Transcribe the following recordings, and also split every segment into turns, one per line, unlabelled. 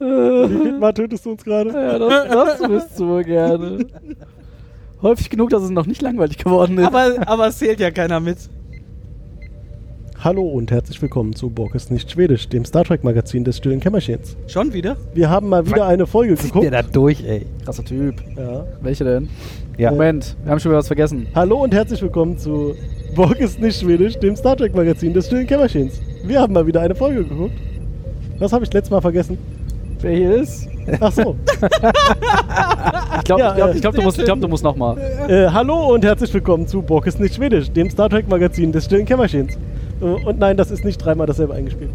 Wie viel Mal tötest du uns gerade?
Ja, das, das wüsstest du wohl gerne. Häufig genug, dass es noch nicht langweilig geworden ist.
Aber, aber es zählt ja keiner mit.
Hallo und herzlich willkommen zu Borg ist nicht Schwedisch, dem Star Trek Magazin des stillen Kämmerchens.
Schon wieder?
Wir haben mal wieder eine Folge
Der
geguckt.
da durch, ey.
Krasser Typ.
Ja.
Welche denn?
Ja.
Moment, wir haben schon wieder was vergessen.
Hallo und herzlich willkommen zu Borg ist nicht Schwedisch, dem Star Trek Magazin des stillen Kämmerchens. Wir haben mal wieder eine Folge geguckt. Was habe ich letztes Mal vergessen?
Wer hier ist?
Ach so.
Ich glaube,
Ja,
ich glaub,
äh,
ich glaub, du, musst- ich glaub, du musst nochmal.
äh, hallo und herzlich willkommen zu Borg ist nicht Schwedisch, dem Star Trek Magazin des stillen Kämmerchens. Äh, und nein, das ist nicht dreimal dasselbe eingespielt.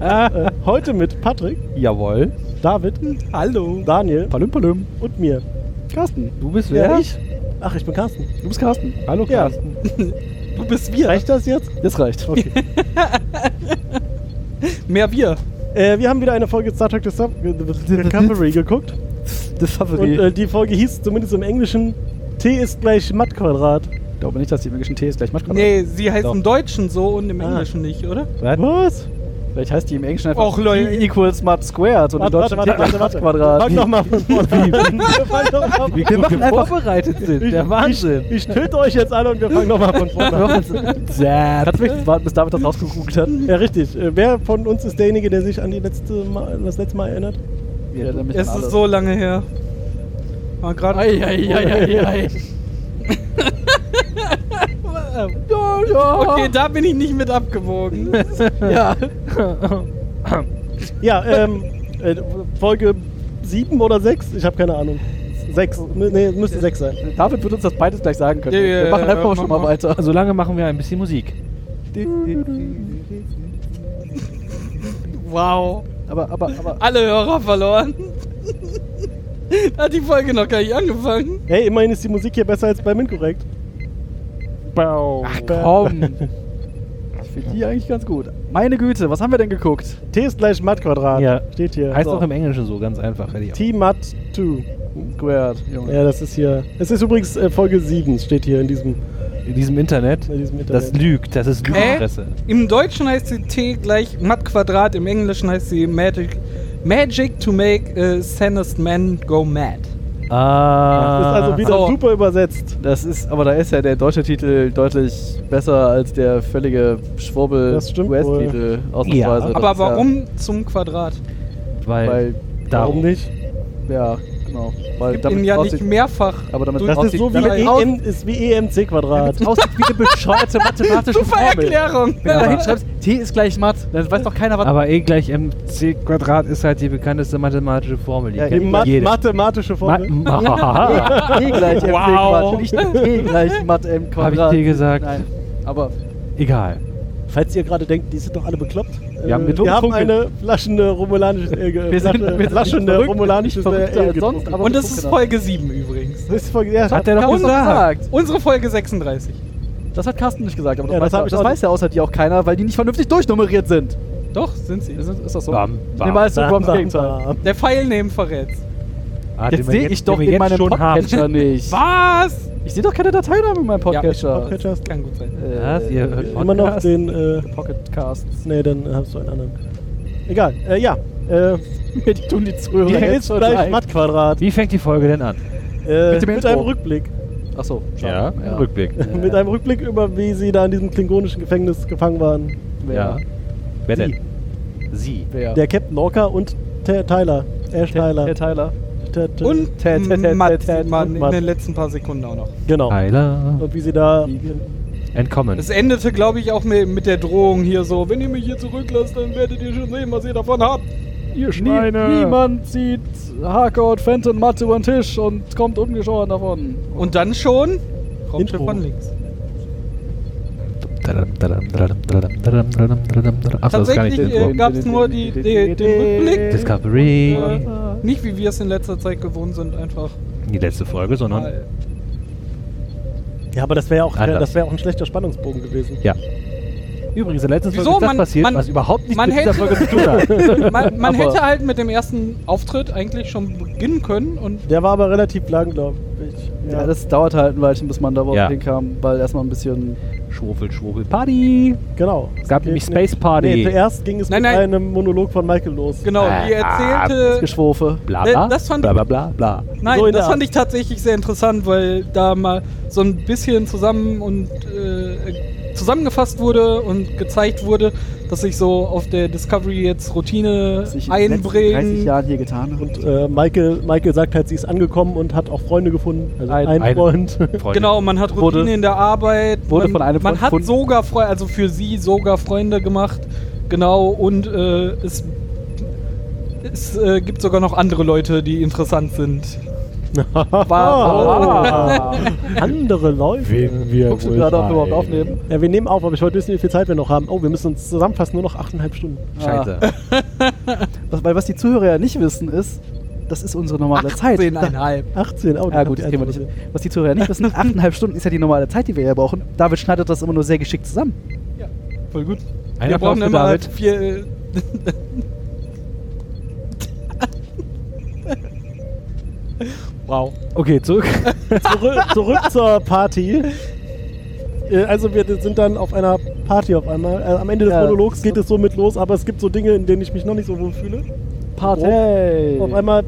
äh, heute mit Patrick,
Jawohl.
David,
Hallo.
Daniel
Palüm, Palüm.
und mir.
Carsten.
Du bist
Ja,
wer?
ich? Ach, ich bin Carsten.
Du bist Carsten.
Hallo
Ja.
Carsten.
Du bist wir.
Reicht das jetzt?
Das reicht.
Okay.
Mehr wir.
äh, wir haben wieder eine Folge Star Trek Disco- Discovery geguckt. Und
Discovery.
äh, die Folge hieß zumindest im Englischen T ist gleich Matt Quadrat.
ich glaube nicht, dass die englischen T ist gleich Matschkanal.
Nee, sie heißt
Doch.
im Deutschen so und im
Ah.
Englischen nicht, oder?
Was?
Vielleicht heißt die im Englischen einfach
Och, Leute.
E equals Mud Squared und im Deutschen T gleich Mud Quadrat.
Fang doch mal von vorne an. Fang doch mal
Wie
von-
gut wir einfach
vorbereitet sind. Der Wahnsinn.
Ich, ich töte euch jetzt alle und wir fangen nochmal von vorne an.
Kannst du wenigstens warten, bis David das rausgeguckt hat?
Ja, richtig. Äh, Wer von uns ist derjenige, der sich an die letzte mal, das letzte Mal erinnert?
Wir erinnern mich
Es
an
ist
alles.
so lange her. War gerade.
Ei, ei, ei, ei, ei. ja, ja.
Okay, da bin ich nicht mit abgewogen.
ja.
Ja, ähm, äh, Folge 7 oder 6? Ich habe keine Ahnung. 6. Nee, müsste 6 sein.
David wird uns das beides gleich sagen können.
Ja, ja,
wir machen
ja,
einfach schon
ja, mach
mal
mal.
weiter. Also,
Solange machen wir ein bisschen Musik.
Wow.
aber, aber, aber.
Alle Hörer verloren. Da Hat die Folge noch gar nicht angefangen.
Hey, immerhin ist die Musik hier besser als bei Minkorrekt.
Oh.
Ach komm. Ich finde die eigentlich ganz gut. Meine Güte, was haben wir denn geguckt?
T ist gleich Matt Quadrat.
Ja.
Steht hier.
Heißt
So.
auch im Englischen so, ganz einfach. fertig.
T Matt 2.
Squared, Junge.
Ja, das ist hier. Es ist übrigens äh, Folge 7, steht hier in diesem,
In diesem Internet.
in diesem
Das
Internet.
lügt, das ist Lügenpresse.
Im Deutschen heißt sie T gleich Matt Quadrat, im Englischen heißt sie Magic, Magic to make a sanest man go mad.
Das
Ah.
ist also wieder
So.
super übersetzt.
Das ist, aber da ist ja der deutsche Titel deutlich besser als der völlige Schwurbel
Das stimmt
US-Titel ausnahmsweise.
Ja,
Also
Aber
Das ist ja-
warum zum Quadrat?
weil,
Weil,
Warum
darum.
nicht?
ja, genau. Weil
Gibt ihn ja
brauchst
nicht
du-
mehrfach.
Aber damit
Das ist
aussieht-
so wie,
Nein.
EM, ist wie EMC Quadrat.
aussieht wie eine bescheuerte mathematische
Super Erklärung.
Wenn du da
Aber-
hinschreibst, T ist gleich matt, dann weiß doch keiner, was
Aber E gleich MC Quadrat ist halt die bekannteste mathematische Formel. Die
Ja,
Die
kennt
Mat
jeder.
mathematische Formel.
Ma Ma
T gleich MC
Wow.
Quadrat. Nicht T gleich matt M Quadrat.
Hab ich T gesagt?
Nein, aber
Egal.
Falls ihr gerade denkt, die sind doch alle bekloppt. äh,
haben
wir
getrunken.
haben eine flaschende romulanische äh, ge-
wir sind,
Flasche-
wir sind
flaschende
verrückt,
romulanische
nicht verrückter
äh,
als sonst,
getrunken.
aber
Und
wir
das ist
gucken
Folge 7 übrigens.
das ist voll, ja,
Hat der doch
Carsten
gesagt.
hat gesagt.
Unsere Folge 36.
Das hat Carsten nicht gesagt, aber das,
Ja,
weiß,
das hab
ja-
ich
das
auch
weiß ja außer dir auch keiner, weil die nicht vernünftig durchnummeriert sind.
Doch, sind sie.
Ist, ist das so?
Bam, bam,
Nimm alles so,
Bam,
Groms
bam,
Gegenteil.
bam.
Der Pfeilname verrät's.
Ah, den
Jetzt
wir
sehe ich doch
den
in
wir jetzt
meinem
schon haben.
Podcatcher nicht.
Was?
Ich sehe doch keine Dateinamen in meinem
Ja,
Podcatcher.
Podcast.
Das kann gut sein.
Äh,
Was? Ihr hört
Immer noch
Podcast?
den. Äh,
Pocketcast.
nee, dann hast du einen anderen. Egal, äh, ja. Äh,
Mir die tun die Zuhörer
die
jetzt
ist
schon
gleich
leid.
Mattquadrat.
Wie fängt die Folge denn an?
Äh,
Mit dem
mit
Intro.
einem Rückblick.
Achso,
im Rückblick.
Äh,
Mit einem Rückblick über, wie sie da in diesem klingonischen Gefängnis gefangen waren.
Wer?
Ja. Wer
Sie.
denn? Sie.
Wer?
Der Captain Lorca und T Tyler. Ash Tyler.
Herr Tyler.
Ted- Ted-
Und
Ted, Ted, Ted,
Matt,
Ted, Ted,
Mann, in
Matt.
den letzten paar Sekunden auch noch.
Genau.
Tyler.
Und wie sie da.
Entkommen.
Es endete, glaube ich, auch mit, mit der Drohung hier so, wenn ihr mich hier zurücklasst, dann werdet ihr schon sehen, was ihr davon habt.
Ihr
Schweine.
niemand sieht Harker und Fenton Matt über den Tisch und kommt umgeschoren davon.
Und dann schon kommt
Intro.
schon von links.
Ach, das ist gar nicht
Tatsächlich äh,
Intro.
gab es nur die, die, den Rückblick.
Discovery.
Äh, nicht wie wir es in letzter Zeit gewohnt sind, einfach
Die letzte Folge, sondern.
mal.
Ja, aber das wäre auch,
Anders.
das wäre auch ein schlechter Spannungsbogen gewesen.
Ja. Übrigens, in letzter Folge
Wieso?
ist das
Man-
passiert,
man-
was überhaupt nichts
man
mit dieser
hätte-
Folge zu tun hat.
Man, man
Aber-
hätte halt mit dem ersten Auftritt eigentlich schon beginnen können und
Der war aber relativ lang, glaube ich.
Ja, das dauert halt ein Weilchen, bis man da überhaupt
Ja.
hinkam, weil erstmal ein bisschen
Schwurfel, Schwurfel, Party.
Genau.
Es gab nämlich
Geht
Space Party.
Nee, zuerst ging es
Nein,
mit
nein.
einem Monolog von Michael los.
Genau, die
Ah,
erzählte.
Geschwurfe.
bla,
Ne,
bla,
das fand-
bla, bla, bla, bla.
Nein,
So in
das
der
fand
Art.
ich tatsächlich sehr interessant, weil da mal so ein bisschen zusammen und äh, zusammengefasst wurde und gezeigt wurde, dass sich so auf der Discovery jetzt Routine
Was ich in den letzten 30
einbringen.
Jahren hier getan habe.
Und äh, Michael, Michael sagt halt, sie ist angekommen und hat auch Freunde gefunden. Also
Ein-
einen
ein-
Freund.
Freunde.
Genau, man hat Routine
Wurde-
in der Arbeit.
wurde
man,
von einem
Man
Freund
hat
gefunden.
sogar Freunde, also für sie sogar Freunde gemacht. Genau, und äh, es, es äh, gibt sogar noch andere Leute, die interessant sind.
Ah. Andere Leute.
Wenn wir
Guckst du
wohl
gerade, ob wir
mal-
überhaupt aufnehmen?
Ja, wir nehmen auf, aber ich wollte wissen, wie viel Zeit wir noch haben. Oh, wir müssen uns zusammenfassen, nur noch 8,5 Stunden.
Ah. Scheiße.
Was, weil was die Zuhörer ja nicht wissen ist, das ist unsere normale Zeit.
18,5.
18, oh,
Ja gut, das Thema nicht. Was die Zuhörer ja nicht wissen, 8,5 Stunden ist ja die normale Zeit, die wir ja brauchen. David schneidet das immer nur sehr geschickt zusammen.
Voll gut.
Ein
wir
Applaus
brauchen
für
immer
David.
vier. wow.
Okay, zurück.
Zurück, zurück zur Party. Äh, Also wir sind dann auf einer Party auf einmal. Äh, Am Ende des
Ja.
Monologs geht es somit los, aber es gibt so Dinge, in denen ich mich noch nicht so wohl fühle.
Party! Äh.
Auf einmal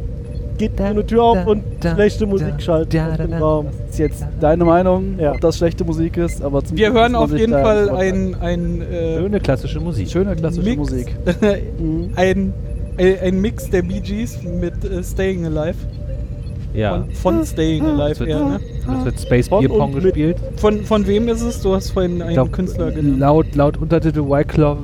geht so eine Tür auf und schlechte Musik schaltet
da,
aus
da,
dem
da.
Raum.
Das ist jetzt deine Meinung,
Ja.
ob das schlechte Musik ist, aber zum
Wir
Glück
hören
muss
auf
man sich
jeden
da
Fall
nicht
ein, ein, äh,
Schöne klassische Musik.
Schöne klassische
Mix,
Musik.
Mhm.
ein, ein, ein Mix der Bee Gees mit äh, Staying Alive.
Ja.
Von, von Staying
Es
Alive
wird,
eher, ne?
es wird Space
Von
Beer
und
Pong
mit-
gespielt.
Von, von wem ist es? Du hast vorhin einen
Ich glaub,
Künstler
äh,
genannt.
laut, laut Untertitel White Claw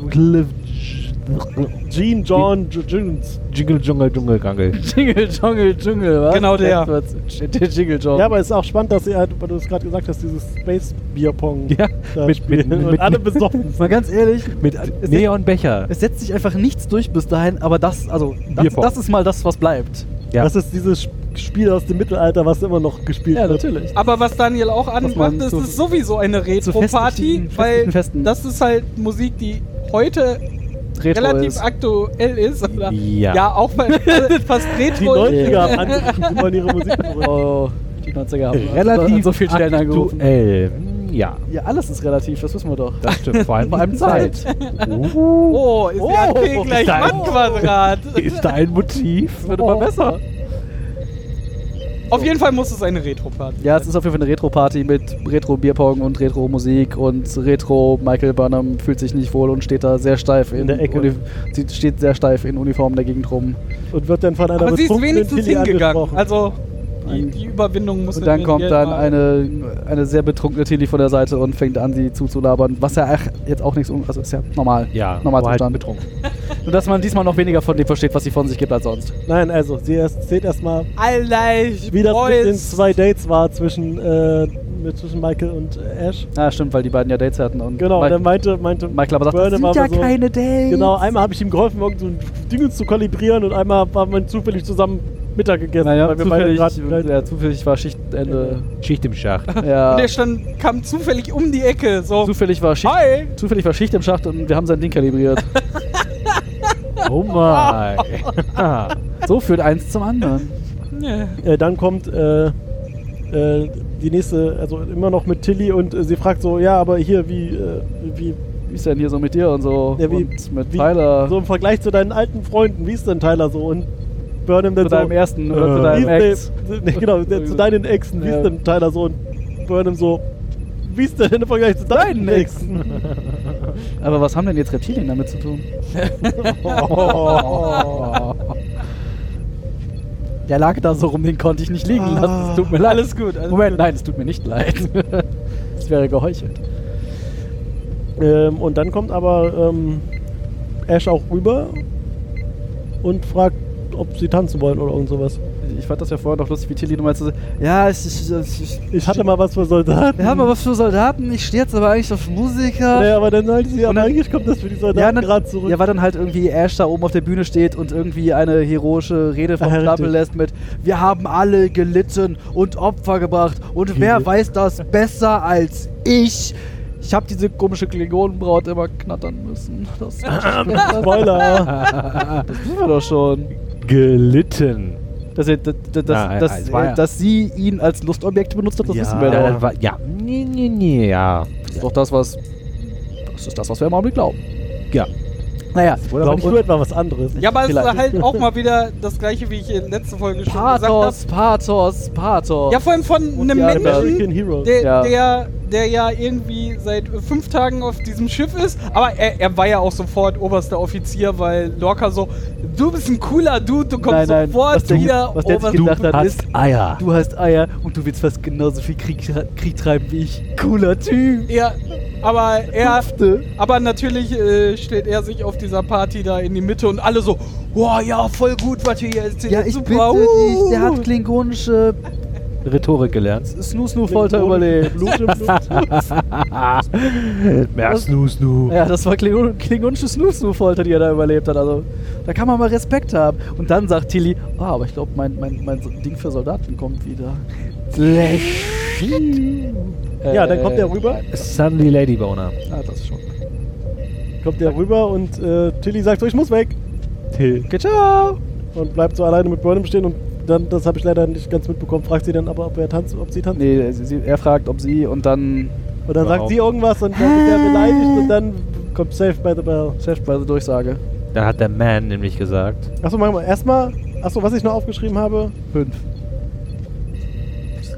Gene John J- Jones.
Jingle Jungle Jungle Gangle.
Jingle, Jungle, Jungle, was?
Genau der.
Jetzt wird's- Der Jingle, Jungle.
Ja, aber es ist auch spannend, dass ihr halt, weil du es gerade gesagt hast, dieses Space Beer Pong.
Ja,
da
mit-
spielen
mit-
und
mit-
alle besoffen.
Mal ganz ehrlich,
Mit
es, setzt,
Neonbecher.
es setzt sich einfach nichts durch bis dahin, aber das, also, das,
Bierpong.
das ist mal das, was bleibt.
Ja.
Das ist dieses Sp- Spiel aus dem Mittelalter, was immer noch gespielt
Äh,
wird.
Aber was Daniel auch anmacht,
man
ist,
zu-
es ist sowieso eine Retro-Party,
festlichen-
weil
festlichen Festen.
das ist halt Musik, die heute
Retro
relativ
ist.
aktuell ist. Oder?
Ja.
ja, auch weil fast
Die
Retro ist.
90er haben angerufen, die wollen ihre Musik zurück.
Oh, die 90er haben an
Relativ
so vielen Stellen angerufen.
aktuell. Hm, Ja,
Ja, alles ist relativ, das wissen wir doch.
das stimmt. Vor allem,
Vor allem
die
Zeit.
Uh,
Oh, ist ja
Oh,
P gleich
ist ein-
Mann Quadrat.
ist da ein Motiv?
Das wird immer besser.
Auf jeden Fall muss es eine Retro-Party
Ja, es
sein.
ist auf jeden Fall eine Retro-Party mit Retro-Bierpong und Retro-Musik und Retro-Michael Burnham fühlt sich nicht wohl und steht da sehr steif in,
In der Ecke.
Uni- Sie steht sehr steif in Uniform der Gegend rum.
Und wird dann von einer
Aber sie ist
betrunkenen
wenigstens
Tilly
hingegangen.
angesprochen.
Also die, die Überwindung muss
Und dann
natürlich
kommt dann
mal-
eine, eine sehr betrunkene Tilly von der Seite und fängt an, sie zuzulabern, was ja ach, jetzt auch nichts, un- also ist ja normal.
Ja,
normal
aber halt
Zustand.
betrunken.
Nur, dass man diesmal noch weniger von dem versteht, was sie von sich gibt als sonst.
Nein, also, sie erzählt erstmal,
Alter, ich
wie das mit den
weiß.
zwei Dates war zwischen, äh, mit, zwischen Michael und äh, Ash.
Ah, stimmt, weil die beiden ja Dates hatten. Und
Genau, und
Mike-
dann meinte, meinte
Michael aber sagt, das
Burnham
sind ja
aber so,
keine Dates.
Genau, einmal habe ich ihm geholfen, irgend so ein Dinge zu kalibrieren und einmal haben wir zufällig zusammen Mittag gegessen,
naja,
weil wir beide
zufällig,
gerade...
ja, zufällig war Schichtende.
Schicht im Schacht.
Ja.
Und der stand, kam zufällig um die Ecke. So,
Zufällig war Schicht.
hi.
Zufällig war Schicht im Schacht und wir haben sein Ding kalibriert.
Oh mein.
so führt eins zum anderen.
Ja.
Äh, dann kommt äh, äh, die nächste, also immer noch mit Tilly und äh, sie fragt so, ja, aber hier, wie, äh, wie,
Wie ist denn hier so mit dir und so?
ja, wie
und mit
wie,
Tyler.
So im Vergleich zu deinen alten Freunden, wie ist denn Tyler so? Und Burnham dann
zu
so,
deinem ersten
äh,
oder zu
wie
deinem
ist
Ex.
denn- nee, genau, der- zu deinen Exen, wie
Ja.
ist denn Tyler so? Und Burnham so, wie ist denn im Vergleich zu deinen
Deinen
Exen?
Aber was haben denn jetzt Reptilien damit zu tun? Der lag da so rum, den konnte ich nicht liegen lassen. Es tut mir leid.
Alles gut, alles
Moment, nein, es tut mir nicht leid. Es wäre geheuchelt.
Ähm, und dann kommt aber ähm, Ash auch rüber und fragt, ob sie tanzen wollen oder irgend sowas.
Ich fand das ja vorher noch lustig, wie Tilly nochmal zu sagen. Ja, ich, ich, ich, ich,
Ich hatte mal was für Soldaten.
Wir haben aber was für Soldaten, ich stehe jetzt aber eigentlich auf Musiker.
Naja, aber dann sagte sie,
Und
aber
dann-
eigentlich kommt das für die
Ja,
Soldaten
dann,
gerade zurück.
ja, weil dann halt irgendwie Ash da oben auf der Bühne steht und irgendwie eine heroische Rede vom
Ah, richtig.
Stapel lässt mit Wir haben alle gelitten und Opfer gebracht und wer weiß das besser als ich? Ich habe diese komische Klingonenbraut immer knattern müssen. Das, das
Spoiler.
wissen wir doch schon.
Gelitten.
Dass, er, dass, dass,
Nein,
dass,
es war ja-
dass sie ihn als Lustobjekt benutzt hat, das wissen wir
ja,
doch.
ja. Nee, nee, nee, ja.
Das ist doch das, was. Das ist das, was wir im Augenblick glauben. Ja. Naja,
Oder
glaub-
Glaub du etwa was anderes?
Ja, aber es ist
Vielleicht.
halt auch mal wieder das gleiche, wie ich in der letzten Folge schon gesagt habe.
Pathos, Pathos, Pathos.
Ja, vor allem von
Und
einem
die Arme.
Menschen,
American Heroes.
der
genau. Ja.
ja. Der, der ja irgendwie seit äh, fünf Tagen auf diesem Schiff ist. Aber er, er war ja auch sofort oberster Offizier, weil Lorca so, du bist ein cooler Dude, du
Nein,
kommst
nein, was
sofort
der-
wieder
was der sich
oberster-
gedacht hat,
Hast
ist-
Eier.
Du hast Eier und du willst fast genauso viel Krieg, Krieg treiben wie ich. Cooler Typ.
Ja, aber er,
Dufte.
aber natürlich äh, stellt er sich auf dieser Party da in die Mitte und alle so, wow, ja, voll gut, was ihr hier erzählt.
Ja, ich
super,
bitte dich, der
uh."
hat klingonische
Rhetorik gelernt.
Snoo-Snoo-Folter überlebt.
Blut im Blut.
Mehr Snoo Snoo.
Ja, das war Klingon- klingonische Snoo-Snoo-Folter, die er da überlebt hat. Also, da kann man mal Respekt haben. Und dann sagt Tilly, ah, aber ich glaube, mein, mein, mein Ding für Soldaten kommt wieder.
ja, dann kommt der rüber.
Sunny Lady Boner.
Ah, das schon.
Kommt der rüber und äh, Tilly sagt so, ich muss weg. Till.
Okay, ciao.
Und bleibt so alleine mit Burnham stehen und dann, das habe ich leider nicht ganz mitbekommen, fragt sie dann aber, ob er tanzt, ob sie tanzt.
Nee, sie, sie, er fragt, ob sie und dann
Und dann sagt
Überhaupt.
sie irgendwas und dann ist er beleidigt und dann kommt Safe by the Bell.
Chefspeise Durchsage.
Da hat der Man nämlich gesagt.
Achso, machen wir erstmal. Achso, was ich noch aufgeschrieben habe.
Fünf.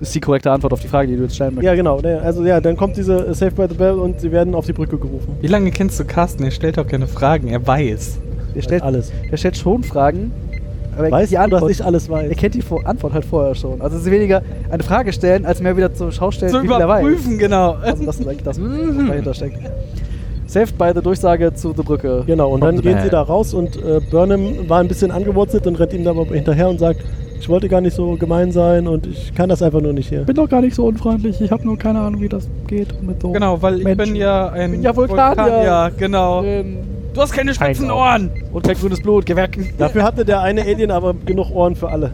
Ist die korrekte Antwort auf die Frage, die du jetzt stellen möchtest.
Ja, genau. ne, Also ja, dann kommt diese äh, Safe by the Bell und sie werden auf die Brücke gerufen.
Wie lange kennst du Carsten? Er stellt doch keine Fragen, er weiß.
Er stellt,
alles.
er stellt schon Fragen, aber
Weißt
er kennt die
du,
Antwort.
dass ich alles weiß?
er kennt die Vor- Antwort halt vorher schon. Also es ist weniger eine Frage stellen, als mehr wieder zur Schau stellen,
Zu
wie viel er weiß.
überprüfen, genau.
Also das ist eigentlich das, was dahinter steckt. Saved by the Durchsage zu der Brücke.
Genau, und
Kommt
dann
so
gehen
daher.
sie da raus und äh, Burnham war ein bisschen angewurzelt und rennt ihm da aber hinterher und sagt, ich wollte gar nicht so gemein sein und ich kann das einfach nur nicht hier.
bin doch gar nicht so unfreundlich. Ich habe nur keine Ahnung, wie das geht mit so.
Genau, weil ich
Menschen.
bin ja ein
bin ja Vulkanier. Äh,
Ja, genau. Du hast keine spitzen
Ein
Ohren.
Ähm, Und kein grünes Blut, geh weg.
Dafür hatte der eine Alien aber genug Ohren für alle.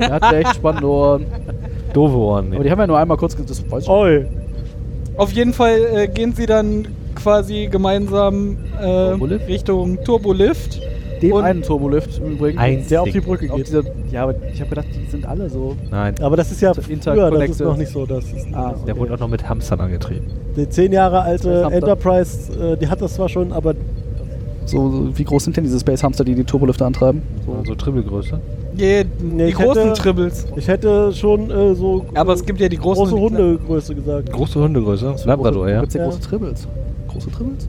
Er hat echt spannende Ohren.
Doofe Ohren.
Aber die haben ja nur einmal kurz. ge- Das weiß ich
Oi.
Auf jeden Fall äh, gehen sie dann quasi gemeinsam äh,
Turbolift?
Richtung Turbolift.
Dem
Und-
einen Turbolift im Übrigen.
Einzig.
Der auf die Brücke
Auf
geht.
dieser, ja, aber ich habe gedacht, die sind alle so.
Nein.
Aber das ist ja
So
früher, das ist
interconnected.
noch nicht so. Das ist
Ah,
nicht so.
Der wurde auch noch mit Hamstern angetrieben.
Die zehn Jahre
Das
alte
haben wir.
Enterprise, äh, die hat das zwar schon, aber
so, so wie groß sind denn diese Space Hamster, die die Turbolifte antreiben?
So, so Tribbelgröße.
Die,
Nee,
die
ich
großen
hätte-
Tribbles.
ich hätte schon äh, so
Aber es gibt ja die großen.
große
und die kleinen.
Hundegröße gesagt.
Große Hundegröße. Labrador, ja.
Gibt's ja.
Ja.
große Tribbles. Große Tribbles?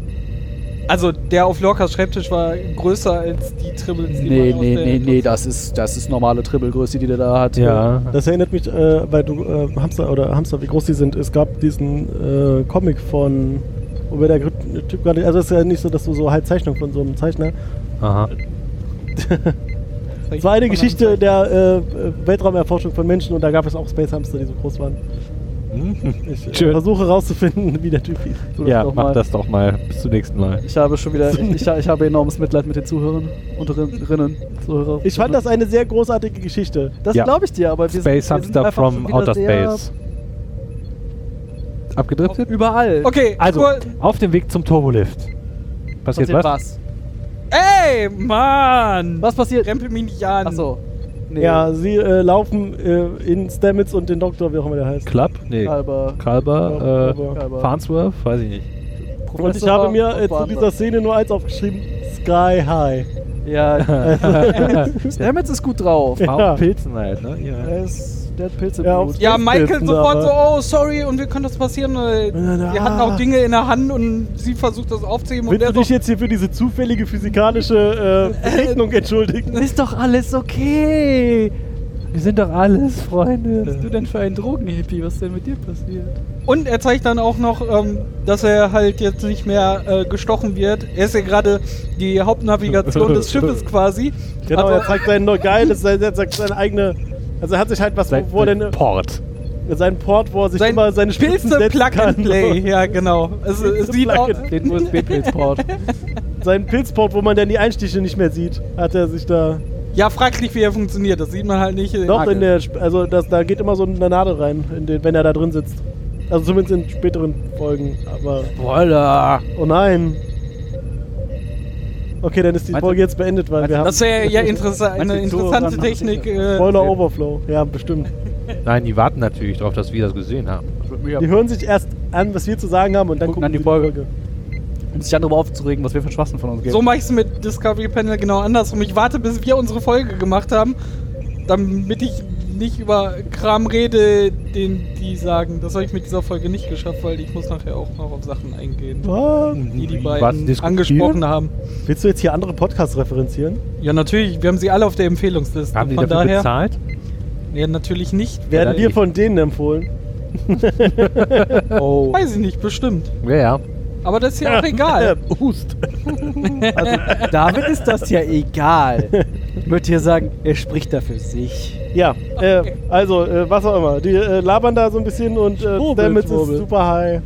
Also der auf Lorcas Schreibtisch war größer als die Tribbles. die
Nee,
man aus
nee,
der-
nee, nee, das ist, das ist normale Tribbelgröße, die der da hat.
Ja.
Das erinnert mich, äh, weil du äh, Hamster oder Hamster, wie groß die sind. Es gab diesen äh, Comic von, wobei der Gr- Typ gar nicht, also es ist ja nicht so, dass du so halt Zeichnung von so einem Zeichner.
Aha.
Es war eine Geschichte der äh, Weltraumerforschung von Menschen und da gab es auch Space Hamster, die so groß waren. Ich äh,
Schön.
versuche rauszufinden, wie der Typ hieß.
Tu das
Ja,
doch
mach
mal.
das doch mal. Bis zum nächsten Mal.
Ich habe schon wieder, ich, ich, ich habe enormes Mitleid mit den Zuhörern und Rinnen. Zuhörer.
Ich fand das eine sehr großartige Geschichte.
Das
Ja.
glaube ich dir, aber wir
Space
sind, wir sind
Hamster
einfach
from
schon wieder
Outer
sehr
Space. Abgedriftet?
Überall.
Okay,
Also,
cool.
auf dem Weg zum Turbolift. Passiert
Passiert
was?
was?
Ey, Mann!
Was passiert?
Rempel mich nicht an.
Achso. Nee.
Ja, sie äh, laufen äh, in Stamets und den Doktor, wie auch immer der heißt.
Club? Nee.
Halber.
Kalber, äh,
Kalber.
Farnsworth? Weiß ich nicht.
Und ich habe mir äh, zu dieser Szene nur eins aufgeschrieben: Sky High.
Ja. Stamets ist gut drauf.
Ja.
Auch Pilzen halt, ne? Ja.
Er ist, der hat Pilze im
Ja,
Blut.
auf-
Ja, Michael
Stiften,
sofort
aber-
so, oh, sorry, und wie konnte das passieren? Äh,
na,
Wir hatten
ah.
auch Dinge in der Hand und sie versucht das aufzuheben und
Willst
der
du
so,
dich jetzt hier für diese zufällige physikalische äh, Begegnung entschuldigen?
Ist doch alles okay.
Wir sind doch alles Freunde.
Was bist du denn für ein Drogenhippie? Was ist denn mit dir passiert?
Und er zeigt dann auch noch, ähm, dass er halt jetzt nicht mehr äh, gestochen wird. Er ist ja gerade die Hauptnavigation des Schiffes quasi.
Genau, er
also,
zeigt sein nur geiles, sein- er zeigt seine eigene. Also er hat sich halt was,
Seit
wo er denn
Port.
seinen Port, wo er sich immer seine Spitzen
Pilze
setzen
Plug
kann.
and Play, ja genau. Es, es
Pilze
sieht
Plug
auch,
and-
Den USB-Pilzport.
Seinen Pilzport, wo man dann die Einstiche nicht mehr sieht, hat er sich da.
ja fraglich, wie er funktioniert. Das sieht man halt nicht. in-
Doch in der, Sp- also das, da geht immer so eine Nadel rein, in den, wenn er da drin sitzt. Also zumindest in späteren Folgen. Aber
Voila.
oh nein. Okay, dann ist die
Meinst
Folge
du-
jetzt beendet, weil wir haben
Das wäre ja interessa eine
Meinst du, so
interessante
dran-
Technik. Äh,
Spoiler Overflow. Ja, bestimmt.
Nein, die warten natürlich darauf, dass wir das gesehen haben.
Die hören sich erst an, was wir zu sagen haben und dann
Gucken
gucken,
an die
sie
Folge. um sich dann darüber aufzuregen, was wir für Schwachsinn von uns geben.
So mache ich es mit Discovery Panel genau andersrum. Ich warte, bis wir unsere Folge gemacht haben, damit ich nicht über Kram rede, den die sagen. Das habe ich mit dieser Folge nicht geschafft, weil ich muss nachher auch noch auf Sachen eingehen,
Was?
Mhm.
die die
Was,
beiden
diskutieren?
angesprochen haben.
Willst du jetzt hier andere Podcasts referenzieren?
Ja, natürlich, wir haben sie alle auf der Empfehlungsliste.
Haben die
von
dafür
daher,
bezahlt?
ja, natürlich nicht.
Werden
Ja,
wir
ich-
von denen empfohlen?
Oh.
Weiß ich nicht, bestimmt.
Ja, ja.
Aber das ist ja auch egal.
Äh, Hust.
Also, David ist das ja egal. Ich möchte hier sagen, er spricht da für sich.
Ja, äh, also, äh, was auch immer. Die äh, labern da so ein bisschen und äh,
Schwurbel,
Stamets
Schwurbel.
ist super high.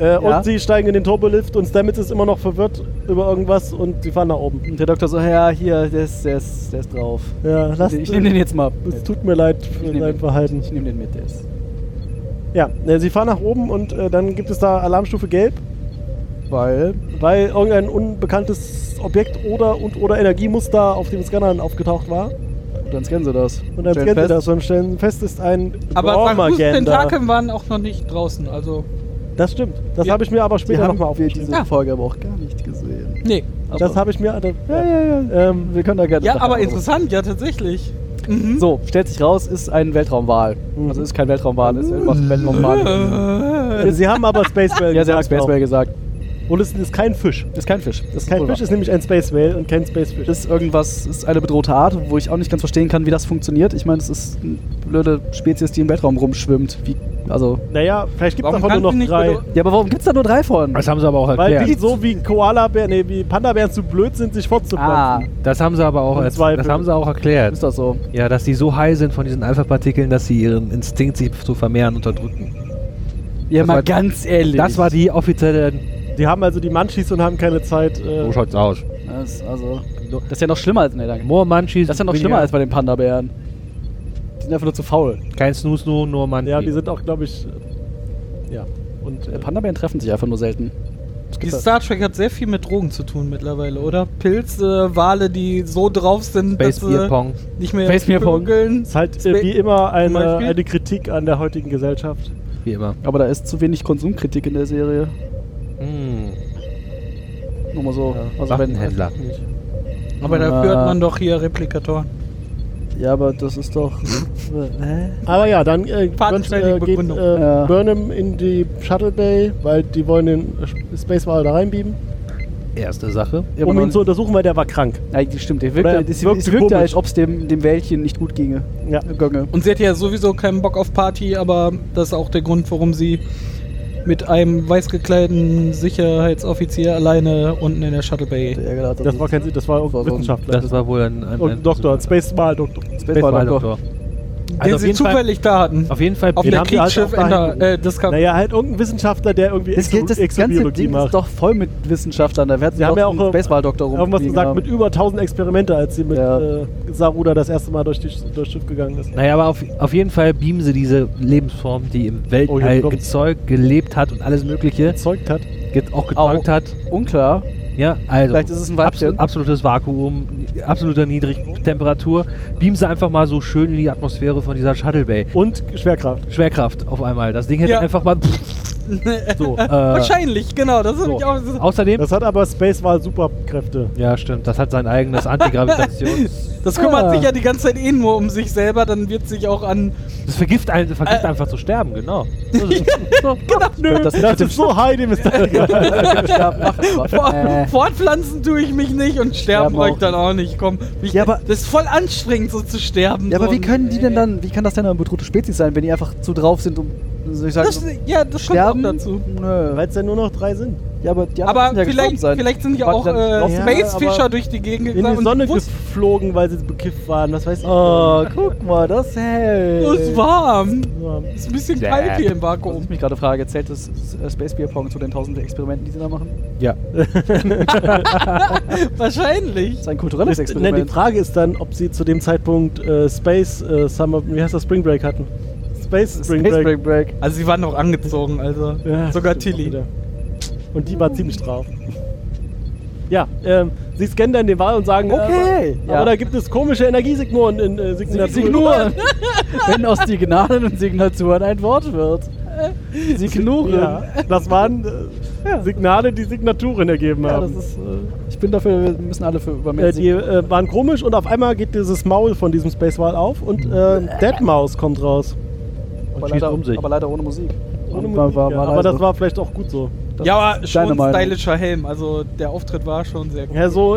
Äh,
Ja?
Und sie steigen in den Turbolift und Stamets ist immer noch verwirrt über irgendwas und sie fahren nach oben.
Und der Doktor so, ja, hier, der ist, der ist, der ist drauf.
Ja, lass,
ich nehme den jetzt mal.
Es tut mir leid
Ich
für
nehm
dein
den.
Verhalten.
Ich nehme den mit, der ist.
Ja, äh, sie fahren nach oben und äh, dann gibt es da Alarmstufe Gelb,
Weil.
weil irgendein unbekanntes Objekt oder und oder Energiemuster auf den Scannern aufgetaucht war.
Und dann scannen sie das.
Und dann
Stellen
kennen sie
fest,
das und stellen fest, ist ein
Aber Sarkus
Gormagenda.
Tentakeln waren auch noch nicht draußen, also.
Das stimmt. Das
Ja.
habe ich mir aber
Die
später
haben
nochmal
wir
aufgeschrieben.
diese
Ja.
Folge aber auch gar nicht gesehen.
Nee.
Aber-
Das habe ich mir. also, äh, Da,
ja,
ja.
ja, ja. Ähm, wir können da gerne.
Ja,
nachher
aber
noch-
interessant, ja, tatsächlich. Mhm.
So, stellt sich raus, ist ein Weltraumwal.
Mhm.
Also ist kein Weltraumwal, ist einfach
Mhm.
ein Weltraumwal.
Äh, Sie haben aber Space Whale
ja, sie haben
gesagt
Space Whale gesagt.
auch. Und es ist kein Fisch.
Ist kein Fisch. Das
Kein Fisch ist nämlich ein Space Whale und kein Space Fish.
ist irgendwas, ist eine bedrohte Art, wo ich auch nicht ganz verstehen kann, wie das funktioniert. Ich meine, es ist eine blöde Spezies, die im Weltraum rumschwimmt. Wie, also.
Naja, vielleicht gibt es
Warum
davon nur noch
kannten nicht
drei.
bedro-
Ja, aber warum gibt's da nur drei von?
Das haben sie aber auch
Weil die
erklärt.
so wie Koalabären, nee, wie Pandabären zu blöd sind, sich
Ah,
fortzupflanzen.
Das haben sie aber auch,
Im
erz-
Zweifel.
das haben sie auch erklärt.
ist das so?
Ja, dass sie so high sind von diesen Alpha-Partikeln, dass sie ihren Instinkt, sich zu vermehren, unterdrücken.
Ja,
Das
mal
war-
ganz ehrlich.
Das war die offizielle.
Ah.
Die haben also die Manchis und haben keine Zeit. Äh,
schaut's aus?
Das, also, das ist ja noch schlimmer als. Nee, danke.
More Munchies.
Das ist ja noch
weniger-
schlimmer als bei den Panda-Bären. Die sind einfach nur zu faul.
Kein Snooze, nur, nur Munchies.
ja, die sind auch, glaube ich. Äh, ja. Und
Äh,
äh,
Panda-Bären treffen sich einfach nur selten.
Die Star Trek hat sehr viel mit Drogen zu tun mittlerweile, oder? Pilze, Wale, die so drauf sind,
Space
dass
Beer
sie
Pong.
nicht mehr
Space Beer Pong.
vögeln.
ist halt äh, wie immer
Zum
eine,
Beispiel?
eine Kritik an der heutigen Gesellschaft.
Wie immer.
Aber da ist zu wenig Konsumkritik in der Serie.
Hm.
Nur mal so. also wenn,
Sachtenhändler.
Aber
Ah.
dafür hat man doch hier Replikatoren.
ja, aber das ist doch.
Mhm.
Hä?
Aber ja, dann äh, wird,
Fadenschneidige
äh, geht äh,
Begründung.
Ja.
Burnham in die Shuttle Bay, weil die wollen den äh, Space Wall da reinbieben,
Erste Sache.
Ja, aber
um ihn
man-
zu untersuchen, weil der war krank.
Nein, das stimmt. Der
Oder er
wirkt, es,
wirkte
es wirkt ja,
komisch.
als ob es dem, dem Wäldchen nicht gut ginge.
Ja.
Gönge.
Und sie hat ja sowieso keinen Bock auf Party, aber das ist auch der Grund, warum sie mit einem weiß gekleideten Sicherheitsoffizier alleine unten in der Shuttle Bay.
Der Ärger hat
Das war kein Sinn, das war
war
auch
so ein-
Wissenschaftler.
Das war wohl ein, ein,
Und
ein
ein Doktor, ein Space Wall Doktor.
Space War Doktor.
Den
Also auf
sie
jeden Fall-
zufällig da hatten.
Auf jeden Fall
Auf
den
dem
haben die halt
Kriegsschiff
auch
in
dahin
der äh, Discovery.
Naja, halt irgendein Wissenschaftler, der irgendwie
Das, geht, das
Exo-
ganze
Exobiologie
Ding
macht.
ist doch voll mit Wissenschaftlern. Da werden
Sie haben ja auch
einen Baseball-Doktor rum.
irgendwas gesagt mit über 1000 Experimente, als sie mit
Ja.
äh, Saruda das erste Mal durch, die, durchs Schiff gegangen ist.
Naja, aber auf, auf jeden Fall beamen sie diese Lebensform, die im Weltall
kommt's.
gezeugt, gelebt hat und alles Mögliche
Erzeugt hat.
ge- auch gezeugt
Au.
hat.
Unklar.
Ja, also.
Vielleicht ist es ein Weibchen.
absol- absolutes Vakuum, absoluter Niedrigtemperatur. Beamen sie einfach mal so schön in die Atmosphäre von dieser Shuttle Bay.
Und Schwerkraft.
Schwerkraft auf einmal. Das Ding hätte
Ja.
einfach mal. so, äh,
Wahrscheinlich, genau. Das ist
so.
nämlich auch.
Außerdem.
Das hat aber Space Wall Superkräfte.
ja, stimmt. Das hat sein eigenes Antigravitations.
Das kümmert
Ah.
äh.
sich ja die ganze Zeit eh nur um sich selber, dann wird sich auch an
Das vergift, ein, vergift
Äh.
einfach zu sterben, genau. So ist es. so.
Nö. Das,
Das ist so high, dem ist
Vor,
Äh.
Fortpflanzen tue ich mich nicht und
Sterben
sterben brauche
auch
ich dann auch nicht. Komm, wie ich,
Ja, aber-
das ist voll anstrengend, so zu sterben.
ja, aber
so.
wie können die denn dann, wie kann das denn eine bedrohte Spezies sein, wenn die einfach zu drauf sind, um, soll ich sagen,
Das, ja, das
sterben?
kommt auch dazu.
Nö.
Weil es ja nur noch drei sind.
Ja, aber die
Aber
anderen müssen ja gestorben
vielleicht,
sein.
vielleicht sind ja
Waren
auch
dann
äh,
noch-
Ja, aber
Space-Fischer durch die Gegend
In die
und
Sonne
wussten,
geflogen, weil sie bekifft waren. Was weiß ich.
Oh, guck mal, das hält.
oh, es ist warm.
Ja.
Es ist ein bisschen
Bäh.
kalt hier im
Was
Vakuum.
ich mich gerade frage, zählt das äh, Space Beer Pong zu den tausenden Experimenten, die sie da machen?
Ja.
Wahrscheinlich.
Das ist ein kulturelles
Ne, die
Experiment.
Frage ist dann, ob sie zu dem Zeitpunkt äh, Space äh, Summer, wie heißt das, Spring Break hatten. Space Spring Break.
Break. Break.
Also sie waren noch angezogen, also
Ja,
sogar
stimmt auch
Tilly.
wieder. Und die war ziemlich drauf. Ja, ähm, sie scannen dann den Wal und sagen,
Okay,
äh,
ja.
aber da gibt es komische Energiesignuren in äh, Signaturen.
Signuren. wenn aus Signalen und Signaturen ein Wort wird. Signuren.
Ja, das waren äh,
Ja.
Signale, die Signaturen ergeben
Ja, das
haben.
ist, äh, ich bin dafür, wir müssen alle für über
Äh,
mehr
die äh, waren komisch und auf einmal geht dieses Maul von diesem Space Wall auf und äh, Deadmaus kommt raus.
Und schießt um sich.
aber leider ohne Musik.
Ohne
Und
Musik, ja. Aber
leise.
das war vielleicht auch gut so.
Das
ja,
ist
aber
deine
schon
Meinung.
stylischer Helm. Also der Auftritt war schon sehr gut.
Ja, so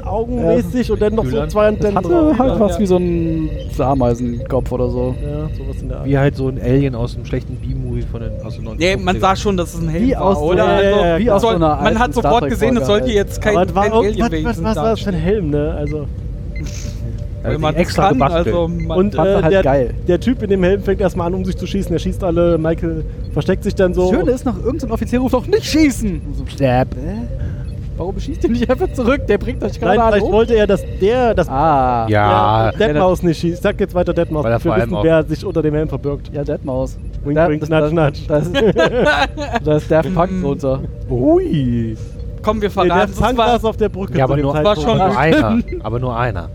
Insektenaugenmäßig und dann noch so
Kühlern.
zwei Antennen
Hatte
drauf.
halt
Ja.
was wie so ein Ameisenkopf oder so.
Ja, sowas in der Art.
Wie halt so ein Alien aus einem schlechten B-Movie von den, aus den 90ern.
Nee, man sah schon, dass es ein Helm
Wie
war,
aus
oder?
so-
also,
ja, ja, ja,
man
wie
aus so
soll-
einer
man
alten
hat
Star
sofort
Trek
gesehen, es
Folge
sollte
halt.
jetzt kein,
Aber es war
kein
irgendwas-
Alien
was,
Wesen
was war das für ein
darstellen.
Helm, ne? Also.
Also
Wenn man
die extra
kann,
gebastelt.
also man
Und
fand
äh,
er halt
der,
geil.
der Typ in dem Helm fängt erstmal an, um sich zu schießen. Er schießt alle, Michael versteckt sich dann so.
Das Schöne ist noch, irgendein Offizier ruft doch nicht schießen. Und So, Stab. Warum schießt ihr nicht einfach zurück? Der bringt
Nein,
euch gerade an.
vielleicht
um.
wollte er, dass der, dass
Ah.
ja,
der Deadmaus nicht schießt. Sag jetzt weiter Deadmaus,
Weil er
damit wir
vor allem
wissen,
auch-
wer sich unter dem Helm verbirgt.
Ja, Deadmaus.
Wink, wink, nudge, nudge.
Da ist, da ist der Punk
Mhm.
drunter.
Ui.
Komm, wir
Nee, der
verraten
Tank
war-
war auf der Brücke
Ja,
zu
aber
dem
nur,
Zeitpunkt.
schon-
aber nur einer. Aber nur einer.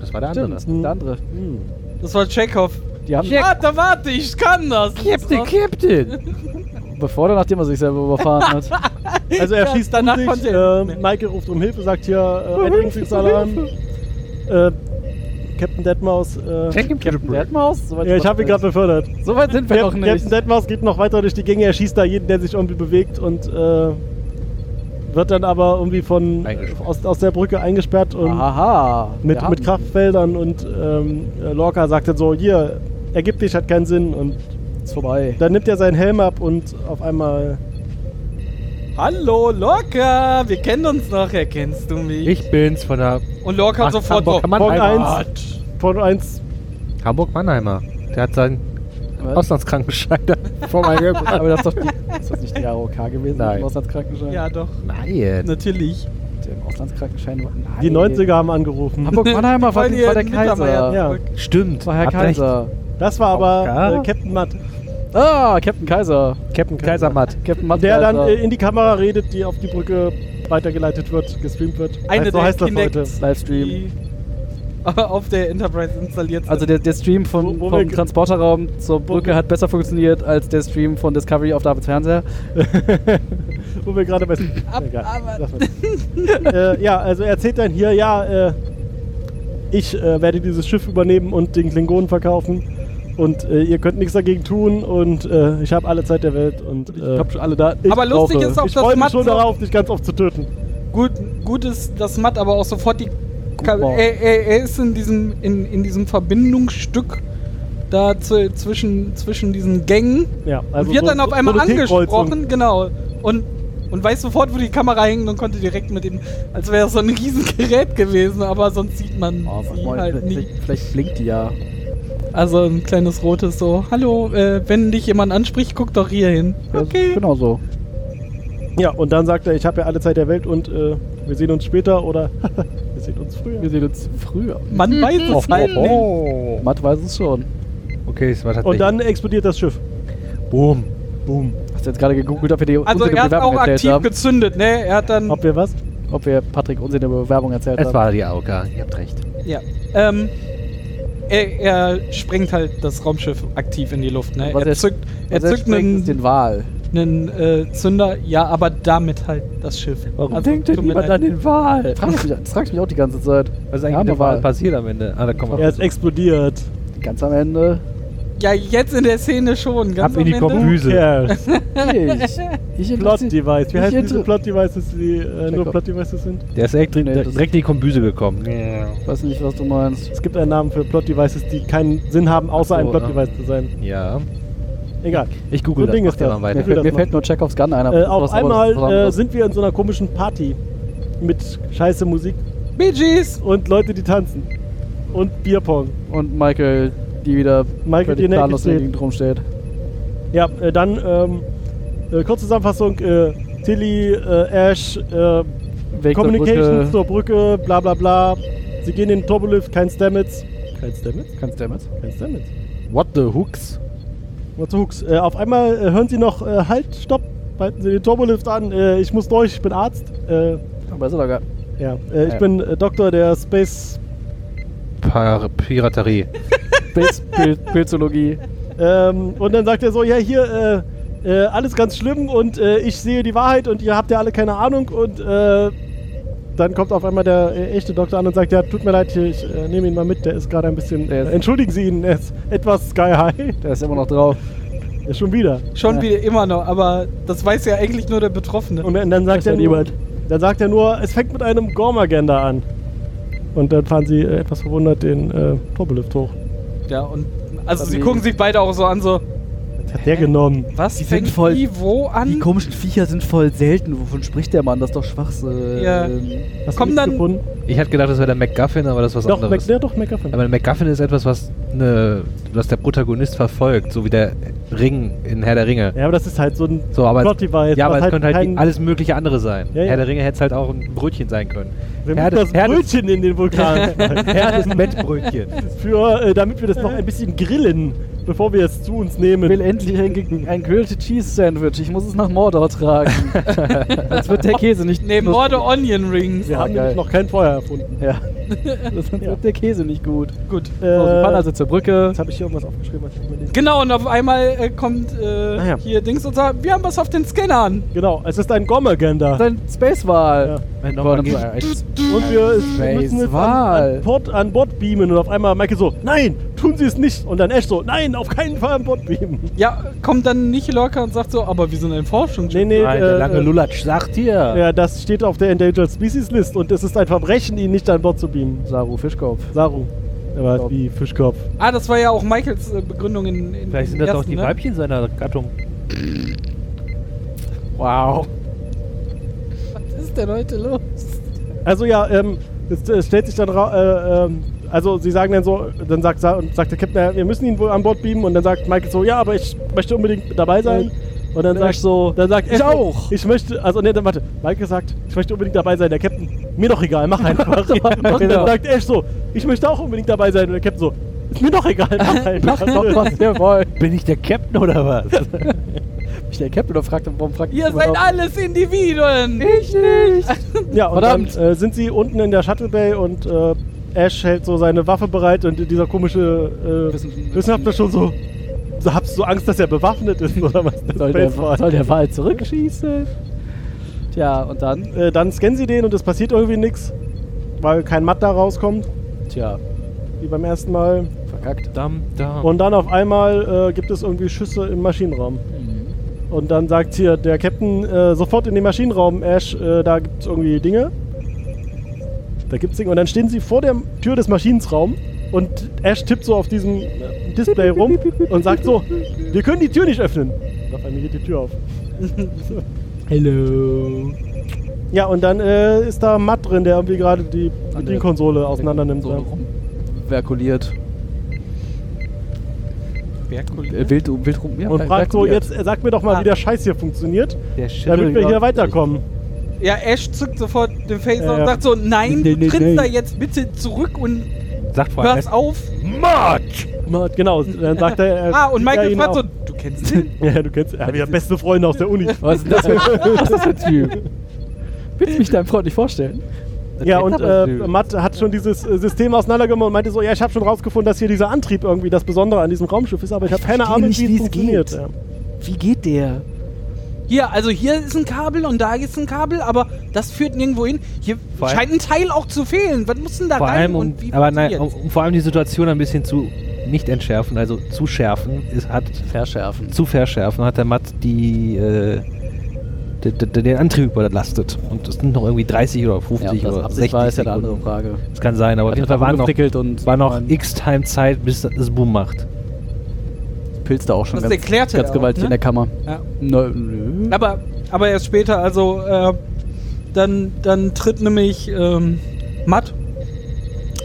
Das war der andere.
Stimmt, der andere.
Hm.
Das war Chekhov.
Die haben, Ah,
Warte, warte, ich kann das.
Captain,
das war-
Captain!
bevor oder nachdem er sich selber überfahren hat.
Also er
Ja,
schießt
danach
danach um
konnte
sich,
er
äh,
nicht mehr.
Michael ruft um Hilfe, sagt hier äh, Entringsungsalarm. Äh, Captain Deadmaus. Äh,
Take him to the bridge.
Deadmaus? So weit
ja, ich
sind
habe
wir
ihn gerade befördert.
nicht. So weit sind wir
Cap-
noch nicht.
Captain Deadmaus geht noch weiter durch die Gänge, er schießt da jeden, der sich irgendwie bewegt und äh, wird dann aber irgendwie von äh,
Eingesperrt.
aus, aus der Brücke eingesperrt und
Aha. wir
mit,
haben
mit
ihn.
Kraftfeldern und ähm, äh, Lorca sagt dann so, hier, ergib dich, hat keinen Sinn und
Ist vorbei.
dann nimmt er seinen Helm ab und auf einmal
Hallo, Lorca. Wir kennen uns noch, erkennst du mich?
Ich bin's von der
Und Lorca
Ach,
sofort
Hamburg,
drauf.
Punkt
Mannheimer.
1 von 1
Hamburg Mannheimer. Der hat seinen
Was?
Auslandskrankenschein da vorbeigebracht.
Aber das ist doch die, ist das nicht die AOK gewesen
Nein.
mit dem Auslandskrankenschein?
Ja, doch,
Nein.
natürlich.
Mit dem Auslandskrankenschein. war- Nein.
Die 90er haben angerufen.
Hamburg Mannheimer war,
Weil
die-
ihr
war der
Mittermeier-
Kaiser.
Ja.
Stimmt.
Das war Herr
habt recht.
Kaiser.
Das war aber
Lorca?
äh, Captain Matt.
Ah, Captain Kaiser.
Captain Kaisermatt.
Captain Matt
Der dann
Kaiser.
äh, in die Kamera redet, die auf die Brücke weitergeleitet wird, gestreamt wird. Also
Eine
so
der
heißt das heute.
Kinects.
Livestream.
Die auf der Enterprise installiert sind.
Also der, der Stream vom,
Wo- wo
vom
wir-
Transporterraum zur Brücke hat besser funktioniert als der Stream von Discovery auf Davids Fernseher.
Wo wir gerade bei...
Ab-
Egal,
aber-
lass mal. äh, ja, also er erzählt dann hier, ja, äh, ich äh, werde dieses Schiff übernehmen und den Klingonen verkaufen. Und äh, ihr könnt nichts dagegen tun und äh, ich habe alle Zeit der Welt und
Ich
äh,
hab schon alle da.
Aber lustig
brauche-
ist auch,
ich
dass
freue mich
Matt
schon
so-
darauf, dich ganz oft zu töten.
Gut, gut ist, dass Matt aber auch sofort die. Ka-
Morgen.
Er, er, er ist in diesem, in, in diesem Verbindungsstück da zu, zwischen, zwischen diesen Gängen
Ja, also
Also
und wird
so-
dann auf einmal
so eine T-Kreuzung.
angesprochen, genau. Und, und weiß sofort, wo die Kamera hängt und konnte direkt mit ihm, als wäre das so ein Riesengerät gewesen, aber sonst sieht man
Oh,
sie
moin,
halt
vielleicht,
nicht.
vielleicht blinkt die ja.
Also ein kleines rotes so, hallo, äh, wenn dich jemand anspricht, guck doch hier hin.
Ja,
Okay.
Genau so.
Ja, und dann sagt er, ich habe ja alle Zeit der Welt und äh, wir sehen uns später oder wir sehen uns früher.
Wir sehen uns früher.
Man weiß es halt nicht.
Oh.
Matt weiß es schon.
Okay, es war tatsächlich.
Und dann explodiert das Schiff.
Boom.
Boom.
Hast du jetzt gerade gegoogelt, ob wir die
Also
unsere
er hat auch
Bewerbung
aktiv
erzählt haben?
gezündet, ne? Er hat dann
Ob wir was?
Ob wir Patrick unsere Bewerbung erzählt
Es
haben?
war die AOK. Ihr habt recht.
Ja. Ähm, er, er sprengt halt das Raumschiff aktiv in die Luft. Ne?
Was
Er
er-
zückt, er
Was er
zückt
sprengt, ist den
einen,
Wal.
einen äh, Zünder, ja, aber damit halt das Schiff. Also, tut mir leid.
den Wal? Das fragst du mich, das frag ich mich auch die ganze Zeit.
Was ist eigentlich mit
Arme
der Wahl
Wal.
passiert am Ende? Ah, da kommen
Er ist
wir.
explodiert.
Ganz am Ende.
Ja, jetzt in der Szene schon. Ganz
Ab
am
in die
Ende.
Kombüse.
Yes.
Ich. Ich
Plot Device. Wie
mich
heißen
inter-
diese Plot Devices, die äh, nur
Check-up.
Plot Devices sind?
Der ist direkt,
Nee, das-
direkt in die Kombüse gekommen.
weiß nicht, was du meinst.
Es gibt einen Namen für Plot Devices, die keinen Sinn haben, außer
Ach so,
ein Plot
ja.
Device zu sein.
Ja.
Egal.
Ich google
So
das.
Ding
macht
ist
ihr
das.
mal
Ja,
Mir,
weiter.
will das
fällt- mir
mal.
fällt nur Chekhovs Gun ein. aber
Äh,
das
auf
ist was anderes. Das ist was
einmal äh,
anderes.
sind wir in so einer komischen Party mit scheiße Musik
Bee Gees.
und Leute, die tanzen. Und Bierpong.
Und Michael, die wieder
Michael, die
völlig
naked
planlos in der
steht.
Gegend rumsteht.
Ja, äh, dann ähm, äh, kurze Zusammenfassung. Äh, Tilly, äh, Ash, äh,
Weg zur
Communications
Brücke.
zur Brücke, bla bla bla. Sie gehen in den Turbolift, kein Stamets. Kein Stamets?
Kannst du damit?
Kein Stamets.
What the hooks?
Mal zu Hooks. Äh, auf einmal äh, hören sie noch, äh, halt, stopp, halten sie den Turbolift an. Äh, ich muss durch, ich bin Arzt. Äh,
Aber ist er doch gar
ja, äh, ich
Ja.
bin äh, Doktor der Space...
Par Piraterie.
Space Pil- Pilzologie.
Ähm, und dann sagt er so, ja, hier, äh, äh, alles ganz schlimm und äh, ich sehe die Wahrheit und ihr habt ja alle keine Ahnung. Und äh, dann kommt auf einmal der äh, echte Doktor an und sagt, ja, tut mir leid, hier, ich äh, nehme ihn mal mit, der ist gerade ein bisschen...
Der
Äh,
ist-
entschuldigen Sie ihn, er ist etwas sky high.
Der ist immer noch drauf.
Ja, Schon wieder.
Schon
Ja.
wieder immer noch, aber das weiß ja eigentlich nur der Betroffene.
Und dann, dann sagt
Das
er
hat
nur,
jemand.
dann sagt er nur, es fängt mit einem Gormagender an. Und dann fahren sie äh, etwas verwundert den äh, Turbolift hoch.
ja, und also
Aber
sie
die-
gucken sich beide auch so an, so,
Was hat der genommen?
was
Die sind
fängt
voll-
die wo
Die
an?
komischen Viecher sind voll selten. Wovon spricht der Mann? Das ist doch Schwachsinn.
Ja.
Hast du
Kommen
nichts
dann-
gefunden?
Ich hätte gedacht, das wäre der MacGuffin, aber das ist was
Doch, Mac,
anderes.
ja, doch, McGuffin.
aber ein MacGuffin ist etwas, was, ne, was der Protagonist verfolgt, so wie der Ring in Herr der Ringe.
Ja, aber das ist halt so ein
So, aber
Plot-Device.
ja,
was
aber es könnte halt
kein-
alles mögliche andere sein.
Ja, ja.
Herr der Ringe hätte es halt auch ein Brötchen sein können.
Wir
Herr
müssen
des-
das
Herr des-
Brötchen in den Vulkan. schmeißen.
Herr des Mettbrötchen.
Für, äh, damit wir das noch ein bisschen grillen, bevor wir es zu uns
Ich will
nehmen.
endlich ein, ein Grilled Cheese Sandwich. Ich muss es nach Mordor tragen. Sonst wird der Käse nicht.
Nee, Morde Onion Rings.
Wir
Ja,
haben
geil.
nämlich noch kein Feuer erfunden.
Ja. Sonst
Ja.
wird der Käse nicht gut.
Gut.
Äh,
So, wir fahren
jetzt
also zur Brücke.
habe ich hier irgendwas aufgeschrieben, was ich nicht mehr lesen
Genau, und auf einmal äh, kommt äh,
Ah, ja.
hier Dings und sagt, wir haben was auf den Scannern.
Genau, es ist ein Gormagender.
Sein Spacewahl.
Wenn
Boah,
nochmal
das
geht.
war echt-
Und wir es- wir müssen jetzt an,
Spacewahl.
an, Port, an Bord beamen. Und auf einmal Michael so, nein, tun Sie es nicht. Und dann Ash so, nein, auf keinen Fall an Bord beamen.
Ja, kommt dann nicht Lorca und sagt so, aber wir sind ein Forschungs.
Nee, nee,
Nein, der
äh,
lange
äh,
Lulatsch sagt hier.
ja, das steht auf der Endangered Species List. Und es ist ein Verbrechen, ihn nicht an Bord zu beamen.
Saru Fischkopf.
Saru. Er war halt
Stop.
wie Fischkopf.
Ah, das war ja auch Michaels äh, Begründung in, in
Vielleicht sind
im
das auch
ersten,
die
ne?
Weibchen seiner Gattung.
Wow.
Was ist denn heute los?
Also ja, ähm, es, es stellt sich dann ra- äh, ähm, also sie sagen dann so, dann sagt, Sa- und sagt der Captain, ja, wir müssen ihn wohl an Bord beamen und dann sagt Michael so, ja, aber ich möchte unbedingt mit dabei sein. Und dann
Und Ash
sagt so, dann sagt
ich
Ash so,
auch.
Ich möchte, also nee, dann warte, Michael sagt, ich möchte unbedingt dabei sein. Der Captain, mir doch egal, mach einfach. und dann
Genau.
sagt Ash so, ich möchte auch unbedingt dabei sein. Und der Captain so, ist mir doch egal, mach
Macht
einfach. Also,
doch, was ihr wollt.
Bin ich der Captain oder was?
Mich der Captain doch fragt, warum fragt
Ihr
überhaupt?
seid alles Individuen.
Ich nicht.
Ja, und dann
Verdammt.
äh, sind sie unten in der Shuttle Bay und äh, Ash hält so seine Waffe bereit und dieser komische äh,
Wissen-
Wissenschaftler schon so, so, habst du Angst, dass er bewaffnet ist oder was? Das
Soll der,
Baseball.
soll der Wal zurückschießen? Tja, und dann?
äh, dann scannen sie den und es passiert irgendwie nichts, weil kein Matt da rauskommt,
Tja,
wie beim ersten Mal.
verkackt.
Dam, dam.
Und dann auf einmal äh, gibt es irgendwie Schüsse im Maschinenraum. Und dann sagt hier der Captain äh, sofort in den Maschinenraum, Ash, äh, da gibt es irgendwie Dinge. Da gibt's Dinge. Und dann stehen sie vor der Tür des Maschinenraums und Ash tippt so auf diesem äh, Display rum und sagt so, wir können die Tür nicht öffnen. Und auf einmal geht die Tür auf.
Hello.
Ja, und dann äh, ist da Matt drin, der irgendwie gerade die
der-
Bedienkonsole auseinander nimmt. ne?
So
ja.
rum. Verkuliert. Äh,
Berkulier.
wild, wild rum. Ja,
Und fragt so,
verkuliert.
jetzt äh, sag mir doch mal,
Ah.
wie der Scheiß hier funktioniert,
der
damit wir hier
Schittel-
weiterkommen.
Ja, Ash zückt sofort den Phaser
Ja, ja.
und sagt so, nein,
Nee,
du
nee,
trittst
nee.
da jetzt bitte zurück und
Sagt vor allem,
hörst auf.
March!
Matt, Genau, dann sagt er... Äh,
Ah, und
sieht er
Michael
ihn
fragt so,
genau.
auch-
du kennst den?
Ja, du kennst... Ja, wir haben beste Freunde aus der Uni.
Was ist das für, was ist das für ein Typ? Willst du mich deinem Freund nicht vorstellen?
Ja,
geht
und
aber,
äh,
Dude.
Matt hat schon dieses äh, System auseinandergenommen und meinte so, ja, ich habe schon rausgefunden, dass hier dieser Antrieb irgendwie das Besondere an diesem Raumschiff ist, aber ich habe
Ich
keine
verstehe
Ahnung,
nicht,
wie
wie
es
es
funktioniert.
geht.
Ja.
Wie geht der?
Hier, also hier ist ein Kabel und da ist ein Kabel, aber das führt nirgendwo hin. Hier
Vor allem-
scheint ein Teil auch zu fehlen. Was muss denn da
Vor
rein
allem, um,
und wie
aber nein, um,
funktioniert's?
um vor allem die Situation ein bisschen zu nicht entschärfen, also zu schärfen, ist, hat
Verschärfen.
zu verschärfen, hat der Matt die, äh, d- d- d- den Antrieb überlastet. Und es sind noch irgendwie 30 oder 50
das
oder
Absicht
60
war, ist ja eine andere
Sekunden.
Frage.
Das kann sein, aber auf
Hat
jeden
er
Fall war noch,
rumgefrickelt und
war noch
mein-
x Time Zeit, bis es Boom macht.
Pilz da auch schon
Das
ganz,
erklärt er
ganz
auch,
gewaltig
ne?
in der Kammer.
um-
Ja.
Nö, nö.
Aber, aber erst später, also äh, dann, dann tritt nämlich ähm, Matt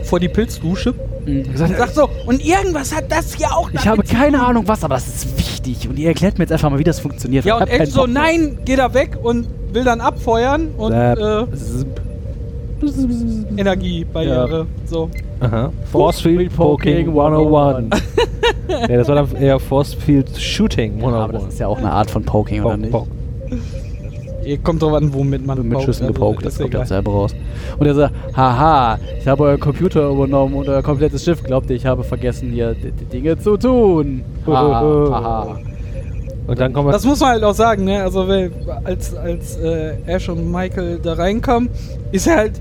vor die Pilzdusche
Mhm.
und sagt so, und irgendwas hat das hier auch
Ich
damit
habe
zu
keine
tun.
Ahnung was, aber das ist wichtig. Und ihr erklärt mir jetzt einfach mal, wie das funktioniert.
Ja,
Ich
und
hab
Ash
keinen
so,
Bock mehr.
nein, geh da weg und will dann abfeuern und
Zap.
äh, Energiebarriere. So.
Aha. Force Field Poking 101. ja, das war dann eher Force Field Shooting
Ja, aber das
101.
ist ja auch eine Art von Poking, oder
Pong,
nicht?
pong.
Ihr Kommt drauf an, womit man
mit
paukt,
Schüssen
also
gepaukt,
ist
das kommt
egal.
dann selber raus. Und er sagt, haha, ich habe euer Computer übernommen und euer komplettes Schiff. Glaubt ihr, ich habe vergessen, hier die, die Dinge zu tun? Haha, haha.
Und dann kommen wir.
Das muss man halt auch sagen, ne? Also weil- als, als äh, Ash und Michael da reinkommen, ist er halt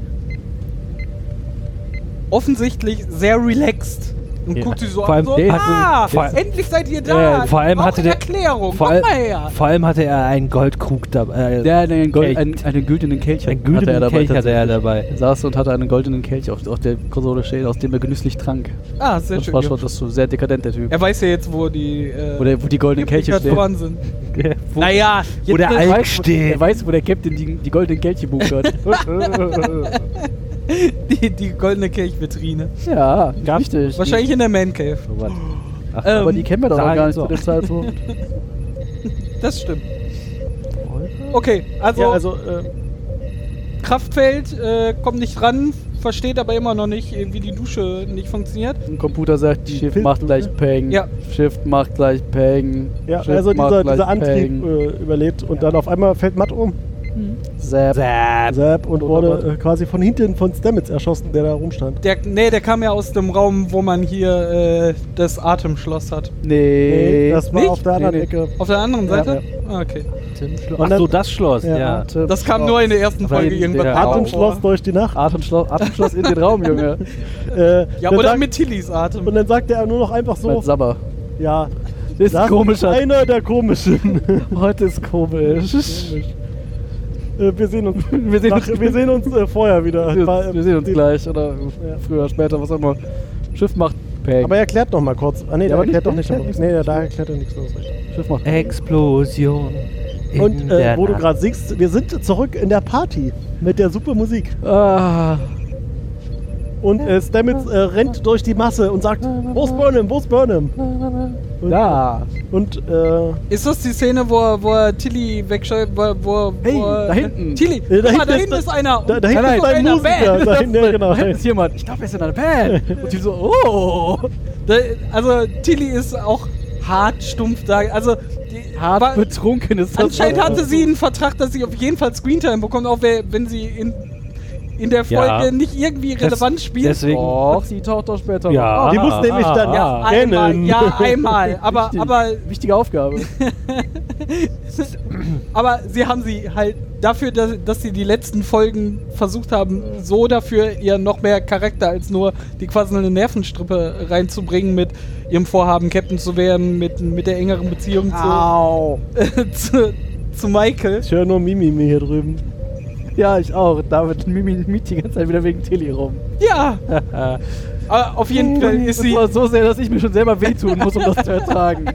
offensichtlich sehr relaxed. Und
Ja.
guckt sie so
Vor
an
allem
so,
der-
ah,
vor allem-
endlich seid ihr da.
Ja, vor allem
Ich brauch
hatte
eine
der-
Erklärung,
vor,
komm
all,
mal her.
vor allem hatte er einen Goldkrug äh, dabei.
Der hat einen, Gold,
Kelch.
einen, einen güldenen Kelch,
einen
hat er
güldenen
dabei.
Kelch hatte er
tatsächlich.
dabei.
Er saß und hatte einen goldenen Kelch auf, auf der Konsole stehen, aus dem er genüsslich trank.
Ah, sehr
Das
schön.
war
ja.
schon das ist so sehr dekadent, der Typ.
Er weiß ja jetzt, wo die, äh,
Wo, der, wo die goldenen Kelche stehen.
dran sind.
Wo-
Naja,
Wo der
Er
Alk
weiß, wo-
steht.
Er weiß, wo der Captain die, die goldenen Kelche bucht hat.
die, die goldene Kelchvitrine.
ja, richtig.
Wahrscheinlich in der Man Cave.
Oh Gott. Ach,
Aber
ähm,
die kennen wir doch noch
sagen
gar nicht
so.
zu dem Zeitpunkt.
Das stimmt. Okay, also,
Ja, also, äh,
Kraftfeld äh, kommt nicht ran, versteht aber immer noch nicht, äh, wie die Dusche nicht funktioniert.
Ein Computer sagt, Shift
Filz-
macht gleich Peng.
Ja.
Shift macht gleich Peng.
ja,
Shift
also
macht
dieser,
gleich
dieser Antrieb
Peng.
äh, überlebt und dann auf einmal fällt Matt um.
Zap.
Zap und
Wunderbar.
wurde äh, quasi von hinten von Stamets erschossen, der da rumstand.
Der, nee, der kam ja aus dem Raum, wo man hier äh, das Atemschloss hat.
Nee.
das war
nicht?
auf der anderen
Nee, nee.
Ecke.
Auf der anderen
Ja.
Seite? Ah, okay.
Ach so, das Schloss,
Ja.
ja.
Das kam nur in der ersten
Aber
Folge
in
irgendwann.
der
vor.
Atemschloss durch die Nacht.
Atemschloss, Atemschloss in den Raum, Junge.
Äh,
Ja,
dann
oder
sagt-
mit Tillys
und
Atem.
dann sagte er nur noch einfach so,
Mit Sabber.
ja,
Ist komisch.
ist einer der komischen.
Heute ist komisch.
Äh, wir sehen uns,
Wir sehen
nach,
uns-
wir sehen uns äh, vorher wieder.
Wir,
Bei-
wir sehen uns
die-
gleich oder früher, später, was auch immer. Schiff macht Peng.
Aber er erklärt noch mal kurz. Ah nee,
Ja,
der
aber
erklärt
nicht-
doch nicht.
der
noch mal.
erklärt
Nee, der, da erklärt er nichts. das ist richtig.
Schiff macht
Explosion. in
Und äh,
der
wo du
Nacht.
gerade singst, wir sind zurück in der Party mit der super Musik.
Ah,
Und äh, Stamets äh, rennt durch die Masse und sagt, wo ist Burnham, wo ist Burnham? Und,
da.
Und äh,
Ist das die Szene, wo, er- wo er Tilly wegschreibt? Wo, wo,
Hey,
wo, er-
da hinten.
Tilly,
da
guck mal,
hinten ist
da hinten
da-
ist einer.
da, da hinten
nein,
ist ein
einer
Musiker.
Band.
Da hinten, ja, genau.
Da hinten ist jemand. Ich glaube, er ist in einer Band. Und die so, oh.
Da, also Tilly ist auch hart stumpf da. Also die,
Hart
war-
betrunken ist das.
Anscheinend hatte sie einen Vertrag, dass sie auf jeden Fall Screentime bekommt, auch wer- wenn sie in, in der Folge
Ja.
nicht irgendwie relevant spielt.
deswegen-
Och, sie taucht doch später
Ja.
noch
Die
auf.
muss nämlich dann
ja, einmal,
kennen.
ja, einmal. Aber,
Wichtig.
aber,
Wichtige Aufgabe.
aber sie haben sie halt dafür, dass, dass sie die letzten Folgen versucht haben, so dafür ihr noch mehr Charakter als nur die quasselnde Nervenstrippe reinzubringen mit ihrem Vorhaben, Captain zu werden, mit, mit der engeren Beziehung zu,
Au.
zu, zu Michael.
Ich höre nur Mimimi hier drüben.
Ja, ich auch. David mimimit die ganze Zeit wieder wegen Tilly rum.
Ja, aber auf jeden Fall ist
das
sie
war so sehr, dass ich mir schon selber wehtun muss, um das zu ertragen.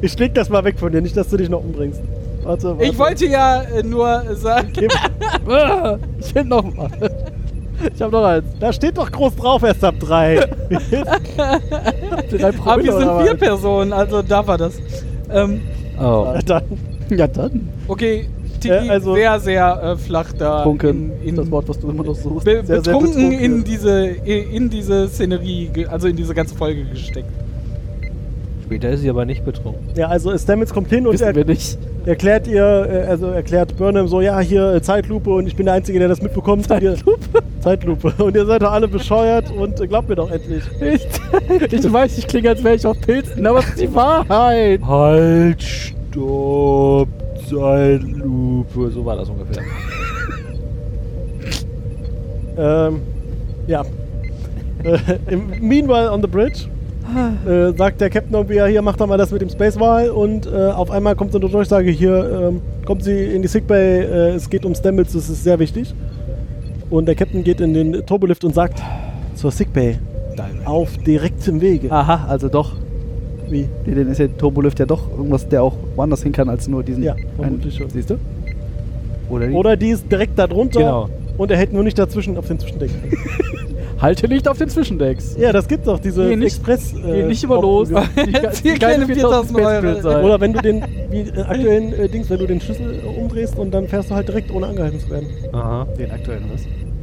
Ich leg das mal weg von dir, nicht, dass du dich noch umbringst.
Warte, warte.
Ich wollte ja äh, nur sagen,
Ah, Ich will noch mal. Ich hab noch eins.
Da steht doch groß drauf, erst ab drei.
Drei Promille
aber Ah, wir sind
oder
vier
was?
Personen, also da war das. Ähm,
Oh.
Dann,
Ja, dann.
okay, Tiki
Äh, also-
sehr, sehr äh, flach da.
Trunken.
in, in,
ist das Wort, was du immer noch suchst.
be
sehr
betrunken
betrunken.
in diese i- in diese Szenerie, ge- also in diese ganze Folge gesteckt.
Später ist sie aber nicht betrunken.
ja, also Stamets kommt hin und
Wissen
er,
wir nicht.
erklärt ihr, äh, also erklärt Burnham so, ja, hier äh, Zeitlupe und ich bin der Einzige, der das mitbekommt. Zeitlupe? Zeitlupe. Und ihr seid doch alle bescheuert und äh, glaubt mir doch endlich.
Ich, ich weiß, ich klinge, als wäre ich auf Pilzen, aber es ist die Wahrheit.
Halt, stopp, Zeitlupe. So war das ungefähr.
Ähm, ja. Äh, im, meanwhile on the bridge äh, sagt der Captain irgendwie, ja, hier macht doch mal das mit dem Space Wall und äh, auf einmal kommt so eine Durchsage hier, ähm, kommt sie in die Sickbay, äh, es geht um Stamets, das ist sehr wichtig. Und der Captain geht in den Turbolift und sagt zur Sickbay auf direktem Wege.
Aha, also doch.
Wie?
Nee, dann ist ja Turbolift ja doch irgendwas, der auch woanders hin kann als nur diesen.
Ja,
einen-
vermutlich schon.
Siehst du?
Oder nicht?
Oder die ist direkt da drunter
Genau.
und er hält nur nicht dazwischen auf den Zwischendeck.
Halte nicht auf den Zwischendecks.
ja, das gibt doch diese
Geh nicht-
Express.
Geh
äh,
nicht immer los.
Aufzüge.
Hier kleine 4000 Euro.
sein.
Oder wenn du den wie, äh, aktuellen äh, Dings, wenn du den Schlüssel äh, umdrehst und dann fährst du halt direkt ohne angehalten zu werden.
Aha.
Den aktuellen was?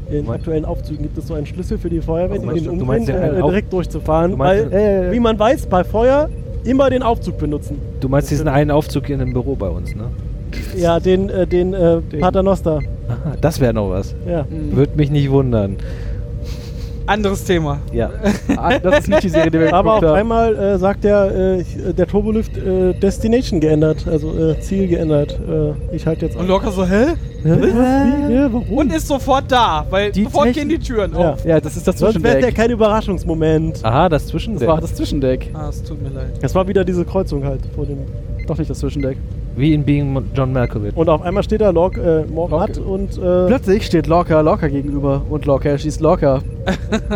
In
Moment.
aktuellen Aufzügen gibt es so einen Schlüssel für die Feuerwehr,
Ach,
die
meinst
den
du- du meinst
umdrehen,
den
äh,
Auf-
direkt durchzufahren.
Du meinst
Weil,
den-
wie man weiß, bei Feuer immer den Aufzug benutzen.
Du meinst diesen einen Aufzug in dem Büro bei uns, ne?
Ja, den, äh, den, äh,
Den-
Paternoster.
Aha, das wäre noch was.
Ja.
Würde mich nicht wundern.
Anderes Thema.
Ja.
Ah, das ist nicht die Serie, die wir
Aber auf
geguckt haben.
einmal äh, sagt der, äh, ich- äh, der Turbolift äh, Destination geändert, also äh, Ziel geändert. Äh, ich halte jetzt
Und Locker so, hä?
Ja, wie? Ja, warum?
Und ist sofort da, weil
Die
sofort
Technik-
gehen die Türen
Oh. Ja.
auf.
Ja, das ist das
Sonst wäre der
Zwischendeck.
kein Überraschungsmoment.
Aha, das zwischen
Das war das Zwischendeck.
Ah, es tut mir leid.
Das war wieder diese Kreuzung halt vor dem.
Doch nicht das Zwischendeck.
Wie in Being John Malkovich.
Und auf einmal steht da Log, äh, Morgat und äh,
Plötzlich steht Locker Locker gegenüber und Locker schießt Locker.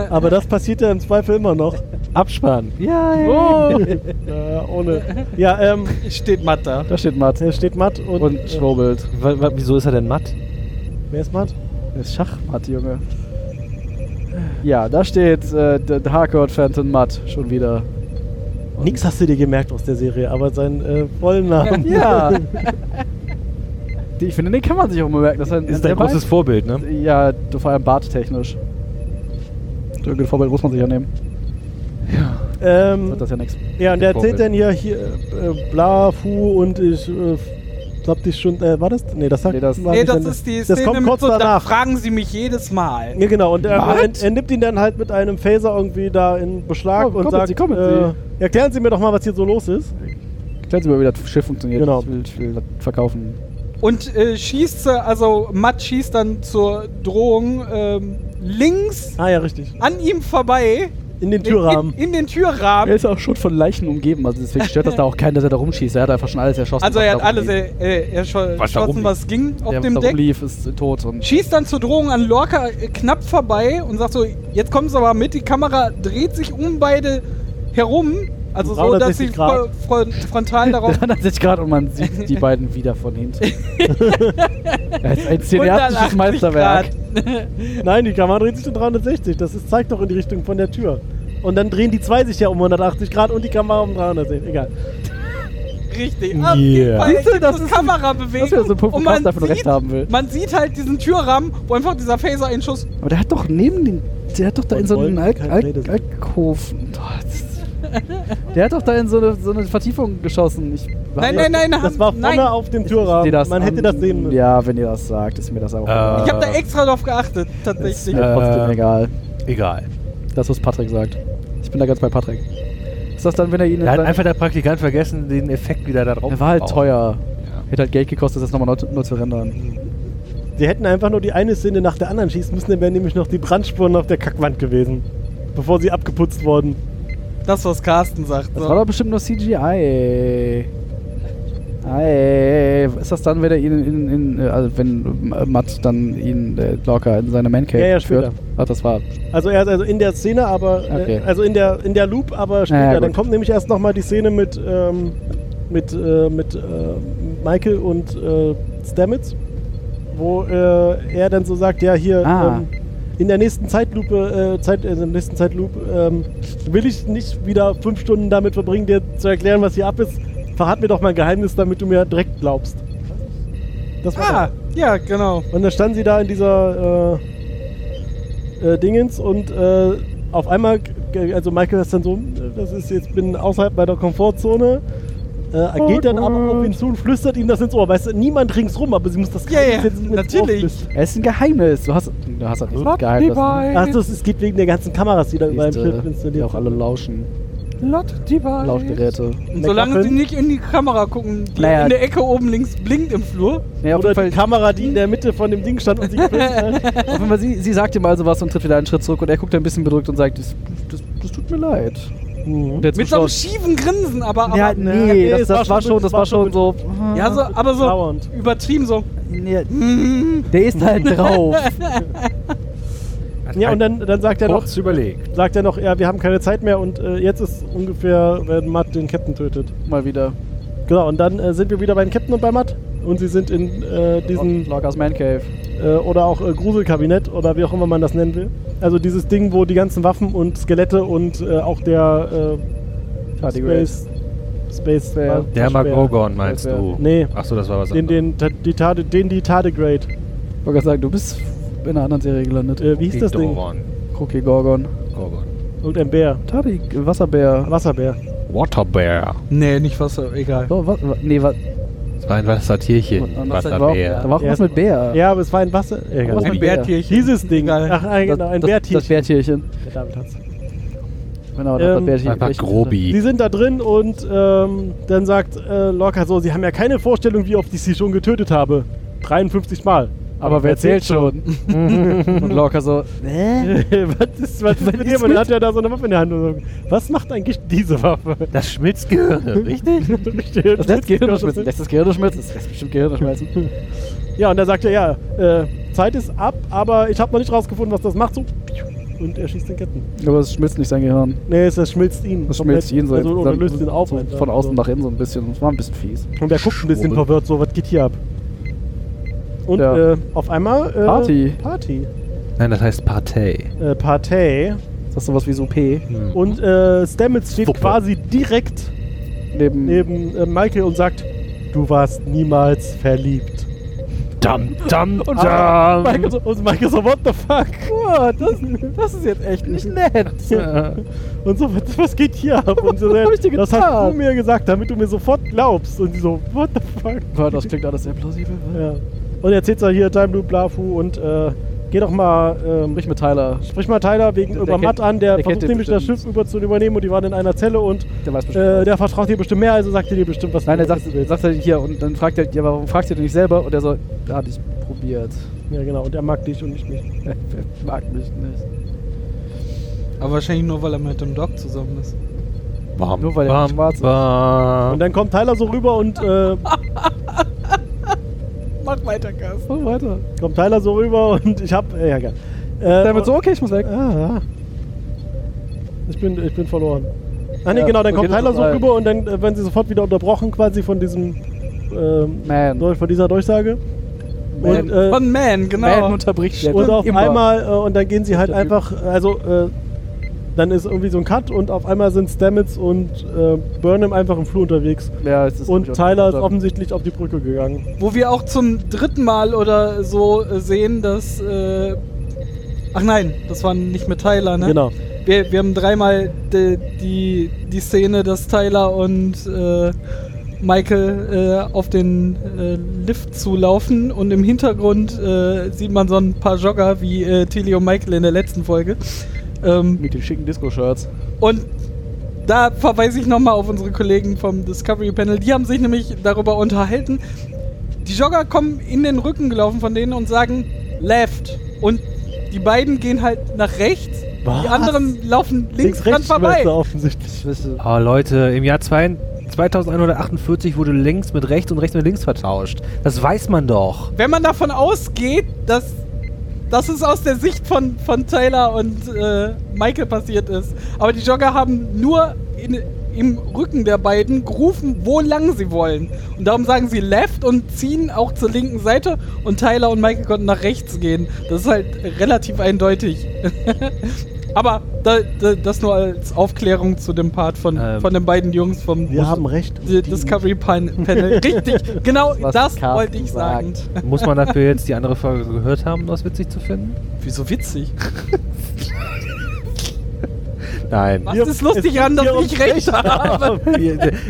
aber das passiert ja im Zweifel immer noch.
Abspann.
Oh,
Äh, ohne. Ja, ähm,
Steht matt da.
da steht Matt
hier steht Matt und,
und
äh,
schwurbelt.
Wa- wa- Wieso ist er denn matt?
wer ist Matt?
Das ist Schachmatt, Junge. Ja, da steht äh, der der Hardcore Phantom Matt schon wieder.
Nix hast du dir gemerkt aus der Serie, aber seinen äh, vollen Namen.
Ja. Die- ich finde, den kann man sich auch mal merken. Das ist ein,
Ist dein
ein
großes Vorbild, ne?
Ja, du- vor allem barttechnisch. Irgendein Vorbild muss man sich ja nehmen.
Ähm,
Wird das ja nichts.
ja, und der erzählt
Vorbild.
dann hier, hier äh, bla, fu und ich äh, glaub dich schon. Äh, war das? Nee, das sagt
Nee, das-
war
Nee,
nicht
das
dann-
ist die
Das kommt kurz
so, da
danach.
fragen sie mich jedes Mal.
Ja, genau. Und er, er,
Was?
er nimmt ihn dann halt mit einem Phaser irgendwie da in Beschlag
Oh, kommen
und sagt:
Sie, kommen Sie.
äh, Erklären Sie mir doch mal, was hier so los ist.
Erklären Sie mir, wie das Schiff funktioniert.
Genau.
Ich will, ich will das verkaufen.
Und äh, schießt, äh, also Matt schießt dann zur Drohung ähm, links
Ah, ja, richtig.
an ihm vorbei.
In den
in-
Türrahmen.
In, in den
Er
Türrahmen.
ist auch schon von Leichen umgeben, also deswegen stört das da auch keinen, dass er da rumschießt. Er hat einfach schon alles erschossen.
Also
was
er
da
hat alles
rumlief.
äh, äh, erscho-
Was da
erschossen,
rumliegt.
was ging auf
Der, was
dem
da
Deck.
rumlief, ist tot. Und
Schießt dann zur Drohung an Lorca äh, knapp vorbei und sagt so, jetzt kommen sie aber mit, die Kamera dreht sich um beide herum. Also so, dass sie
360 Grad.
fro- fron- frontal darauf
360 Grad und man sieht die beiden wieder von hinten. das ist ein cineastisches
180
Meisterwerk.
Grad.
Nein, die Kamera dreht sich in 360. Das ist, zeigt doch in die Richtung von der Tür. Und dann drehen die zwei sich ja um 180 Grad und die Kamera um 360. Egal.
Richtig.
Yeah.
Auf jeden Fall
Siehst du,
gibt
das
es
ist-
Kamera bewegen.
Das wäre so ein Punkt, wo
und man
Carsten einfach nur recht
sieht,
haben will.
man sieht halt diesen Türrahmen, wo einfach dieser Phaser-Einschuss.
Aber der hat doch neben den. Der hat doch da
Und
in so einen
wollen
Alk
keine Rede
Alk
sein.
Alkhof. Boah, das ist- Der hat doch da in so eine, so eine Vertiefung geschossen. Ich
Nein, nein, nein,
Das
haben-
war vorne
nein.
auf dem Türrahmen. Man hätte das sehen müssen.
Ja, wenn ihr das sagt, ist mir das auch.
Äh,
Ich habe da
Äh.
extra drauf geachtet,
ist
tatsächlich.
mir trotzdem
Äh.
egal.
Egal.
Das, was Patrick sagt. Ich bin da ganz bei Patrick. Ist das dann, wenn er ihn.
Da hat
dann-
einfach der Praktikant vergessen, den Effekt wieder da drauf
er war halt
zu bauen.
teuer. Hätte halt Geld gekostet, das nochmal neu, neu zu rendern.
Sie hätten einfach nur die eine Szene nach der anderen schießen müssen, dann wären nämlich noch die Brandspuren auf der Kackwand gewesen. Bevor sie abgeputzt wurden.
Das, was Carsten sagt.
Das
so.
war doch bestimmt nur CGI. Ei, ist das dann, wenn er ihn in, in, äh, also wenn äh, Matt dann ihn äh, locker in seine Mancave
Ja, ja,
führt?
später.
Ach, das war.
Also er ist also in der Szene, aber
Okay.
äh, also in der in der Loop, aber später.
Ja, ja,
dann
gut.
kommt nämlich erst nochmal die Szene mit ähm, mit äh, mit äh, Michael und äh, Stamets, wo äh, er dann so sagt, ja hier
Ah.
ähm, in der nächsten Zeitlupe, äh, Zeit, in der nächsten Zeitloop ähm, will ich nicht wieder fünf Stunden damit verbringen, dir zu erklären, was hier ab ist. Verrat mir doch mein Geheimnis, damit du mir direkt glaubst. Das war
ah, ja, genau.
und dann standen sie da in dieser äh, äh, Dingens und äh, auf einmal, g- also Michael ist dann so, äh, das ist jetzt bin außerhalb meiner Komfortzone. Äh, er geht dann aber
Oh.
auf ihn zu und flüstert ihm das ins Ohr. Weißt du, niemand ringsrum, aber sie muss das
Ja, ja,
Geheimnis jetzt ins Ohr
natürlich.
flüstern.
Es ist ein Geheimnis. Du hast, du hast halt nicht ein Geheimnis. Ne?
Achso, es es geht wegen der ganzen Kameras, die da über dem Schiff
Siehste, die
installiert
auch alle lauschen.
Lot Device.
Lauschgeräte.
Und solange sie
McLaughlin?
nicht in die Kamera gucken, die
Naja.
in der Ecke oben links blinkt im Flur.
Naja, auf
Oder
jeden
die
Fall,
Kamera, die in der Mitte von dem Ding stand und sie gefilmt hat.
auf jeden Fall sie, sie sagt ihm also was und tritt wieder einen Schritt zurück und er guckt ein bisschen bedrückt und sagt, das, das, das tut mir leid.
Mhm.
Und der
Mit so einem
Zuschauer-
schiefen Grinsen, aber. aber
Ja, ne. nee,
nee,
das,
es
das war schon, das war schon so.
ja, so, aber so
Lauernd.
übertrieben so.
Nee, der ist halt drauf.
Ja, und dann, dann sagt er noch,
kurz überlegt.
sagt er noch, ja, wir haben keine Zeit mehr und äh, jetzt ist ungefähr, wenn Matt den Captain tötet.
Mal wieder.
Genau, und dann äh, sind wir wieder beim Captain und bei Matt. Und sie sind in äh, diesem,
Lockers Man Cave.
äh, oder auch äh, Gruselkabinett oder wie auch immer man das nennen will. Also dieses Ding, wo die ganzen Waffen und Skelette und äh, auch der äh,
Tardigrades.
Space. Space.
Wer?
Der Magorgon
schwer.
meinst
Das wär-
du?
Nee.
Achso, das war was
Den,
anderes.
den, Ta- die Tade, den, die Tardigrade.
Ich wollte gerade sagen, du bist in einer anderen Serie gelandet.
Äh, wie hieß das Ding?
Doron.
Cookie Gorgon.
Gorgon.
Und ein Bär.
Tari, Wasserbär.
Wasserbär.
Waterbear.
Nee, nicht was, egal.
Oh, was, wa, nee, was.
Nein, was das Tierchen.
Und
Was
das war auch, da war auch was mit Bär.
Ja, aber es war ein Wasser. Egal.
Was
Ein
mit
Bärtierchen.
Dieses Ding.
Egal.
Ach, ein,
Das-
genau, ein
das-
Bärtierchen.
Das Bärtierchen.
Der David hat's.
Genau,
Ähm,
das war Bärtierchen.
Einfach
Ich-
Die
Grobi.
sind da drin und ähm, dann sagt äh, Lorca so, sie haben ja keine Vorstellung, wie oft ich sie schon getötet habe. 53 Mal.
Aber wer zählt schon? Und Lorca so, hä?
was ist, was ist mit dir? Man hat ja da so eine Waffe in der Hand. Und so, was macht eigentlich diese Waffe?
Das Schmitzgehirne, richtig?
Das lässt Gehirn schmelzen. Lässt das Gehirn schmelzen. Das lässt bestimmt Gehirn schmelzen.
Ja, und dann sagt er, ja, äh, Zeit ist ab, aber ich habe noch nicht rausgefunden, was das macht. So, und er schießt den Ketten.
Aber es schmilzt nicht sein Gehirn.
Nee, es, das schmilzt ihn.
Das
komplett.
schmilzt ihn so.
Also, oder
dann-
löst ihn auf.
so
einfach.
Von außen
So.
nach innen so ein bisschen. Das war ein bisschen fies.
Und er guckt ein bisschen
Schwurbel.
verwirrt, so, was geht hier ab? Und
Ja.
äh, auf einmal... Äh,
Party.
Party.
Nein, das heißt Partei.
Äh, Partei.
Ist das sowas wie so P?
Und äh, Stamets steht
Wuppe.
quasi direkt
Neben.
neben äh, Michael und sagt, du warst niemals verliebt.
Dam, dam,
Und,
dam.
Michael so, und Michael so, what the fuck?
Oh, das, das ist jetzt echt nicht nett.
Und so, was, was geht hier ab? Und so,
hab ich dir
das hast
getan?"
du mir gesagt, damit du mir sofort glaubst. Und sie so, what the fuck?
Boah, das klingt alles sehr plausibel.
Ja. Und er erzählt so hier, Time Blue Blafu und äh, geh doch mal, ähm,
Sprich mit Tyler.
sprich mal Tyler wegen
Der
über
kennt-
Matt an, der,
der kennt
versucht
den
nämlich das
bestimmt.
Schiff über zu übernehmen und die waren in einer Zelle und
Der weiß bestimmt.
äh, der vertraut dir bestimmt mehr, also sagt er dir bestimmt was.
Nein,
du
er sagt,
willst.
sagt halt hier und dann fragt er, ja, warum fragst du dich nicht selber? Und er so, da hab ich probiert.
Ja, genau, und er mag dich und nicht mich.
Er mag mich nicht.
Aber wahrscheinlich nur, weil er mit dem Doc zusammen ist.
Bam,
Nur weil er
bam,
schwarz ist.
Und
bam.
dann kommt Tyler so rüber und äh,
Mach weiter, Gas.
Oh, weiter.
kommt Tyler so rüber und ich hab äh, ja geil. Äh,
Dann wird so, okay, ich muss weg.
ah, ich bin ich bin verloren. Ah ne,
Ja,
genau, dann
so
kommt
geht
Tyler
das
so
allen.
rüber und dann äh, werden sie sofort wieder unterbrochen quasi von diesem ähm,
Man.
Durch- von dieser Durchsage.
Man.
Und, äh,
Von Man, genau.
Man unterbricht Chef.
und auf
Immer.
einmal äh, und dann gehen sie halt
Der Typ.
einfach also äh, dann ist irgendwie so ein Cut und auf einmal sind Stamets und äh, Burnham einfach im Flur unterwegs.
Ja, es ist
Und
nämlich auch-
Tyler ist offensichtlich auf die Brücke gegangen.
Wo wir auch zum dritten Mal oder so äh, sehen, dass. Äh, ach nein, das waren nicht mit Tyler, ne?
Genau.
Wir, wir haben dreimal die, die, die Szene, dass Tyler und äh, Michael äh, auf den äh, Lift zulaufen und im Hintergrund äh, sieht man so ein paar Jogger wie äh, Tilly und Michael in der letzten Folge. Ähm,
Mit den schicken Disco-Shirts.
und da verweise ich nochmal auf unsere Kollegen vom Discovery Panel. Die haben sich nämlich darüber unterhalten. Die Jogger kommen in den Rücken gelaufen von denen und sagen left. Und die beiden gehen halt nach rechts.
Was?
Die anderen laufen links, dran vorbei.
Links-Rechts-Schmerzen offensichtlich.
Aber Ah, Leute, im Jahr zwei- 2148 wurde links mit rechts und rechts mit links vertauscht. Das weiß man doch.
Wenn man davon ausgeht, dass das ist aus der Sicht von, von Taylor und äh, Michael passiert ist. Aber die Jogger haben nur in, im Rücken der beiden gerufen, wo lang sie wollen. Und darum sagen sie left und ziehen auch zur linken Seite und Tyler und Michael konnten nach rechts gehen. Das ist halt relativ eindeutig. Aber da, da, das nur als Aufklärung zu dem Part von,
Ähm,
von den beiden Jungs vom
Wir haben recht.
D- Discovery Pan- Panel. Richtig, genau
was
das
Carsten
wollte ich sagen.
Muss man dafür jetzt die andere Folge gehört haben, um das witzig zu finden?
Wieso witzig?
Nein.
Was
Hier-
ist lustig
es
an, dass
geht hier
ich recht habe?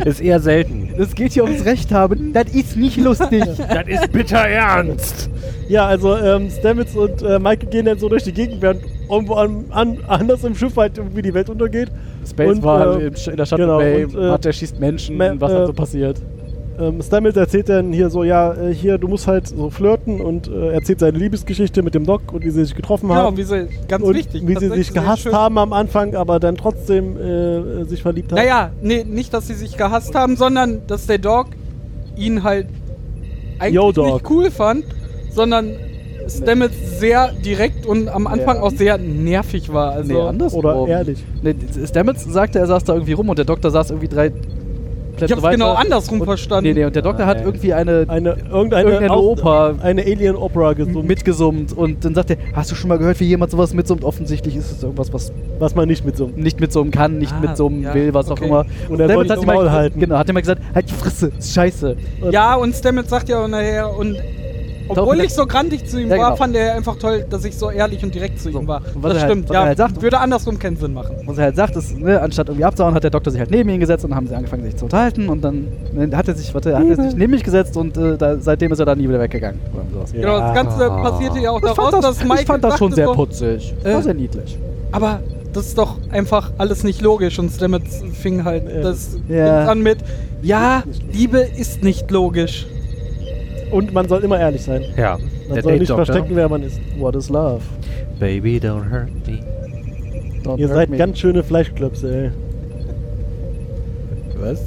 Ist eher selten.
Es geht hier ums Recht haben. Das ist nicht lustig.
Das ist bitter ernst.
Ja, also ähm, Stamets und äh, Michael gehen dann so durch die Gegend, während irgendwo an, an, anders im Schiff halt irgendwie die Welt untergeht.
Space
Und,
halt
war
äh,
im Sch- in der Stadt
genau,
Bay.
und, äh,
hat der schießt Menschen.
Ma-
was hat
äh,
so passiert?
Ähm, Stamets erzählt dann hier so, ja, äh, hier, du musst halt so flirten und äh, erzählt seine Liebesgeschichte mit dem Doc und wie sie sich getroffen
genau,
haben.
wie sie, ganz
und
wichtig.
wie
das
sie
ist
sich
sehr
gehasst
schön.
haben am Anfang, aber dann trotzdem äh, äh, sich verliebt haben.
Naja, nee, nicht, dass sie sich gehasst haben, sondern dass der Dog ihn halt eigentlich
Yo, Dog.
nicht cool fand, sondern Stamets sehr direkt und am Anfang
Ja.
auch sehr nervig war. Also
nee, andersrum.
Oder ehrlich.
Nee, Stamets sagte, er saß da irgendwie rum und der Doktor saß irgendwie drei Plätze
Ich hab's
weiter.
genau andersrum verstanden.
Nee, nee, und der Doktor hat
Nein.
irgendwie eine,
Eine, irgendeine
Irgendeine
Aus-
Oper.
Eine Alien-Opera gesungen,
mitgesummt und dann sagt er, hast du schon mal gehört, wie jemand sowas mitsummt? Offensichtlich ist es irgendwas, was
was man nicht mitsummt.
nicht mitsummen kann, nicht
Ah,
mitsummen
ja,
will, was
okay.
auch immer.
Und er wollte
Stamets hat
das
ihm halt-
Maul halten.
Genau, hat immer gesagt, halt die Fresse, ist scheiße.
Und-
Ja, und Stamets sagt ja auch nachher, und Obwohl ich so grantig zu ihm
ne- Ja,
war,
genau.
fand er einfach toll, dass ich so ehrlich und direkt zu ihm war.
Und was
Das
er halt-
stimmt,
was er
ja.
halt sagt.
würde andersrum keinen Sinn machen.
was er halt sagt, ist, ne, anstatt irgendwie abzuhauen, hat der Doktor sich halt neben ihn gesetzt und dann haben sie angefangen, sich zu unterhalten und dann ne, hat er sich, warte, hat er sich neben mich gesetzt und äh, da, seitdem ist er dann nie wieder weggegangen. Oder sowas.
Genau, das Ganze passierte ja auch
Ich
daraus,
fand, das,
dass Michael
ich fand das schon
sagte
sehr
so,
putzig.
äh,
war sehr niedlich.
Aber das ist doch einfach alles nicht logisch und damit fing halt
Ja.
das
Ja.
an mit, ja, Liebe ist nicht logisch.
Und man soll immer ehrlich sein.
Ja,
Man soll nicht verstecken, wer man ist.
What is love?
Baby, don't hurt me.
Don't
Ihr
hurt
seid
me.
ganz schöne Fleischklöpse, ey.
Was?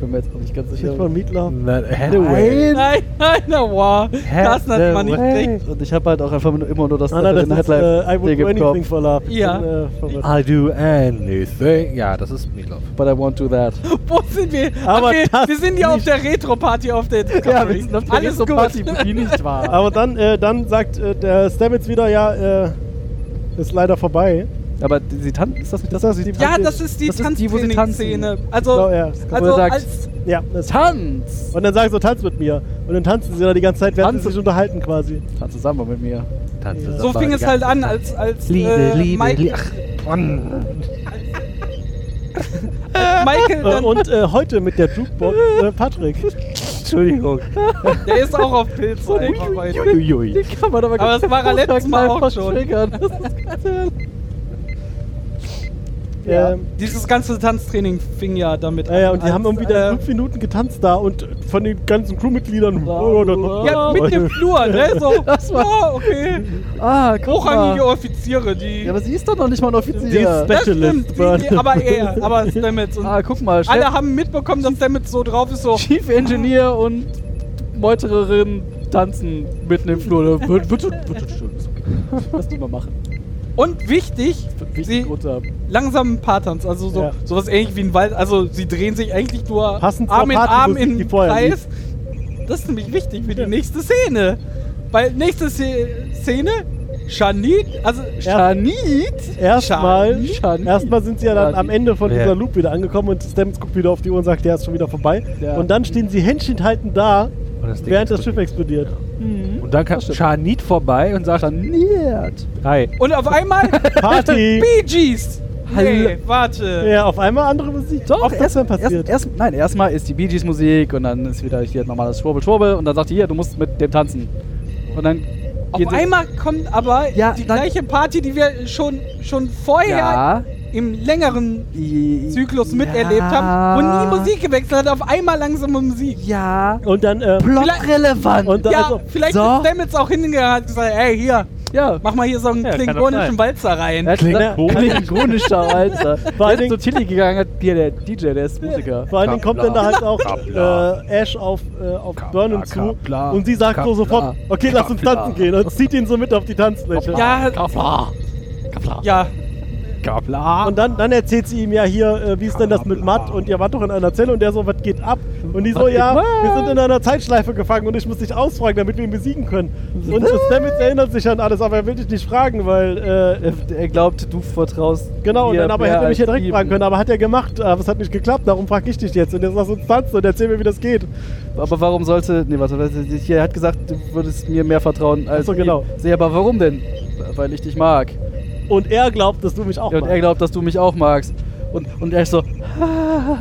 Bin mir jetzt auch nicht ganz
Ich
sicher.
mal Mietler.
Not Hathaway.
Nein, nein, na wow, das nennt man nicht
Hathaway.
recht.
Und ich habe halt auch einfach nur- immer nur das
Anna, das ist äh, I
Ding
would do
im
anything
Kopf.
for love. Ich
Ja.
bin, äh, verwirrt.
I do anything. Ja, das ist Meatloaf.
But I won't do that.
Wo sind wir?
Aber
okay,
das
wir sind ja auf der Retro-Party auf der Discovery.
Ja, wir sind auf der
Alles
nächsten
gut.
Party, wo die nicht war.
Aber dann, äh, dann sagt äh, der Stamets wieder, ja, äh, ist leider vorbei.
Aber die, sie tanzen, ist das nicht das,
Das
was
ist
sie
die-
Ja, das ist die
Das ist die, wo sie tanzen.
Tanzszene. Also,
Genau, ja.
also
er sagt-
als,
Ja, das
Tanz!
und dann sagen sie, so, tanz mit mir. Und dann tanzen sie da die ganze Zeit, während sie
Tanzen.
sich unterhalten quasi.
Tanz zusammen mit mir.
Tanze
so
Samba,
fing es
ja.
halt an, als, als
Liebe,
äh,
Liebe,
Michael,
Liebe. Ach, Mann.
als Michael
Äh,
dann,
und äh, heute mit der Jukebox äh, Patrick.
Entschuldigung.
der ist auch auf Pilz. einfach weiter.
Uiuiui.
Kann man aber
Aber das war er letztes Mal auch schon.
Ja.
Ähm,
Dieses ganze Tanztraining fing ja damit
Ja, ja, und die
Als,
haben irgendwie da
äh,
fünf Minuten getanzt da und von den ganzen Crewmitgliedern. Oh,
Ja, mit dem Flur, ne? So,
Das war-
ja, okay.
Ah, guck
Hochrangige
mal.
Offiziere, die.
Ja, aber sie ist doch noch nicht mal ein
Die
Offizier.
ist-
das
Specialist,
stimmt,
Mann.
die, die, aber er, aber Stamets und
Ah, guck mal.
alle
Chef,
haben mitbekommen, dass Stamets so drauf ist, so.
Chief Engineer und Meutererin tanzen mitten im Flur. Wird, wird, schon- wird schon schön. ist okay. Lass die mal machen.
Und wichtig,
Wichtig
sie
runter.
langsamen Paartanz, also so
Ja.
sowas ähnlich wie ein Wald, also sie drehen sich eigentlich nur
Passend zur
Arm in
Paartanz,
Arm
so sind die
in
vorher
Kreis. Das ist nämlich wichtig für die nächste Szene. Weil nächste Szene- Szene, Shanit, also
Janit?
Erstmal
Schade.
erstmal sind sie ja dann
Ja,
am
die-
Ende von
Ja.
dieser Loop wieder angekommen und Stamets guckt wieder auf die Uhr und sagt, der ist schon wieder vorbei.
Ja.
Und dann stehen sie händchenhaltend da,
Und das Ding
während das Schiff
explodiert.
explodiert.
Und dann kam Schanit vorbei und sagt:
Janiert.
Hi.
und auf einmal
Party!
Bee Gees.
Hallo.
Nee, warte.
ja, auf einmal andere Musik.
Doch,
Auch das
erst,
dann passiert.
Erst, erst, nein, erstmal ist die Bee Gees Musik und dann ist wieder hier normales Schwurbel, Schwurbel und dann sagt die hier, du musst mit dem tanzen. Und dann
Auf
geht sie-
einmal kommt aber
Ja,
die
dann-
gleiche Party, die wir schon, schon vorher
ja,
im längeren
die-
Zyklus
ja,
miterlebt haben, wo nie Musik gewechselt hat, auf einmal langsame Musik.
Ja,
Und dann, äh,
plotrelevant.
und dann
ja,
also,
vielleicht
so.
ist Stamets auch hingegangen und hat gesagt, ey, hier,
Ja,
mach mal hier so einen
Ja, kann doch
klingonischen
sein.
Walzer rein.
er hat
Klingt
gesagt,
komisch.
klingonischer Alter.
Vor
War
allen
jetzt
Dingen-
zu Tilly gegangen, hat hier der DJ, der ist Musiker.
vor allen Dingen kommt dann da halt auch
Kapla.
äh, Ash auf, äh, auf
Kapla,
Burnham zu
Kapla,
und sie sagt so
Kapla,
sofort, okay, lass uns
Kapla.
tanzen gehen und zieht ihn so mit auf die Tanzfläche.
ja,
Kafla.
ja,
Und dann, dann erzählt sie ihm ja hier, äh, wie ist denn das mit Matt und ihr wart doch in einer Zelle und der so, was geht ab? Und die so, ja, wir sind in einer Zeitschleife gefangen und ich muss dich ausfragen, damit wir ihn besiegen können. Und Stamets erinnert sich an alles, aber er will dich nicht fragen, weil, äh,
Er, er glaubt, du vertraust.
genau, und
mir
dann aber
mehr
hätte er mich ja
als
direkt
ihm.
fragen können, aber hat er gemacht, äh, aber es hat nicht geklappt, darum frage ich dich jetzt. Und jetzt lass uns tanzen und erzähl mir, wie das geht.
Aber warum sollte. Nee, warte, warte, hier hat gesagt, du würdest mir mehr vertrauen als.
Ach so, genau.
ihm. Seh, aber warum denn? Weil ich dich mag.
Und er glaubt, dass du mich auch
Ja, und er
magst.
glaubt, dass du mich auch magst. Und, und er ist so.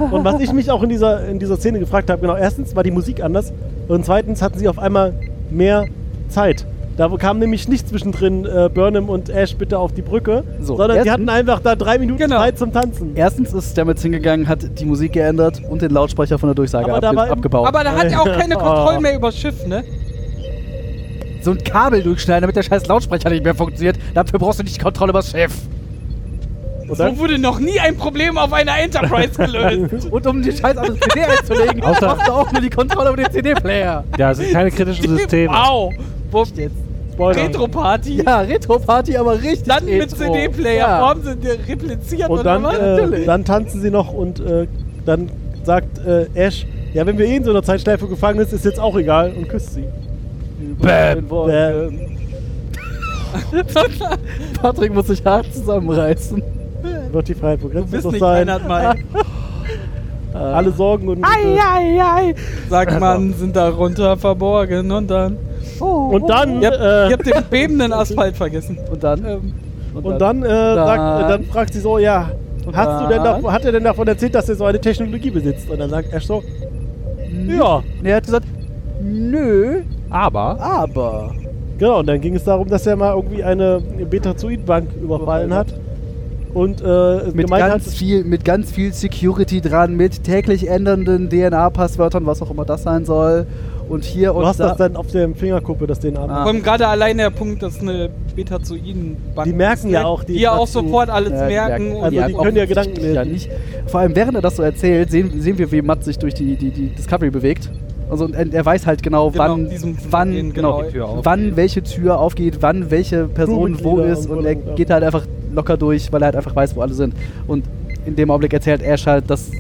Und was ich mich auch in dieser, in dieser Szene gefragt habe, genau, erstens war die Musik anders und zweitens hatten sie auf einmal mehr Zeit. Da kam nämlich nicht zwischendrin äh, Burnham und Ash bitte auf die Brücke,
So,
sondern sie
erstens-
hatten einfach da drei Minuten
Genau.
Zeit zum Tanzen.
Erstens ist Stamets hingegangen, hat die Musik geändert und den Lautsprecher von der Durchsage
Aber da
abge
war im-
abgebaut.
aber da hat er auch
Oh.
keine Kontrolle mehr über das Schiff, ne?
so ein Kabel durchschneiden, damit der scheiß Lautsprecher nicht mehr funktioniert. Dafür brauchst du nicht die Kontrolle über das Schiff.
Und
So
dann,
wurde noch nie ein Problem auf einer Enterprise gelöst.
Und um die scheiß andere CD einzulegen,
Außer-
brauchst du auch nur die Kontrolle über den CD-Player.
Da sind keine kritischen Systeme.
Wow. Wo,
Spoiler.
Retro-Party.
Ja, Retro-Party, aber richtig
Dann mit
Retro.
CD-Player.
Ja.
Warum sind die repliziert
oh, und
oder
dann,
was?
äh, dann tanzen sie noch und äh, dann sagt äh, Ash, ja, wenn wir eh in so einer Zeitschleife gefangen sind, ist jetzt auch egal und küsst sie.
Bäm.
äh,
Bäm.
Patrick muss sich hart zusammenreißen.
Wird die Freiheit
du bist
begrenzt
nicht
sein.
einer Mai.
Alle Sorgen und äh,
Sagt man, sind darunter verborgen und dann.
Und dann,
Ihr habt,
äh,
ihr habt den bebenden Asphalt vergessen.
Und dann?
Ähm,
und dann, äh, sagt, äh,
dann-
dann fragt sie so, ja, hast du denn
dann?
davon, hat er denn davon erzählt, dass er so eine Technologie besitzt? Und dann sagt Ash so,
Mhm.
ja.
Nee, er hat gesagt, nö,
Aber
aber.
Genau, und dann ging es darum, dass er mal irgendwie eine Betazoid-Bank überfallen hat. Und äh,
Mit
gemeint
ganz,
hat,
viel, mit ganz viel Security dran, mit täglich ändernden DNA-Passwörtern, was auch immer das sein soll. Und hier
du
und
hast
da.
das dann auf der Fingerkuppe, das den
Ah.
Arm.
vor allem gerade allein der Punkt, dass eine Betazoiden-Bank
Die merken
ist,
ja
ne?
auch, die
die ja auch
dazu-
sofort alles
Ja, die
merken.
merken.
und
Also die
merken
können ja
offensichtlich
Gedanken lesen.
Ja, nicht. Vor allem, während er das so erzählt, sehen, sehen wir, wie Matt sich durch die, die, die Discovery bewegt. Also und er, er weiß halt genau,
Genau,
wann,
diesem
wann,
Vorgehen,
genau,
genau. Die
Tür auf.
wann welche Tür aufgeht, wann welche Person wo
Crewmitglieder
ist
und
und
wo
er
lang-
geht halt einfach locker durch, weil er halt einfach weiß, wo alle sind. Und in dem Augenblick erzählt Ash halt, dass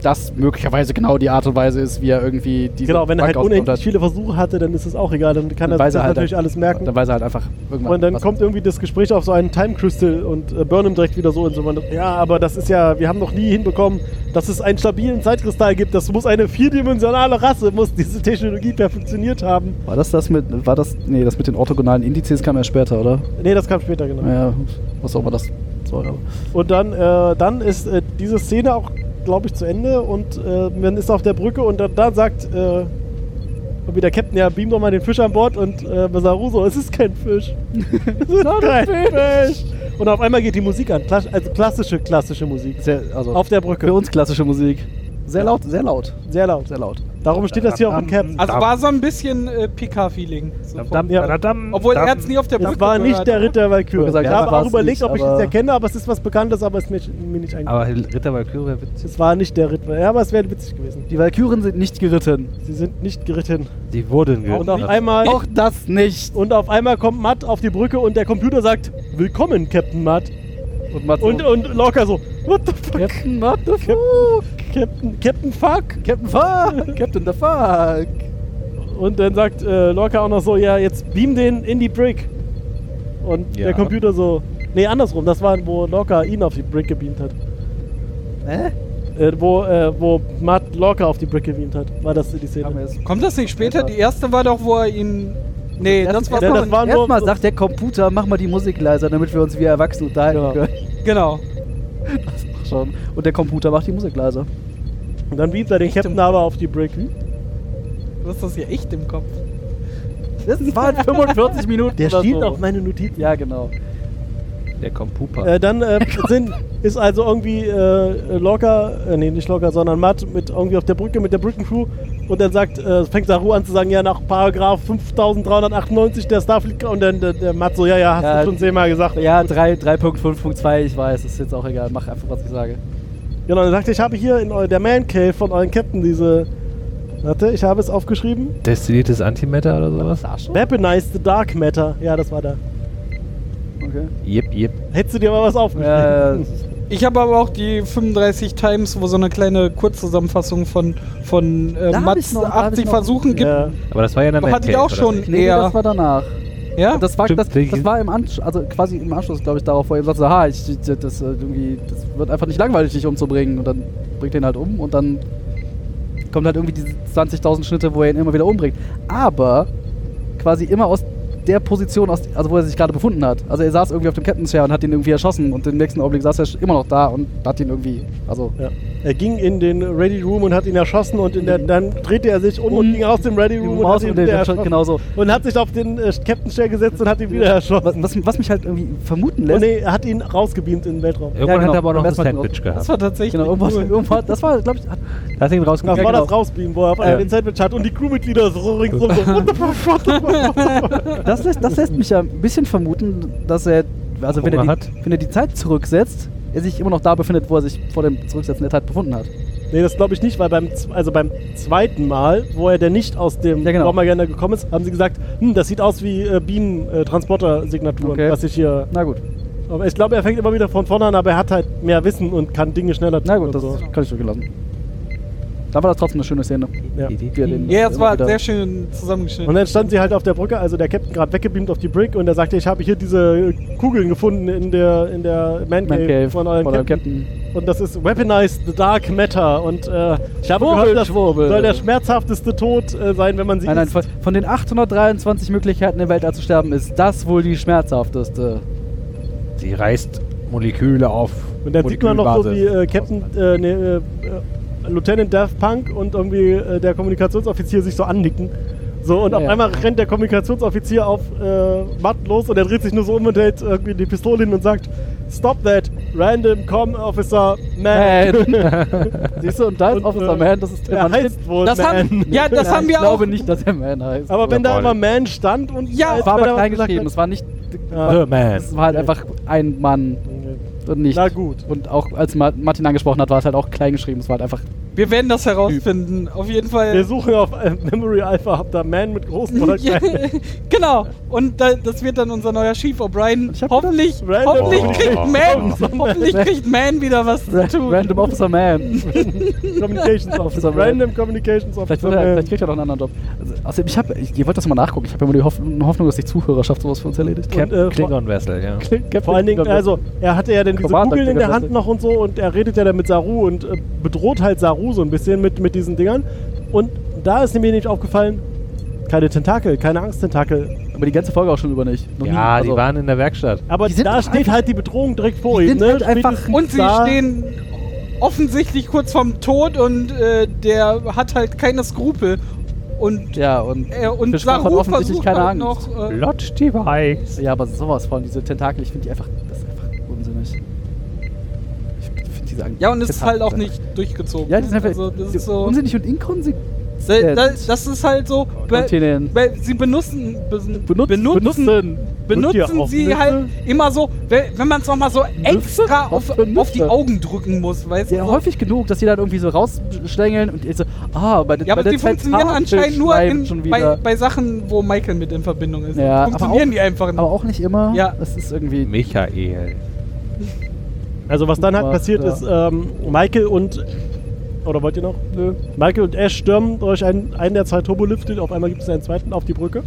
das möglicherweise genau die Art und Weise ist, wie er irgendwie diese
Genau, wenn er
Bank
halt
ausgeraubt
unendlich viele Versuche hatte, dann ist es auch egal, dann
Dann
kann er
weiß er
sich das
halt
natürlich alles
hat.
merken.
Dann weiß er halt einfach irgendwann.
und dann
was-
kommt irgendwie das Gespräch auf so einen Time Crystal und äh, Burnham direkt wieder so und so. Man, ja, aber das ist ja, wir haben noch nie hinbekommen, dass es einen stabilen Zeitkristall gibt. Das muss eine vierdimensionale Rasse, muss diese Technologie perfektioniert haben.
war das das mit war das nee, das mit den orthogonalen Indizes kam ja später, oder?
Nee, das kam später, genau.
Ja, was auch immer das soll. aber-
Und dann, äh, dann ist äh, diese Szene auch, glaube ich, zu Ende und äh, man ist auf der Brücke und dann, dann sagt äh, irgendwie der Captain, ja, beam doch mal den Fisch an Bord und äh, Masaru so, es ist kein Fisch. es ist kein Fisch. Und auf einmal geht die Musik an, Klas also klassische, klassische Musik.
Sehr, also
Auf der Brücke.
für uns klassische Musik. Sehr laut, sehr laut,
Sehr laut.
sehr laut.
Darum steht das hier auch in Caps.
Also war so ein bisschen äh, PK-Feeling. sofort.
Ja.
Obwohl er es nie auf der
Es
Brücke
war nicht
gehört
der
hat.
Ritter Valkyrie.
Ich wollte sagen,
Ich
das
habe
war's
auch überlegt,
nicht,
ob ich
aber-
es erkenne, aber es ist was Bekanntes, aber es ist mir, mir nicht eingefallen.
Aber Ritter Valkyrie wäre witzig.
Es war nicht der Ritter. Ja, aber es wäre witzig gewesen.
Die Walküren sind nicht geritten.
Sie sind nicht geritten.
Die wurden
Und auf einmal
Auch das nicht.
Und auf einmal kommt Matt auf die Brücke und der Computer sagt, willkommen, Captain Matt.
Und Mats
Und,
so,
und Lorca so, what the fuck,
Captain, what the fuck?
Captain, Captain fuck.
Captain Fuck! Captain the Fuck!
Und dann sagt äh, Lorca auch noch so, ja, jetzt beam den in die Brick. Und
Ja.
der Computer so, nee, andersrum, das war, wo Lorca ihn auf die Brick gebeamt hat.
Hä?
Äh, wo, äh, wo Matt Lorca auf die Brick gebeamt hat, war das die
Haben wir
Szene.
jetzt-
Kommt das nicht später? Die erste war doch, wo er ihn. Nee, das war
Ja,
Erstmal
das war nur-
erstmal sagt der Computer, mach mal die Musik leiser, damit wir uns wie Erwachsene unterhalten
Genau.
können.
Genau.
Schon. Und der Computer macht die Musik leiser.
Und dann beamt er den Captain aber auf die Brick.
Du hast das hier echt im Kopf.
Das waren 45 Minuten.
Der
oder
stiehlt
so.
auch meine Notizen.
Ja, genau.
Der Kompupa.
Äh, dann äh, sind, ist also irgendwie äh, Locker, äh, nee, nicht Locker, sondern Matt mit irgendwie auf der Brücke mit der Brückencrew und dann sagt, äh, fängt Saru an zu sagen, ja, nach Paragraph 5398 der Starfleet und dann der, der Matt so, ja, ja, hast
Ja,
du schon zehnmal gesagt.
Ja, 3 3.5.2, ich weiß, ist jetzt auch egal. Mach einfach, was ich sage.
Genau, dann sagt er, ich habe hier in eu- der Man Cave von euren Captain diese, warte, ich habe es aufgeschrieben,
Destilliertes Antimatter oder sowas?
Weaponized the Dark Matter. Ja, das war da.
Okay.
Jep, jep.
Hättest du dir mal was aufgeschrieben?
Ja, ja,
Ich habe aber auch die 35 Times, wo so eine kleine Kurzzusammenfassung von, von äh,
Da hab
Mats
ich's noch, da hab
80
ich's noch.
Versuchen gibt.
ja.
Aber das war ja eine
Hatte ich auch schon
nee,
eher.
das war danach.
Ja?
Das war,
Stimmt,
das,
welche-
das war im Anschluss, also quasi im Anschluss, glaube ich, darauf, wo er sagt, aha, ich, ich- das, äh, irgendwie, das wird einfach nicht langweilig, dich umzubringen. Und dann bringt er ihn halt um und dann kommt halt irgendwie diese 20.000 Schnitte, wo er ihn immer wieder umbringt. Aber quasi immer aus der Position, aus, also wo er sich gerade befunden hat. Also er saß irgendwie auf dem Captain's Chair und hat ihn irgendwie erschossen und im nächsten Augenblick saß er immer noch da und hat ihn irgendwie, also
Ja. Er ging in den Ready Room und hat ihn erschossen und in der, dann drehte er sich um und
Mhm.
ging aus dem Ready Room und hat
Maus
ihn
und den
wieder
Headshot
erschossen.
genauso.
Und hat sich auf den äh, Captain Chair gesetzt und hat ihn wieder erschossen.
Was, was, was mich halt irgendwie vermuten
Oh,
lässt.
nee, er hat ihn rausgebeamt in den Weltraum.
Irgendwann
Ja,
hat
genau.
er aber noch
Beim
ein
ersten Mal
Sandwich
Das
gehabt.
war tatsächlich.
Genau, irgendwas,
cool.
irgendwas, das war, glaube ich,
Hast ihn
Das
rausgekriegt.
war
genau.
das Rausbeamen, wo er auf einmal
Ja.
den Sandwich hat und die Crewmitglieder so ringsrum so. what the fuck, what the fuck?
Das lässt, das lässt mich ja ein bisschen vermuten, dass er, also wenn er,
Hunger
die,
hat?
wenn er die Zeit zurücksetzt, er sich immer noch da befindet, wo er sich vor dem Zurücksetzen der Tat befunden hat.
nee, das glaube ich nicht, weil beim, z- also beim zweiten Mal, wo er denn nicht aus dem
Ja, genau.
Bombergerner gekommen ist, haben sie gesagt, hm, das sieht aus wie äh, Bienen-Transporter-Signaturen,
Okay.
was ich hier.
Na gut,
Aber ich glaube, er fängt immer wieder von vorne an, aber er hat halt mehr Wissen und kann Dinge schneller
na
tun und
gut, das
so.
kann ich durchgelassen. Da war das trotzdem eine schöne Szene.
Ja.
Wir den-
Ja, es
immer
war
wieder-
sehr schön
Und
zusammengeschnitten.
dann stand sie halt auf der Brücke, also der Captain gerade weggebeamt auf die Brick und er sagte, ich habe hier diese Kugeln gefunden in der, in der Man
Man
Cave
Cave
von eurem
von eurem
Captain.
Captain.
Und das ist Weaponized the Dark Matter. Und äh, ich habe
Schwurbel,
gehört, das
Schwurbel.
soll der schmerzhafteste Tod äh, sein, wenn man sie
Nein, nein,
isst.
von, von den 823 Möglichkeiten im Weltall zu sterben, ist das wohl die schmerzhafteste.
Sie reißt Moleküle auf.
Und dann sieht man noch so wie äh, Captain, äh, nee, äh, äh, Lieutenant Daft Punk und irgendwie äh, der Kommunikationsoffizier sich so annicken. So, und auf
Ja.
einmal rennt der Kommunikationsoffizier auf äh, Matt los und er dreht sich nur so um und hält irgendwie die Pistole hin und sagt: Stop that, random com officer man.
Siehst du, und da ist
Und, äh,
Officer Äh, Man, das ist der
Er
Mann.
heißt wohl
Das
man.
haben, ja, das
Nein,
haben
ich
wir auch.
glaube nicht, dass er Man heißt.
Aber wenn da
Oder
immer Man stand und.
Ja,
als
Es war
wenn
aber
er
klein
was gesagt
geschrieben, es war nicht.
hat-
The Oh, Man.
Es war halt einfach ein Mann und nicht.
Na gut.
Und auch als Ma- Martin angesprochen hat, war es halt auch klein geschrieben. Es war halt einfach.
Wir werden das herausfinden. Auf jeden
Wir
Fall.
suchen auf äh, Memory Alpha, ob da Man mit großen oder kleinen.
genau. Und da, das wird dann unser neuer Chief O'Brien.
Ich hab
Hoffentlich,
gedacht,
hoffentlich
random-
Oh.
kriegt Man, hoffentlich kriegt Man wieder was zu
Ra-
tun.
Random Officer Man.
Communications Officer. Random Communications
Vielleicht,
Officer.
wird er,
Man.
vielleicht kriegt er doch einen anderen Job. Also, außerdem, ich habe, ich, ihr wollt das mal nachgucken. Ich habe immer die Hoffnung, Hoffnung, dass die Zuhörerschaft sowas für uns erledigt.
Cap-
Cap
Und, äh,
Klingon-Wessel, ja.
Vor allen Dingen, also, er hatte ja dann diese
Command,
Kugeln in
Digga,
der Hand
das-
noch und so und er redet ja dann mit Saru und äh, bedroht halt Saru so ein bisschen mit, mit diesen Dingern. Und da ist mir nämlich aufgefallen, keine Tentakel, keine Angsttentakel.
aber die ganze Folge auch schon über nicht. Noch nie.
Ja,
Also,
die waren in der Werkstatt.
Aber
Die sind
da
doch
steht halt die Bedrohung direkt vor
Die
ihm.
sind
ne?
halt einfach-
Spätestens
Und sie
da-
stehen offensichtlich kurz vorm Tod und äh, der hat halt keine Skrupel. Und,
Ja, und.
äh, und
Fischbach hat
Saru
offensichtlich
versucht
keine
halt
Angst.
noch. Äh,
Lodge Device.
Ja, aber sowas von, diese Tentakel, ich finde die einfach. Das ist einfach unsinnig. Ich finde diese Angst.
ja, und es ist halt auch nicht durchgezogen.
Ja, die sind einfach
also, das ist so.
unsinnig und inkonsequent.
Sel- Das, das ist halt so. be-
Kontinent.
be- Sie benutzen, be- benutzen, benutzen,
benutzen.
Wird ja auch
sie
Nüsse.
halt immer so, we- wenn man es nochmal so extra auf,
Was für Nüsse?
auf die Augen drücken muss, weißt
Ja,
du?
häufig genug, dass die dann irgendwie so rausschlängeln und ich so, ah, bei, der-
Ja,
bei
aber
der
die
Zeit
funktionieren
Tafel
anscheinend nur
schreiben
in,
schon
bei,
wieder.
bei Sachen, wo Michael mit in Verbindung ist.
Ja, aber
funktionieren
auch-
die einfach nicht.
aber auch nicht immer.
Ja.
Das ist irgendwie.
Michael.
Also was dann halt
Ja,
passiert
ja.
ist, ähm, Michael und oder wollt ihr noch? Nö. Michael und Ash stürmen durch einen, einen der zwei Turbolifte, auf einmal gibt es einen zweiten auf die Brücke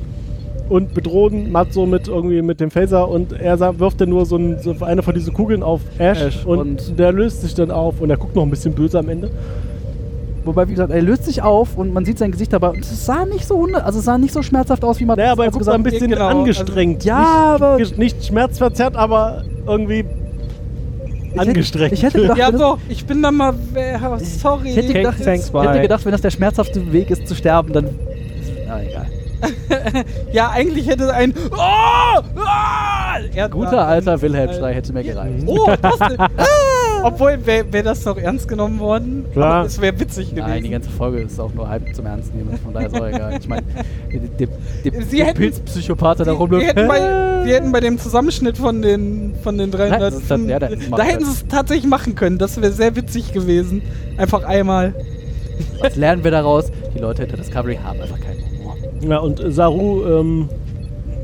und bedrohen Matt so mit irgendwie mit dem Phaser und er sa- wirft dann nur so, ein, so eine von diesen Kugeln auf Ash,
Ash
und,
und-
der löst sich dann auf und er guckt noch ein bisschen böse am Ende.
Wobei, wie gesagt, er löst sich auf und man sieht sein Gesicht dabei. Und es sah nicht so hundert, also es sah nicht so schmerzhaft aus, wie man
Naja, aber er
also
guckt da ein
gesagt-
bisschen
genau,
Also
angestrengt.
Ja, aber-
nicht, nicht schmerzverzerrt, aber irgendwie angestrengt.
Ich hätte gedacht,
Ja,
wenn das-
so, ich bin da mal. wer- Sorry.
Ich hätte gedacht,
thanks,
ich hätte
bye.
gedacht, wenn das der schmerzhafte Weg ist zu sterben, dann. Na egal.
ja, eigentlich hätte ein. Oh! Ah! Er-
Guter alter Wilhelm-Schrei hätte mir gereicht.
Oh, das. ah! Obwohl, wäre wär das noch ernst genommen worden?
Klar.
Aber Es wäre witzig gewesen.
Nein, die ganze Folge ist auch nur halb zum Ernst nehmen, von daher ist auch egal. Ich meine, der, der,
Sie
der
hätten-
Pilzpsychopath der da
wir,
rumläuft.
hätten bei, wir hätten bei dem Zusammenschnitt von den, von den
Nein,
300.
das ist dann- ja, da hätten sie es
da
machen
hätten sie
können.
es tatsächlich machen können. Das wäre sehr witzig gewesen. Einfach einmal.
Was lernen wir daraus? Die Leute hinter Discovery haben einfach keinen Humor.
Ja, und äh, Saru ähm,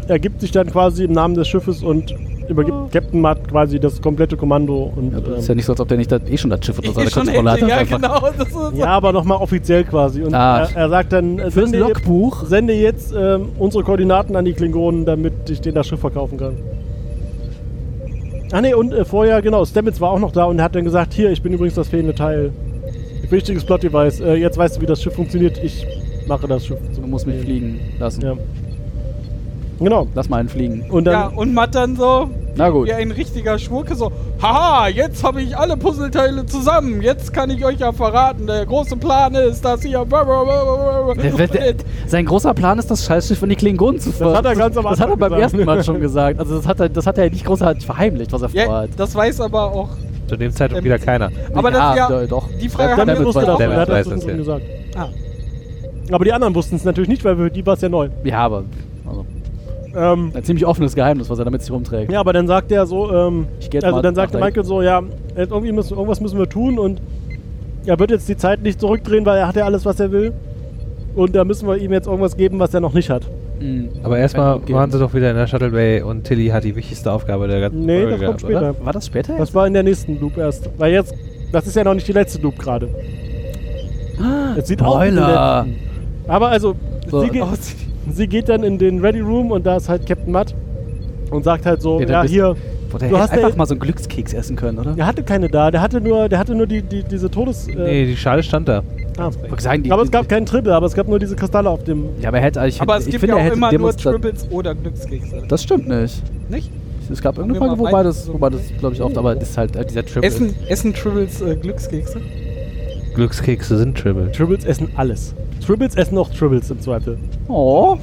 ergibt sich dann quasi im Namen des Schiffes und übergibt Captain Matt quasi das komplette Kommando. Und, ja,
Ja, aber
ähm,
ist ja nicht so, als ob der nicht das, eh schon das Schiff unter seiner
Ich schon
Kontrolle hat.
hätte-
Das
ja,
ist einfach-
genau. Das ist
ja aber nochmal offiziell quasi. Und
Ah.
er, er sagt dann, äh,
Fürs
sende, jetzt-
Logbuch.
sende jetzt ähm, unsere Koordinaten an die Klingonen, damit ich denen das Schiff verkaufen kann. Ah ne, und äh, vorher, genau, Stamets war auch noch da und hat dann gesagt, hier, ich bin übrigens das fehlende Teil. Wichtiges Plot-Device. Äh, jetzt weißt du, wie das Schiff funktioniert. Ich mache das Schiff.
Du musst mich fliegen lassen.
Ja. Genau.
Lass mal einen fliegen.
Und dann,
ja, und Matt dann so,
Na gut.
wie ein richtiger Schurke, so, haha, jetzt habe ich alle Puzzleteile zusammen, jetzt kann ich euch ja verraten, der große Plan ist, dass ihr...
Der- der- der- Sein großer Plan ist, das Scheißschiff in die Klingonen zu fahren.
hat er ganz am
Das hat er
Anfang
beim
gesagt.
ersten Mal schon gesagt. Also das hat er, das hat er ja nicht großartig verheimlicht, was er
ja,
vorhat.
das weiß aber auch...
Zu dem Zeitpunkt wieder keiner.
Aber das ist ja...
do- doch.
Die Frage
Dann
haben wir
Damit
Stamets wusste
war
das,
das-
er hat
Stamets
das
weiß das
zwischendrin
ja.
gesagt.
Ah.
Aber die anderen wussten es natürlich nicht, weil für die war es ja neu.
Ja, aber also,
Ähm,
ein ziemlich offenes Geheimnis, was er damit sich rumträgt.
ja, aber dann sagt er so, ähm,
Ich geh jetzt
also
mal
dann sagte
nachdenken.
Michael so, ja, jetzt irgendwie müssen, irgendwas müssen wir tun und er wird jetzt die Zeit nicht zurückdrehen, weil er hat ja alles, was er will. Und da müssen wir ihm jetzt irgendwas geben, was er noch nicht hat.
Mhm.
Aber
Kann
erstmal
ich
waren sie
mitgeben.
doch wieder in der Shuttle Bay und Tilly hat die wichtigste Aufgabe der ganzen
Nee,
Folge
das kommt
gehabt, oder?
später.
War das später?
Das war in der nächsten Loop erst. Weil jetzt, das ist ja noch nicht die letzte Loop gerade.
Ah,
Es sieht aus wie die
Spoiler.
letzten. Aber also,
So.
sie, geht, sie geht dann in den Ready Room und da ist halt Captain Matt und sagt halt so,
Ja, dann
ja
bist-
hier,
Boah, der
Du
hätte
hast ja
einfach
jetzt-
mal so einen Glückskeks essen können, oder?
Der hatte keine da, der hatte nur, der hatte nur die, die, diese Todes... äh,
Nee, die Schale stand da.
ah.
Ich wollte sagen, die,
Aber es gab keinen Triple, aber es gab nur diese Kristalle auf dem...
Ja, aber er hätte ich,
Aber
ich
es gibt
finde,
ja
er
auch
hätte
immer nur
demonstra-
Triples oder Glückskekse.
Das stimmt nicht.
Nicht?
Es gab irgendeine
Haben wir
Folge,
mal
wobei
beide
das,
so-
wobei das glaube ich oft, aber das ist halt äh, dieser Triple.
Essen, essen Triples äh, Glückskekse?
Glückskekse sind Tribble.
Tribbles essen alles. Tribbles essen auch Tribbles im Zweifel.
Oh.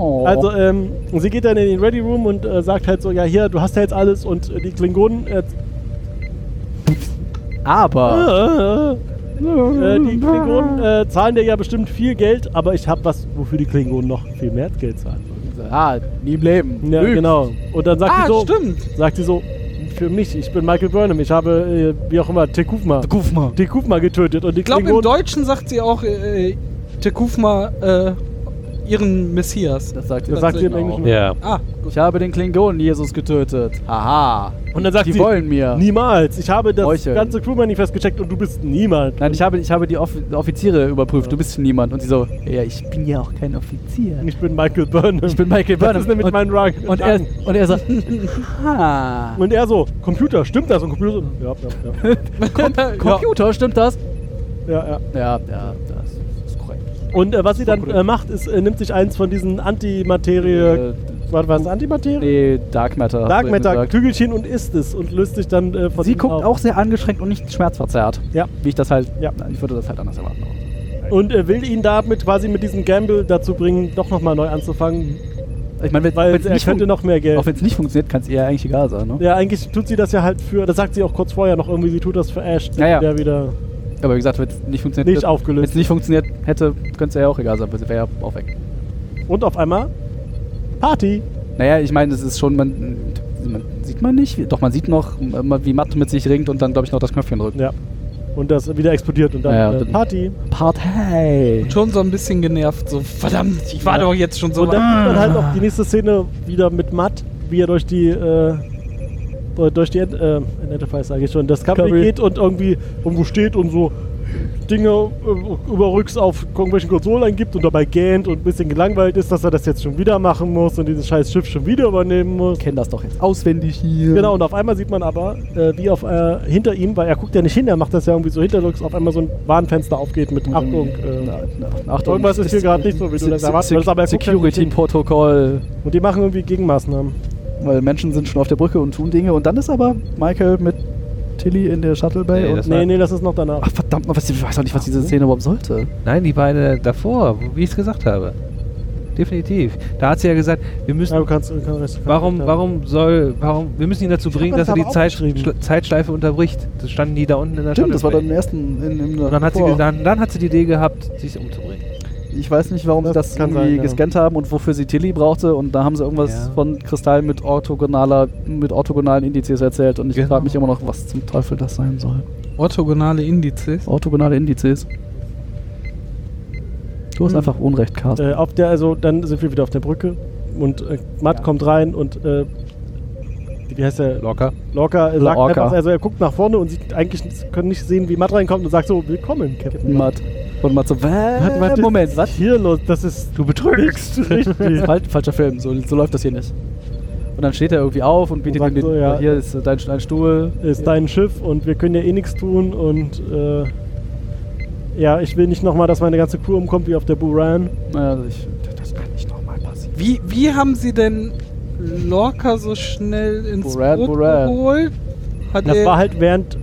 Oh.
Also, ähm, sie geht dann in den Ready Room und äh, sagt halt so, ja hier, du hast ja jetzt alles und äh, die Klingonen... Äh,
aber.
äh, äh, die Klingonen äh, zahlen dir ja bestimmt viel Geld, aber ich habe was, wofür die Klingonen noch viel mehr Geld zahlen.
Ah, nie im Leben.
Ja,
Lügt.
genau. Und dann sagt
ah,
sie so,
stimmt.
sagt sie so, für mich, ich bin Michael Burnham, ich habe, äh, wie auch immer, Tekufma,
Ruf mal.
Tekufma getötet und die
Ich glaube, im
Klingonen,
Deutschen sagt sie auch äh, Tekufma äh, ihren Messias.
Das sagt,
das sagt sie im
auch.
Englischen.
Ja.
Ah, gut.
Ich habe den Klingonen Jesus getötet. Haha.
Und dann sagt
die
sie,
wollen mir.
niemals, ich habe das
Heucheln.
ganze Crewmanifest gecheckt und du bist niemand.
Nein, ich habe, ich habe die Offi- Offiziere überprüft. Du bist niemand. Und sie so, ja, ich bin ja auch kein Offizier.
Ich bin Michael Burnham.
Ich bin Michael
das
Burnham.
ist nämlich
und,
mein Rang.
und, er, und er sagt, ha.
und er so, Computer, stimmt das? Und Computer so, ja, ja,
Computer, stimmt das?
ja. ja, ja.
Ja, ja, das ist korrekt.
Und äh, was sie dann
gut.
äh, macht, ist, äh, nimmt sich eins von diesen Antimaterie,
Äh,
war, war das Antimaterie?
nee, Dark Matter. hast
Dark
du eben
Matter,
gesagt.
Kügelchen und isst es und löst sich dann äh, von
Sie
ihm
guckt
auf.
auch sehr angestrengt und nicht schmerzverzerrt.
Ja.
Wie ich das halt,
Ja.
Nein, ich würde das halt anders erwarten.
Und äh, will ihn damit quasi mit diesem Gamble dazu bringen, doch nochmal neu anzufangen,
Ich meine, wenn
weil
wenn's
er
nicht
könnte
fun-
noch mehr Geld.
auch wenn es nicht funktioniert, kann es ihr eigentlich egal sein, ne?
Ja, eigentlich tut sie das ja halt für, das sagt sie auch kurz vorher noch irgendwie, sie tut das für Ash, damit
Ja, ja.
der wieder
Aber wie gesagt, wenn es nicht funktioniert,
nicht
wenn es
aufgelöst.
nicht funktioniert hätte, könnte es ihr ja auch egal sein, weil sie wäre ja auch weg.
Und auf einmal Party.
Naja, ich meine, es ist schon, man, man sieht man nicht, wie- doch man sieht noch, m- wie Matt mit sich ringt und dann, glaube ich, noch das Knöpfchen drückt.
Ja. Und das wieder explodiert und dann
Ja, ja,
äh,
dann-
Party.
Partei!
Schon so ein bisschen genervt. So, verdammt, ich war
Ja.
doch jetzt schon so
und dann
weit.
sieht man halt
Ah.
auch die nächste Szene wieder mit Matt, wie er durch die äh, durch die Ent äh, Enterprise sage ich schon, das Company
Company.
geht und irgendwie irgendwo steht und so Dinge äh, überrücks auf irgendwelchen Konsolen eingibt und dabei gähnt und ein bisschen gelangweilt ist, dass er das jetzt schon wieder machen muss und dieses scheiß Schiff schon wieder übernehmen muss.
Ich kenne das doch jetzt auswendig hier.
Genau, und auf einmal sieht man aber, äh, wie auf äh, hinter ihm, weil er guckt ja nicht hin, er macht das ja irgendwie so hinterlücks, auf einmal so ein Warnfenster aufgeht mit Achtung. Äh,
Mhm.
Na, na, Achtung.
Irgendwas ist hier gerade nicht so, wie du das erwartet hast, aber er guckt halt nicht hin.
Security-Protokoll.
Und die machen irgendwie Gegenmaßnahmen.
Weil Menschen sind schon auf der Brücke und tun Dinge. Und dann ist aber Michael mit Tilly in der Shuttle Bay.
Nee,
und
das- Ah, ne?
Nee,
war-
nee, das ist noch danach.
Ach, verdammt, noch, was, ich weiß auch nicht, was diese Szene überhaupt sollte.
Nein, die beiden äh, davor, wie ich es gesagt habe. Definitiv. Da hat sie ja gesagt, wir müssen
Ja, du kannst, du kannst, du kannst
Warum, warum soll, warum, wir müssen ihn dazu bringen,
hab mir
dass er
das
die
aber
Zeit,
aufgeschrieben.
Schla- Zeitschleife unterbricht. Das standen die da unten in der
Stimmt, das war
Shuttle
dann im ersten. In, in,
Und dann hat, sie,
davor.
ge- dann, dann hat sie die Idee gehabt, sich umzubringen.
Ich weiß nicht, warum sie
Das
das
kann
irgendwie
sein, ja.
gescannt haben und wofür sie Tilly brauchte. Und da haben sie irgendwas
Ja.
von Kristallen mit, orthogonaler, mit orthogonalen Indizes erzählt. Und ich
Genau.
frage mich immer noch, was zum Teufel das sein soll.
Orthogonale Indizes.
Orthogonale Indizes. Du hast
Hm.
einfach Unrecht, Carsten.
Äh, auf der, also dann sind wir wieder auf der Brücke und äh, Matt kommt rein und äh, wie heißt der?
Locker.
Lorca äh, sagt
Lorca.
einfach, also er guckt nach vorne und sieht eigentlich können nicht sehen, wie Matt reinkommt und sagt so, willkommen, Captain
Matt. Und Matt so,
Matt, was
"Wä-
ist
Moment, was?
Hier los, das ist
Du betrügst.
richtig.
Fal falscher Film, so, so läuft das hier nicht. Und dann steht er irgendwie auf und bietet
Und
ihm den,
sagt so, ja.
hier ist äh, dein, dein Stuhl.
ist dein Schiff und wir können ja eh nichts tun und äh, ja, ich will nicht nochmal, dass meine ganze Crew umkommt wie auf der Buran.
Ja, also ich, das kann nicht nochmal passieren.
Wie, wie haben sie denn Lorca so schnell ins
Buran,
Boot
Buran.
geholt? Hat
Das
er-
war halt während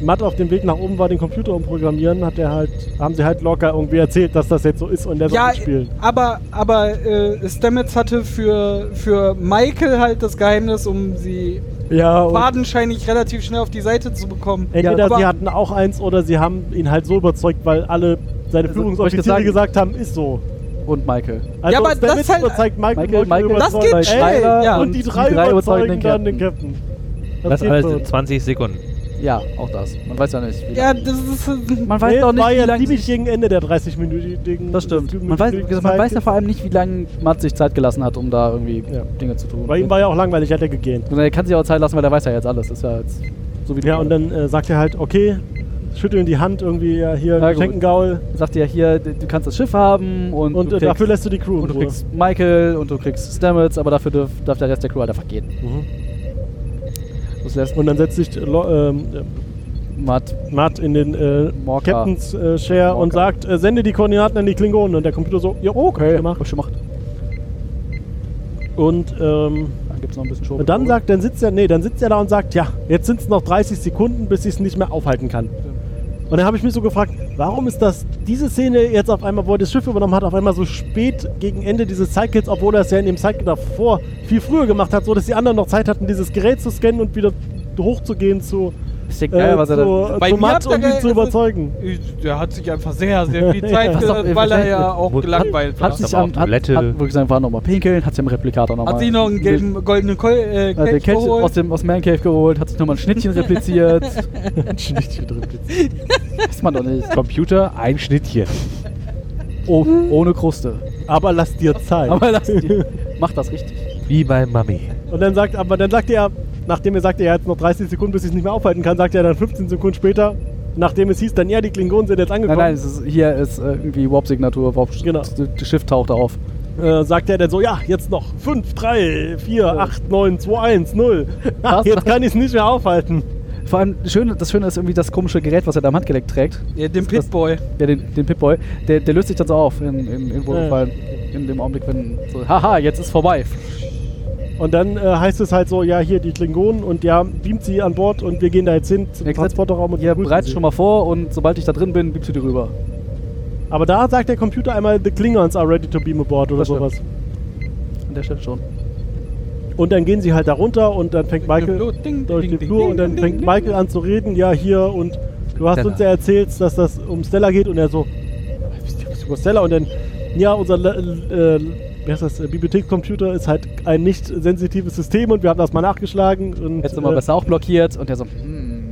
Matt auf dem Weg nach oben war, den Computer umprogrammieren, hat er halt, haben sie halt locker irgendwie erzählt, dass das jetzt so ist und der soll
ja,
mitspielen.
aber, aber äh, Stamets hatte für, für Michael halt das Geheimnis, um sie
Ja, und
fadenscheinig relativ schnell auf die Seite zu bekommen.
entweder
aber-
Oh. sie hatten auch eins oder sie haben ihn halt so überzeugt, weil alle seine
Also,
Führungsoffiziere
wollte ich
gesagt haben, ist so.
Und Michael.
Also
aber
Stamets
das ist halt-
überzeugt Michael,
Michael-
Michael
Michael-
Das
überzeugt
geht
Ray,
schnell, ja.
Und die drei, überzeugen dann den Captain.
Das
geht
alles
so.
in 20 Sekunden.
Ja, auch das. Man weiß ja nicht. Wie
Ja,
lange-
das ist. äh,
man
Nee,
weiß auch
es war
nicht, wie
ja
lange.
ziemlich gegen Ende der 30-minütigen.
Das stimmt. Man weiß, wie gesagt, man weiß ja vor allem nicht, wie lange Matt sich Zeit gelassen hat, um da irgendwie
Ja.
Dinge zu tun.
Bei ihm war ja auch langweilig, hat er gegähnt.
Und er kann sich auch Zeit lassen, weil er weiß ja jetzt alles. Das ist ja jetzt so wie du-
Ja, und dann äh, sagt er halt, okay, schütteln die Hand irgendwie ja, hier,
Na gut.
Schenkengaul.
Sagt ja hier, d- du kannst das Schiff haben und,
Und
du
äh,
kriegst-
dafür lässt du die Crew in
und du
Ruhe.
kriegst Michael und du kriegst Stamets, aber dafür dürf, darf der Rest der Crew halt einfach gehen.
Mhm.
Das lässt
Und dann setzt sich äh, Lo- ähm, äh,
Matt.
Matt in den äh,
Morka.
Captain's äh, Share
Morka.
und sagt, äh, sende die Koordinaten an die Klingonen. Und der Computer so, jo, okay,
Hab
gemacht.
ich gemacht.
Und ähm,
Dann gibt's noch ein bisschen Show.
Und dann sagt, dann sitzt er, nee, dann sitzt er da und sagt, ja, jetzt sind es noch 30 Sekunden, bis ich es nicht mehr aufhalten kann. Und dann habe ich mich so gefragt, warum ist das, diese Szene jetzt auf einmal, wo er das Schiff übernommen hat, auf einmal so spät gegen Ende dieses Cycles, obwohl er es ja in dem Cycle davor viel früher gemacht hat, so dass die anderen noch Zeit hatten, dieses Gerät zu scannen und wieder hochzugehen zu, äh,
Ist egal, was er
zu,
da.
Bei
zu
mir
Matt,
habt ihr
um ihn
ge-
zu überzeugen.
Der hat sich einfach sehr, sehr viel Zeit
Ja.
gelassen, weil er ja auch gelangweilt war.
Hat sich
aber auf
am hat, hat,
Toilette.
wirklich sein war nochmal pinkeln, hat sich am Replikator nochmal.
Hat sich noch einen gelben, goldenen Kol
Also
äh,
Hat den
Kelch
Kelch aus
geholt.
dem aus Man Cave geholt, hat sich nochmal ein Schnittchen repliziert. Weiß man doch nicht.
Computer, ein Schnittchen.
Oh, ohne Kruste.
Aber lass dir Zeit.
Aber lass die, mach das richtig.
Wie bei Mami.
Und dann sagt, aber dann sagt er, nachdem er sagte, er hat noch 30 Sekunden, bis ich es nicht mehr aufhalten kann, sagt er dann 15 Sekunden später, nachdem es hieß, dann ja, die Klingonen sind jetzt
Nein,
angekommen,
nein, es ist, hier ist äh, irgendwie Warp-Signatur, Warp
Genau.
das Schiff taucht auf.
äh, sagt er dann so, ja, jetzt noch 5, 3, 4, 8, 9, 2, 1, 0.
Was?
jetzt kann ich es nicht mehr aufhalten.
Vor allem schön, das Schöne ist irgendwie das komische Gerät, was er da am Handgelenk trägt.
Ja, den
Das-
Pitboy.
Ja, den, den Pip-Boy, der, der löst sich dann so auf in, in, in Wohlgefallen. In dem Augenblick, wenn so, haha, jetzt ist vorbei.
Und dann äh, heißt es halt so, ja, hier die Klingonen und ja, beamt sie an Bord und wir gehen da jetzt hin zum
Ja, gesagt,
Transporterraum und
Ihr
begrüßen
bereitet
sie.
schon mal vor und sobald ich da drin bin, gibst du die rüber.
Aber da sagt der Computer einmal, the Klingons are ready to beam aboard oder
Das stimmt.
sowas.
An der Stelle schon.
Und dann gehen sie halt da runter und dann fängt Michael...
Ding, ding,
durch
ding,
den
ding,
Flur
ding,
und dann
ding,
fängt
ding,
Michael an zu reden, ja hier und du hast
Stella.
uns ja erzählt, dass das um Stella geht und er so, wisst ihr was über Stella und dann, ja unser Le- äh, wie heißt das, äh, Bibliothekscomputer ist halt ein nicht sensitives System und wir haben das mal nachgeschlagen und,
Hättest du mal
äh,
besser auch blockiert und der so, hm.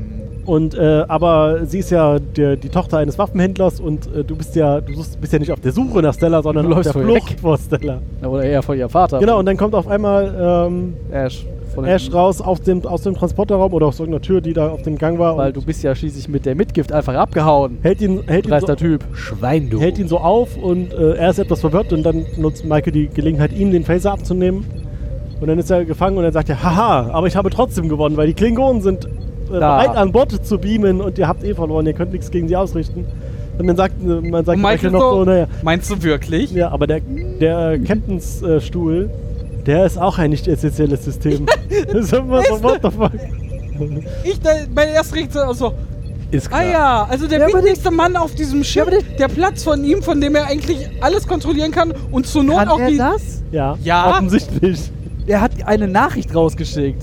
und äh, aber sie ist ja der, die Tochter eines Waffenhändlers und äh, du bist ja du suchst- bist ja nicht auf der Suche nach Stella, sondern
Du
auf
läufst
der
vor ihr
Flucht vor Stella.
Na, Oder eher von ihrem Vater.
Genau und dann kommt auf einmal ähm,
Ash. Von
Ash
hinten.
raus aus dem, aus dem Transporterraum oder aus irgendeiner Tür, die da auf dem Gang war
Weil
und
du bist ja schließlich mit der Mitgift einfach abgehauen.
hält ihn hält ihn so,
Dreister Typ.
Schwein, du.
hält ihn so auf und äh, er ist etwas verwirrt und dann nutzt Michael die Gelegenheit, ihm den Phaser abzunehmen. Und dann ist er gefangen und dann sagt er, haha, aber ich habe trotzdem gewonnen, weil die Klingonen sind äh,
Da.
bereit an Bord zu beamen und ihr habt eh verloren, ihr könnt nichts gegen sie ausrichten. Und dann sagt äh, man sagt
Und Michael
Michael noch so,
so-
naja,
Meinst du wirklich?
ja, aber der, der Captain's äh, Stuhl, der ist auch ein nicht essentielles System. das ist immer so, what the fuck?
Ich, da, meine erste Reaktion war so,
Ist
ah ja, also der wichtigste Mann auf diesem Schiff, der Platz von ihm, von dem er eigentlich alles kontrollieren kann und zur Not
Kann
auch
er
die...
das?
Ja,
Ja.
offensichtlich.
Er hat eine Nachricht rausgeschickt.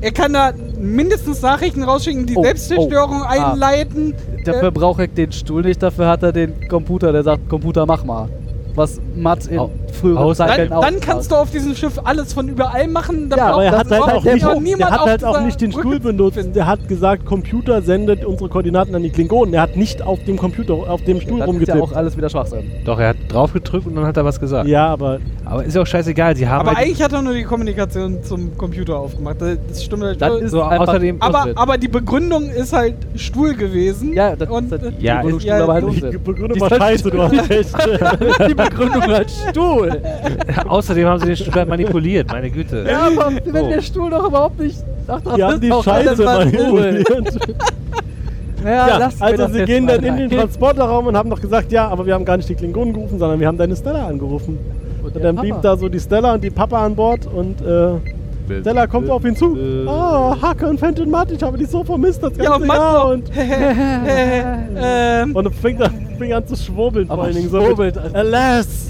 Er kann da mindestens Nachrichten rausschicken, die
Oh,
Selbstzerstörung
oh, ah.
einleiten.
Äh.
Dafür braucht er den Stuhl nicht, dafür hat er den Computer, der sagt, Computer, mach mal. Was Matt in
Au-
früheren
aus-
Zeiten
Äh,
halt
Dann,
auch
dann kannst du auf diesem Schiff alles von überall machen. Da
Ja,
braucht-
Aber er
Das
hat
ist
halt
auch-
auch
der
nicht,
braucht
der
niemand
hat
auf
halt auch
dieser
nicht den
Brücke
Stuhl
zu
benutzt.
finden.
Der hat gesagt, Computer sendet unsere Koordinaten an die Klingonen. Er hat nicht auf dem Computer, auf dem Stuhl
Das ist ja auch
rumgetippt.
alles wieder Schwachsinn.
Doch, er hat drauf gedrückt und dann hat er was gesagt.
Ja,
Halt
aber
Aber ist ja auch scheißegal, sie haben
aber
halt
eigentlich hat er nur die Kommunikation zum Computer aufgemacht. Das das stimmt halt
Dann
schon.
ist
so
einfach-
außerdem
aber, aber die Begründung ist halt Stuhl gewesen.
Ja, das
und,
ist halt
äh,
ja,
die Begründung,
ist- ja,
aber halt
die
Unsinn.
Begründung
Die
war
Stuhl-
scheiße, du hast recht.
die Begründung halt Stuhl.
außerdem haben sie den Stuhl halt manipuliert, meine Güte.
Ja, aber wenn
Oh.
der Stuhl doch überhaupt nicht. Ach, das
Die haben
ist
die
doch alles
Scheiße
was Stuhl.
manipuliert.
Naja,
Ja,
lass
also
mir Ah, das
sie
jetzt
gehen
mal
dann in den
rein.
Transporterraum und haben doch gesagt, ja, aber wir haben gar nicht die Klingonen gerufen, sondern wir haben deine Stella angerufen. Und,
der
dann
Papa.
beamt da so die Stella und die Papa an Bord und äh, Stella kommt auf ihn zu.
Äh,
Ah, Hacke und Fenton Matt, ich habe dich so vermisst das
ja,
ganze
und
Jahr.
Mann,
Und
so, ähm,
Und dann fängt an, fängt an zu schwurbeln vor
Aber
allen Dingen. So
schwurbelt,
mit,
also-
Alas,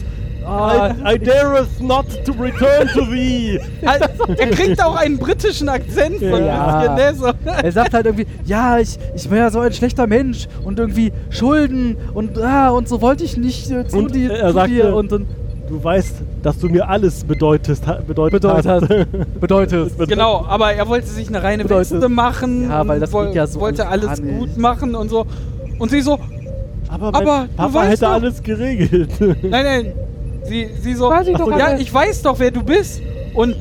Ah,
I, I dareth not to return to thee.
also, er kriegt auch einen britischen Akzent von
Ja.
ein bisschen, ne?
Er sagt halt irgendwie, ja, ich, ich bin ja so ein schlechter Mensch und irgendwie Schulden und ah, und so wollte ich nicht äh, zu,
Und
dir,
er
zu
sagte-
dir und dann
Du weißt, dass du mir alles bedeutest, ha- bedeutet,
bedeutet
hast.
hat. Bedeutet.
So. Genau, aber er wollte sich eine reine
Bedeutet-
Weste machen.
Ja, weil
und
das
woll-
geht ja so
Wollte
alles
alles
gar nicht.
gut machen und so. Und sie so,
Aber, mein
Aber du
Papa
weißt
hätte
doch-
alles geregelt.
Nein, nein. Sie, sie so.
Weiß ich doch
ja,
alles.
ich weiß doch, wer du bist. Und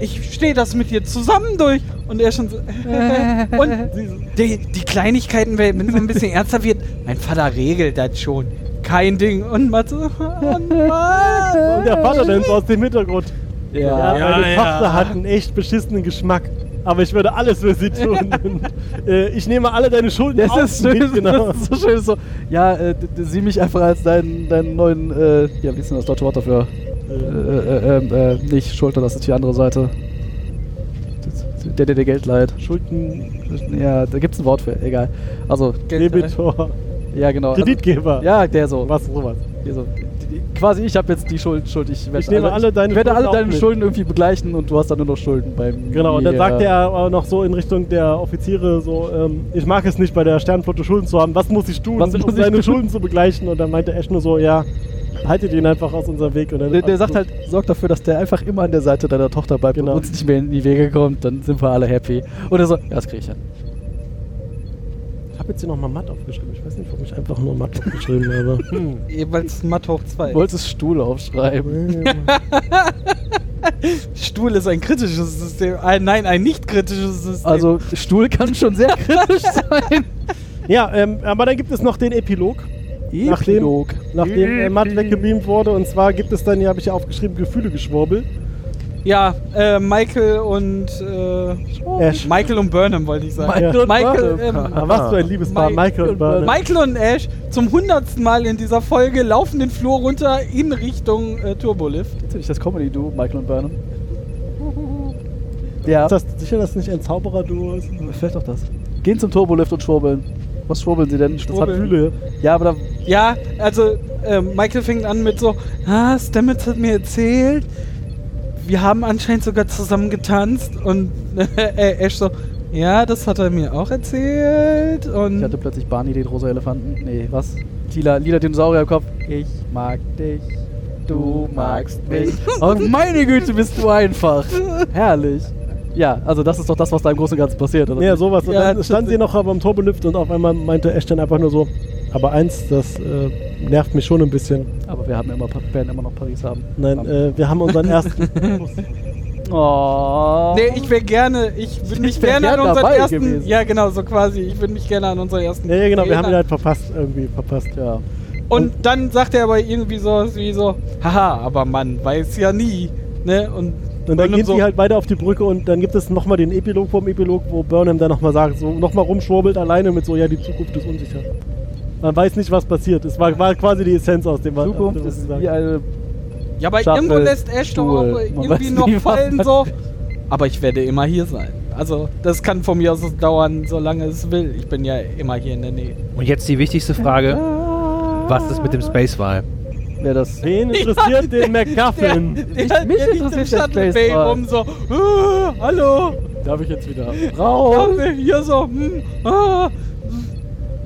ich stehe das mit dir zusammen durch. Und er schon so, und sie so, die, die Kleinigkeiten, wenn es ein bisschen ernster wird, mein Vater regelt das schon. Kein Ding. Und Matze, so, oh Mann.
Und der Vater nennt aus dem Hintergrund. Ja, meine
ja.
Tochter hat einen echt beschissenen Geschmack. Aber ich würde alles für sie tun. Und, äh, ich nehme alle deine Schulden
Das
auf
ist
mich,
schön,
genau.
das ist so schön so. Ja, äh, d- d- sieh mich einfach als deinen, deinen neuen, äh, ja, wie ist denn das deutsche Wort dafür? Äh, äh, äh, äh, nicht Schulter, das ist die andere Seite. Der, der dir Geld leiht.
Schulden,
Ja, da gibt's ein Wort für, egal. Also,
Debitor,
ja, genau. Also,
Kreditgeber.
ja, der so.
Was sowas.
Hier so. Die- die- Also, Quasi ich habe jetzt die Schulden schuld. Ich werde
Ich nehme alle deine
werde
Schulden
alle
auch
deine
mit.
Schulden irgendwie begleichen und du hast dann nur noch Schulden beim
Genau, und dann
mir.
sagt er auch noch so in Richtung der Offiziere so, ähm, ich mag es nicht, bei der Sternflotte Schulden zu haben. Was muss ich tun,
Was
um
muss ich
seine
tun?
Schulden zu begleichen? Und dann meinte Ash nur so, ja, haltet ihn einfach aus unserem Weg. Und dann
Der, der sagt halt, sorg dafür, dass der einfach immer an der Seite deiner Tochter bleibt
Genau.
und uns nicht mehr in die Wege kommt, dann sind wir alle happy. Oder so, ja, das krieg ich hin.
ich habe jetzt hier nochmal matt aufgeschrieben. Ich weiß nicht, warum ich einfach nur matt aufgeschrieben
Hm.
habe.
Jeweils Matt hoch 2.
Du wolltest Stuhl aufschreiben.
Stuhl ist ein kritisches System. Ein, nein, ein nicht kritisches System.
Also, Stuhl kann schon sehr kritisch sein.
ja, ähm, aber dann gibt es noch den Epilog. Nachdem-
Epilog.
Nachdem äh, Matt weggebeamt wurde, und zwar gibt es dann, hier habe ich ja aufgeschrieben, Gefühle geschwurbel.
ja, äh, Michael und äh,
Ash.
Michael und Burnham wollte ich sagen.
Michael und
Michael,
Burnham.
ähm,
Ah, was für ein liebes Paar,
Mike-
Michael und Burnham.
Michael und Ash zum hundertsten Mal in dieser Folge laufen den Flur runter in Richtung äh, Turbolift.
Kennst du nicht das Comedy-Duo, Michael und Burnham? Ja,
Ist das sicher, dass es nicht ein Zauberer-Duo ist?
vielleicht auch das. Gehen zum Turbolift und schwurbeln. Was schwurbeln sie denn? Das
Schwurbeln.
Gefühle.
hat, ja, aber da
Ja, also äh, Michael fängt an mit so, ah, Stamets hat mir erzählt, wir haben anscheinend sogar zusammen getanzt und äh, Ash so, ja, das hat er mir auch erzählt und
Ich hatte plötzlich Barney den rosa Elefanten. Nee, was? Lila, lila Dinosaurier im Kopf. Ich mag dich. Du magst mich. Oh, meine Güte, bist du einfach. Herrlich. Ja, also das ist doch das, was da im Großen und Ganzen passiert, oder?
Ja, sowas. Und
Ja,
dann stand sie noch beim Turbolift und auf einmal meinte Ashton einfach nur so, aber eins, das äh, nervt mich schon ein bisschen.
Aber wir haben immer, Pa- werden immer noch Paris haben.
Nein,
Haben.
äh, wir haben unseren ersten.
Oh.
Nee, ich wäre gerne, ich würde mich
wär
gerne an
gern
unseren
dabei
ersten,
gewesen.
ja genau, so quasi, ich würde mich gerne an unseren ersten.
ja, ja, genau, wir haben ihn
erinnern.
halt verpasst, irgendwie verpasst.
Ja.
Und dann sagt er aber irgendwie sowas wie so, haha, aber man weiß ja nie, ne, und
Und dann
Burnham
gehen
so,
die halt weiter auf die Brücke und dann gibt es nochmal den Epilog vom Epilog, wo Burnham dann nochmal sagt, so nochmal rumschwurbelt alleine mit so, ja, die Zukunft ist unsicher. Man weiß nicht, was passiert. Es war, war quasi die Essenz aus dem, was-
Zukunft
aus dem, was sie
ist
sagt.
wie eine.
Ja, aber
Schaffel,
irgendwo lässt Ash doch
Stuhl.
auch
Man
irgendwie
weiß
noch
nie, was
fallen
man-
so. Aber ich werde immer hier sein. Also, das kann von mir aus dauern, solange es will. Ich bin ja immer hier in der Nähe.
Und jetzt die wichtigste Frage: Was ist mit dem Space-Wahl?
Wer das.
Wen interessiert den McGuffin?
mich
liegt
interessiert
im
der
Shuttle
Space
Bay
Bar.
rum so, "Ah, hallo,
Darf ich jetzt wieder.
kommen
Raus!
wir hier so, hm, ah.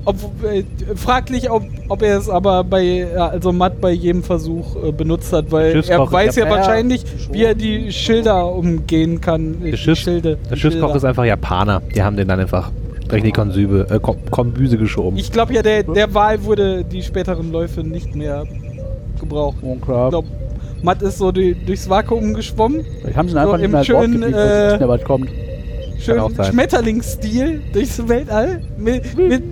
Ob, äh, fraglich, ob, ob er es aber bei, äh, also Matt bei jedem Versuch äh, benutzt hat, weil er
Schiffskoch-
weiß ja,
ja,
wahrscheinlich,
schon.
wie er die Schilder umgehen kann. äh,
Der
die
Schiffs-
Schilde,
Der
die
Schiffskoch
Schilder.
ist einfach Japaner. Die haben den dann einfach direkt in die Konsübe, äh, Kom Kombüse geschoben.
Ich glaube ja, der, der Wahl wurde die späteren Läufe nicht mehr gebraucht. Ich
Minecraft.
glaube, Matt ist so die, durchs Vakuum geschwommen,
Vielleicht haben sie ihn einfach
So
nicht
im
mehr als Wort
schönen,
gekriegt, dass es
äh,
nicht mehr weit kommt.
schön
auch sein. Hm.
Schmetterlingsstil durchs Weltall mit, mit,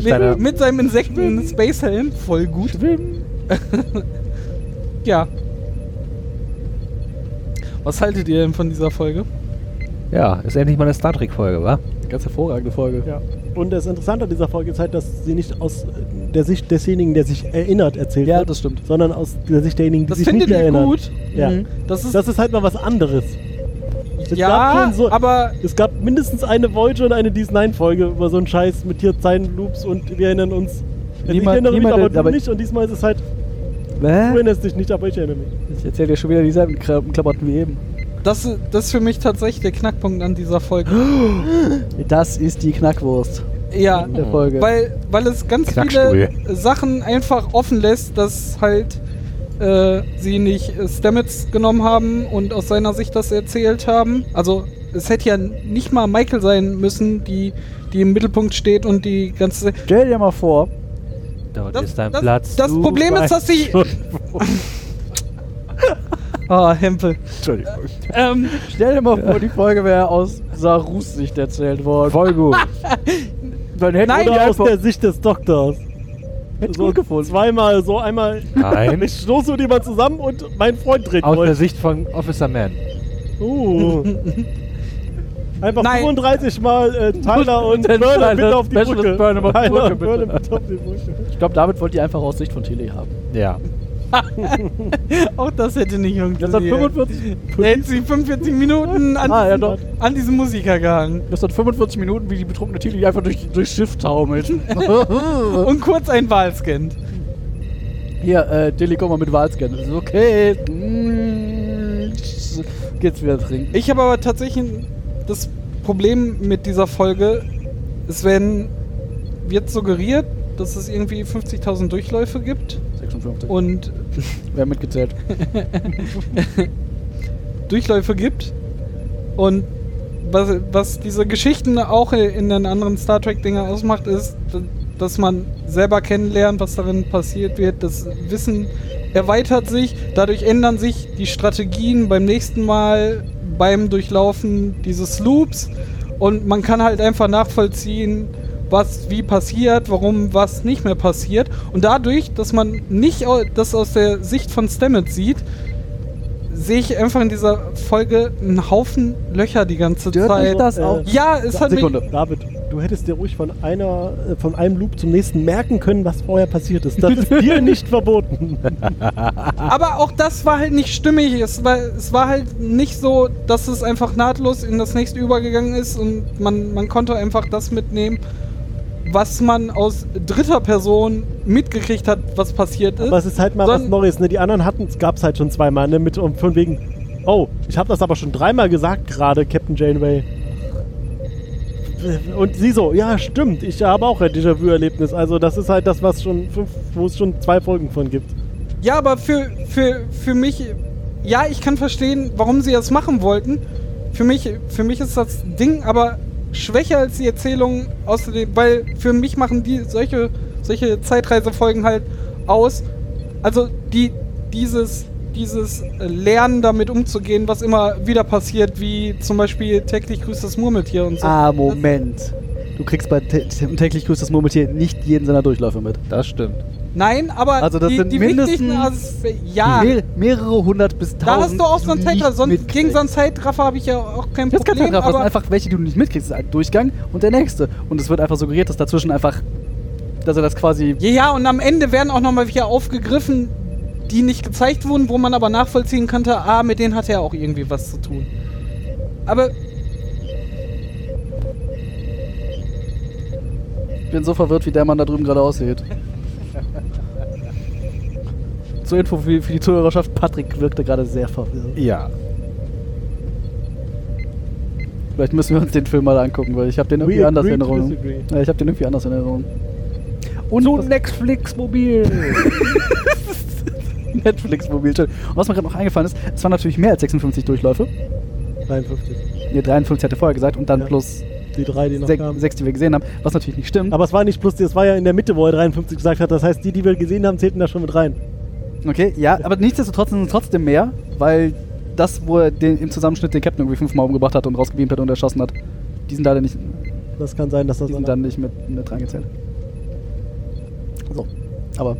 seiner-
mit, mit seinem Insekten-Space-Helm. Voll gut. ja. Was haltet ihr denn von dieser Folge?
ja, ist endlich mal eine Star Trek-Folge, wa?
Ganz hervorragende Folge.
Ja. Und das Interessante an dieser Folge ist halt, dass sie nicht aus äh, der Sicht desjenigen, der sich erinnert, erzählt
Ja,
wird,
das stimmt.
sondern aus der Sicht derjenigen, die
Das
sich nicht
findet ihr
erinnern.
gut.
Ja.
Mhm. Das ist,
Das ist halt mal was anderes. Es gab
ja,
schon so,
aber
es gab mindestens eine Voyager und eine DS9-Folge über so einen Scheiß mit hier Zeilenloops und wir erinnern uns. Also
Niemand-
ich erinnere mich,
niemand-
aber du
aber-
nicht. Und diesmal ist es halt, du
Hä?
erinnerst dich nicht, aber ich erinnere mich.
Ich erzähle dir schon wieder dieselben Kra- Klamotten wie eben.
das, das ist für mich tatsächlich der Knackpunkt an dieser Folge.
Das ist die Knackwurst
Ja,
der Folge.
Weil, weil es ganz viele
Knackstuhl.
Sachen einfach offen lässt, dass halt äh, sie nicht äh, Stamets genommen haben und aus seiner Sicht das erzählt haben. Also es hätte ja nicht mal Michael sein müssen, die, die im Mittelpunkt steht und die ganze...
Stell dir mal vor,
Dort
Das-
ist dein
das-
Platz.
das
du
Problem ist,
weißt
dass ich-
schon.
Ah, Hempel.
Entschuldigung.
Ähm,
Stell dir mal vor, die Folge wäre aus Sarus Sicht erzählt worden.
Voll gut.
Dann hätten
Nein,
wir die
Oder aus
einfach
der Sicht des Doktors.
hätten
So
gut gefunden.
zweimal, so einmal.
Nein.
Ich stoße mit jemand zusammen und mein Freund dreht
Aus der
durch.
Sicht von Officer Man.
Uh. Einfach
Nein.
35 Mal äh, Tyler und
Dann
Burner
Tyler,
bitte auf die
Specialist
Brücke.
Burnham auf die
Tyler
Brücke,
und
bitte.
Burnham bitte auf die Brücke.
Ich glaube, David wollte die einfach aus Sicht von Tilly haben.
Ja.
auch das hätte nicht
Das hat
funktioniert.
45,
Da hätten sie 45 Minuten an,
Ah, ja,
diesen,
doch.
an diesen Musiker gehangen.
das hat 45 Minuten, wie die betrunkene Tilly einfach durch, durchs Schiff taumelt.
Und kurz einen Wal scannt.
Hier, äh, Tilly, komm mal mit Walscan. Das ist okay. Mm, Geht's wieder trinken.
Ich habe aber tatsächlich das Problem mit dieser Folge, es werden, wird suggeriert, dass es irgendwie 50.000 Durchläufe gibt
56.
und
Wir haben mitgezählt.
Durchläufe gibt. Und was, was diese Geschichten auch in den anderen Star Trek-Dinger ausmacht, ist, dass man selber kennenlernt, was darin passiert wird. Das Wissen erweitert sich, dadurch ändern sich die Strategien beim nächsten Mal, beim Durchlaufen dieses Loops. Und man kann halt einfach nachvollziehen, was wie passiert, warum was nicht mehr passiert. Und dadurch, dass man nicht au- das aus der Sicht von Stamets sieht, sehe ich einfach in dieser Folge einen Haufen Löcher die ganze
Stört dich
Zeit.
das
äh,
auch?
Ja, es hat
Sekunde.
David, du hättest dir ruhig von einer, äh, von einem Loop zum nächsten merken können, was vorher passiert ist. Das ist dir nicht verboten.
Ah.
mich. Aber auch das war halt nicht stimmig. Es war, es war halt nicht so, dass es einfach nahtlos in das nächste übergegangen ist und man, man konnte einfach das mitnehmen, was man aus dritter Person mitgekriegt hat, was passiert ist.
Aber es ist halt mal
Son-
was Neues. Ne? Die anderen hatten es, gab es halt schon zweimal. Ne? Mit, und von wegen, oh, ich habe das aber schon dreimal gesagt gerade, Captain Janeway. Äh, Und sie so, ja, stimmt, ich habe auch ein Déjà-vu-Erlebnis. Also, das ist halt das, was schon fünf, wo es schon zwei Folgen von gibt.
Ja, aber für, für, für mich, ja, ich kann verstehen, warum sie das machen wollten. Für mich, für mich ist das Ding aber schwächer als die Erzählung außerdem, weil für mich machen die solche, solche Zeitreisefolgen halt aus. Also die, dieses, dieses Lernen damit umzugehen, was immer wieder passiert, wie zum Beispiel täglich grüßt das Murmeltier und so.
Ah, Moment. Du kriegst bei tä täglich grüßt das Murmeltier nicht jeden seiner Durchläufe mit.
Das stimmt.
Nein, aber
Also das
die,
sind
die wichtigen
mindestens-
Aspe- ja.
Mehr, mehrere hundert bis tausend.
Da hast du auch so einen
die
Zeitraffer.
nicht
Sonst,
mitkriegst.
gegen so einen Zeitraffer habe ich ja auch kein
Das ist kein Zeitraffer,
Problem.
das sind
aber
einfach welche, die du nicht mitkriegst. Das ist ein Durchgang und der nächste. Und es wird einfach suggeriert, dass dazwischen einfach, dass er das quasi
ja, ja, und am Ende werden auch nochmal wieder aufgegriffen, die nicht gezeigt wurden, wo man aber nachvollziehen konnte, ah, mit denen hat er auch irgendwie was zu tun. Aber
Ich bin so verwirrt, wie der Mann da drüben gerade aussieht. Zur Info für, für die Zuhörerschaft, Patrick wirkte gerade sehr verwirrt.
Ja.
Vielleicht müssen wir uns den Film mal angucken, weil ich habe den
We
irgendwie anders in
agree to
Erinnerung.
disagree.
Ja, ich habe den irgendwie anders in Erinnerung. Und
So
was-
Netflix mobil.
Netflix Mobil. schön. Und was mir gerade noch eingefallen ist, es waren natürlich mehr als 56 Durchläufe.
53.
Ne, 53 hatte vorher gesagt und dann
Ja.
plus
Die drei, die noch
sech,
kamen.
sechs, die wir gesehen haben, was natürlich nicht stimmt.
Aber es war nicht plus, die- es war ja in der Mitte, wo er 53 gesagt hat. Das heißt, die, die wir gesehen haben, zählten da schon mit rein.
Okay, ja, aber nichtsdestotrotz sind es trotzdem mehr, weil das, wo er den, im Zusammenschnitt den Captain irgendwie fünfmal umgebracht hat und rausgebeamt hat und erschossen hat, die sind leider nicht,
Das kann sein, dass das
die sind dann
dann-
nicht mit, mit reingezählt. So, aber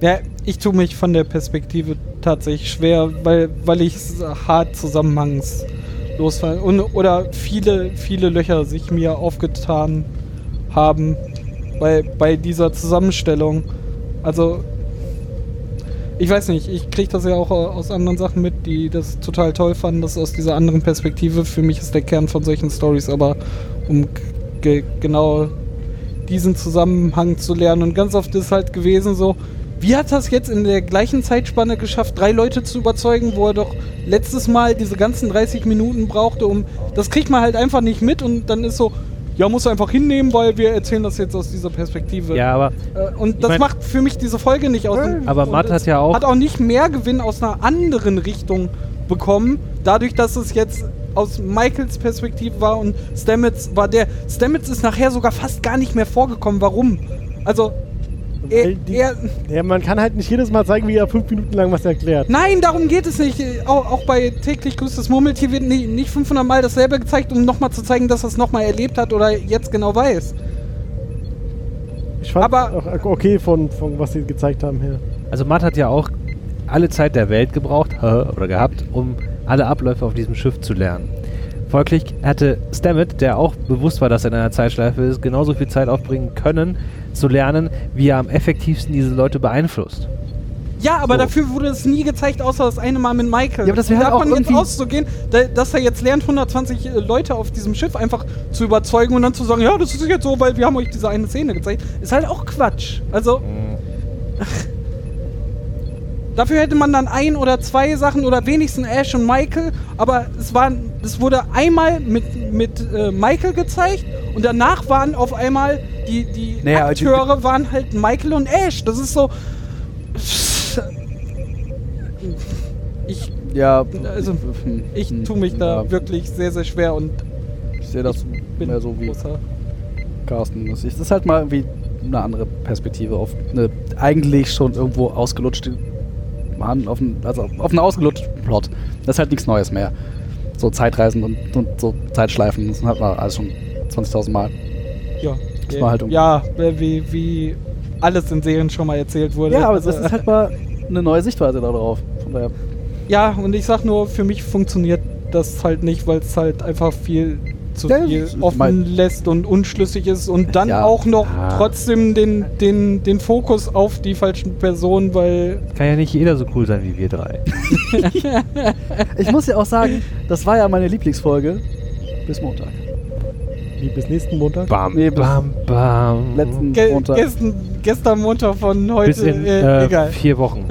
ja, ich tue mich von der Perspektive tatsächlich schwer, weil, weil ich es hart zusammenhangslos fand. Und, oder viele, viele Löcher sich mir aufgetan haben bei, bei dieser Zusammenstellung. Also, ich weiß nicht, ich kriege das ja auch äh, aus anderen Sachen mit, die das total toll fanden, das aus dieser anderen Perspektive. Für mich ist der Kern von solchen Stories aber, um ge genau diesen Zusammenhang zu lernen. Und ganz oft ist halt gewesen so, wie hat das jetzt in der gleichen Zeitspanne geschafft, drei Leute zu überzeugen, wo er doch letztes Mal diese ganzen 30 Minuten brauchte, um. Das kriegt man halt einfach nicht mit und dann ist so, ja, musst du einfach hinnehmen, weil wir erzählen das jetzt aus dieser Perspektive.
Ja, aber
Äh, Und das
mein-
macht für mich diese Folge nicht aus. dem-
Aber
und
Matt
es
hat ja auch-
Hat auch nicht mehr Gewinn aus einer anderen Richtung bekommen, dadurch, dass es jetzt aus Michaels Perspektive war und Stamets war der. Stamets ist nachher sogar fast gar nicht mehr vorgekommen. Warum? Also,
Weil
Er,
die,
er,
ja, man kann halt nicht jedes Mal zeigen, wie er fünf Minuten lang was erklärt.
nein, darum geht es nicht. Äh, Auch, auch bei täglich grüßt das Murmeltier wird nicht, nicht 500 Mal dasselbe gezeigt, um nochmal zu zeigen, dass er es nochmal erlebt hat oder jetzt genau weiß.
Ich fand
aber-
auch okay von, von was sie gezeigt haben her.
Also Matt hat ja auch alle Zeit der Welt gebraucht oder gehabt, um alle Abläufe auf diesem Schiff zu lernen. Folglich hätte Stammet, der auch bewusst war, dass er in einer Zeitschleife ist, genauso viel Zeit aufbringen können, zu lernen, wie er am effektivsten diese Leute beeinflusst.
Ja, aber
So.
dafür wurde es nie gezeigt, außer das eine Mal mit Michael.
Ja, aber das wäre halt auch
Davon jetzt
irgendwie-
auszugehen, da, dass er jetzt lernt, 120 Leute auf diesem Schiff einfach zu überzeugen und dann zu sagen, ja, das ist jetzt so, weil wir haben euch diese eine Szene gezeigt, ist halt auch Quatsch. Also. Dafür hätte man dann ein oder zwei Sachen oder wenigstens Ash und Michael, aber es, waren, es wurde einmal mit, mit äh, Michael gezeigt und danach waren auf einmal die, die
Naja, aber die-
Akteure waren halt Michael und Ash. Das ist so, ich,
Ja,
Also,
hm,
ich
hm,
tue mich da
ja.
wirklich sehr, sehr schwer und
Ich sehe das
bin
mehr so wie
großer.
Carsten. Das ist das ist halt mal irgendwie eine andere Perspektive auf eine eigentlich schon irgendwo ausgelutschte Hand, auf einen, also auf einen ausgelutschten Plot. Das ist halt nichts Neues mehr. So Zeitreisen und, und so Zeitschleifen, das hat man alles schon 20.000 Mal.
Ja,
Das war halt um-
ja äh, wie, wie alles in Serien schon mal erzählt wurde.
Ja, aber das
Also,
ist halt mal eine neue Sichtweise darauf. Von daher,
ja, und ich sag nur, für mich funktioniert das halt nicht, weil es halt einfach viel zu
Ja,
viel
das ist
offen
mein-
lässt und unschlüssig ist und dann
Ja. Ah.
auch noch trotzdem den, den, den Fokus auf die falschen Personen, weil
Kann ja nicht jeder so cool sein wie wir drei.
ich muss ja auch sagen, das war ja meine Lieblingsfolge bis Montag.
Wie bis nächsten Montag.
Bam,
Nee, bis-
bam, bam.
Letzten
ge
Montag.
gestern, gestern Montag von heute,
Bis in
äh,
äh,
egal.
vier Wochen.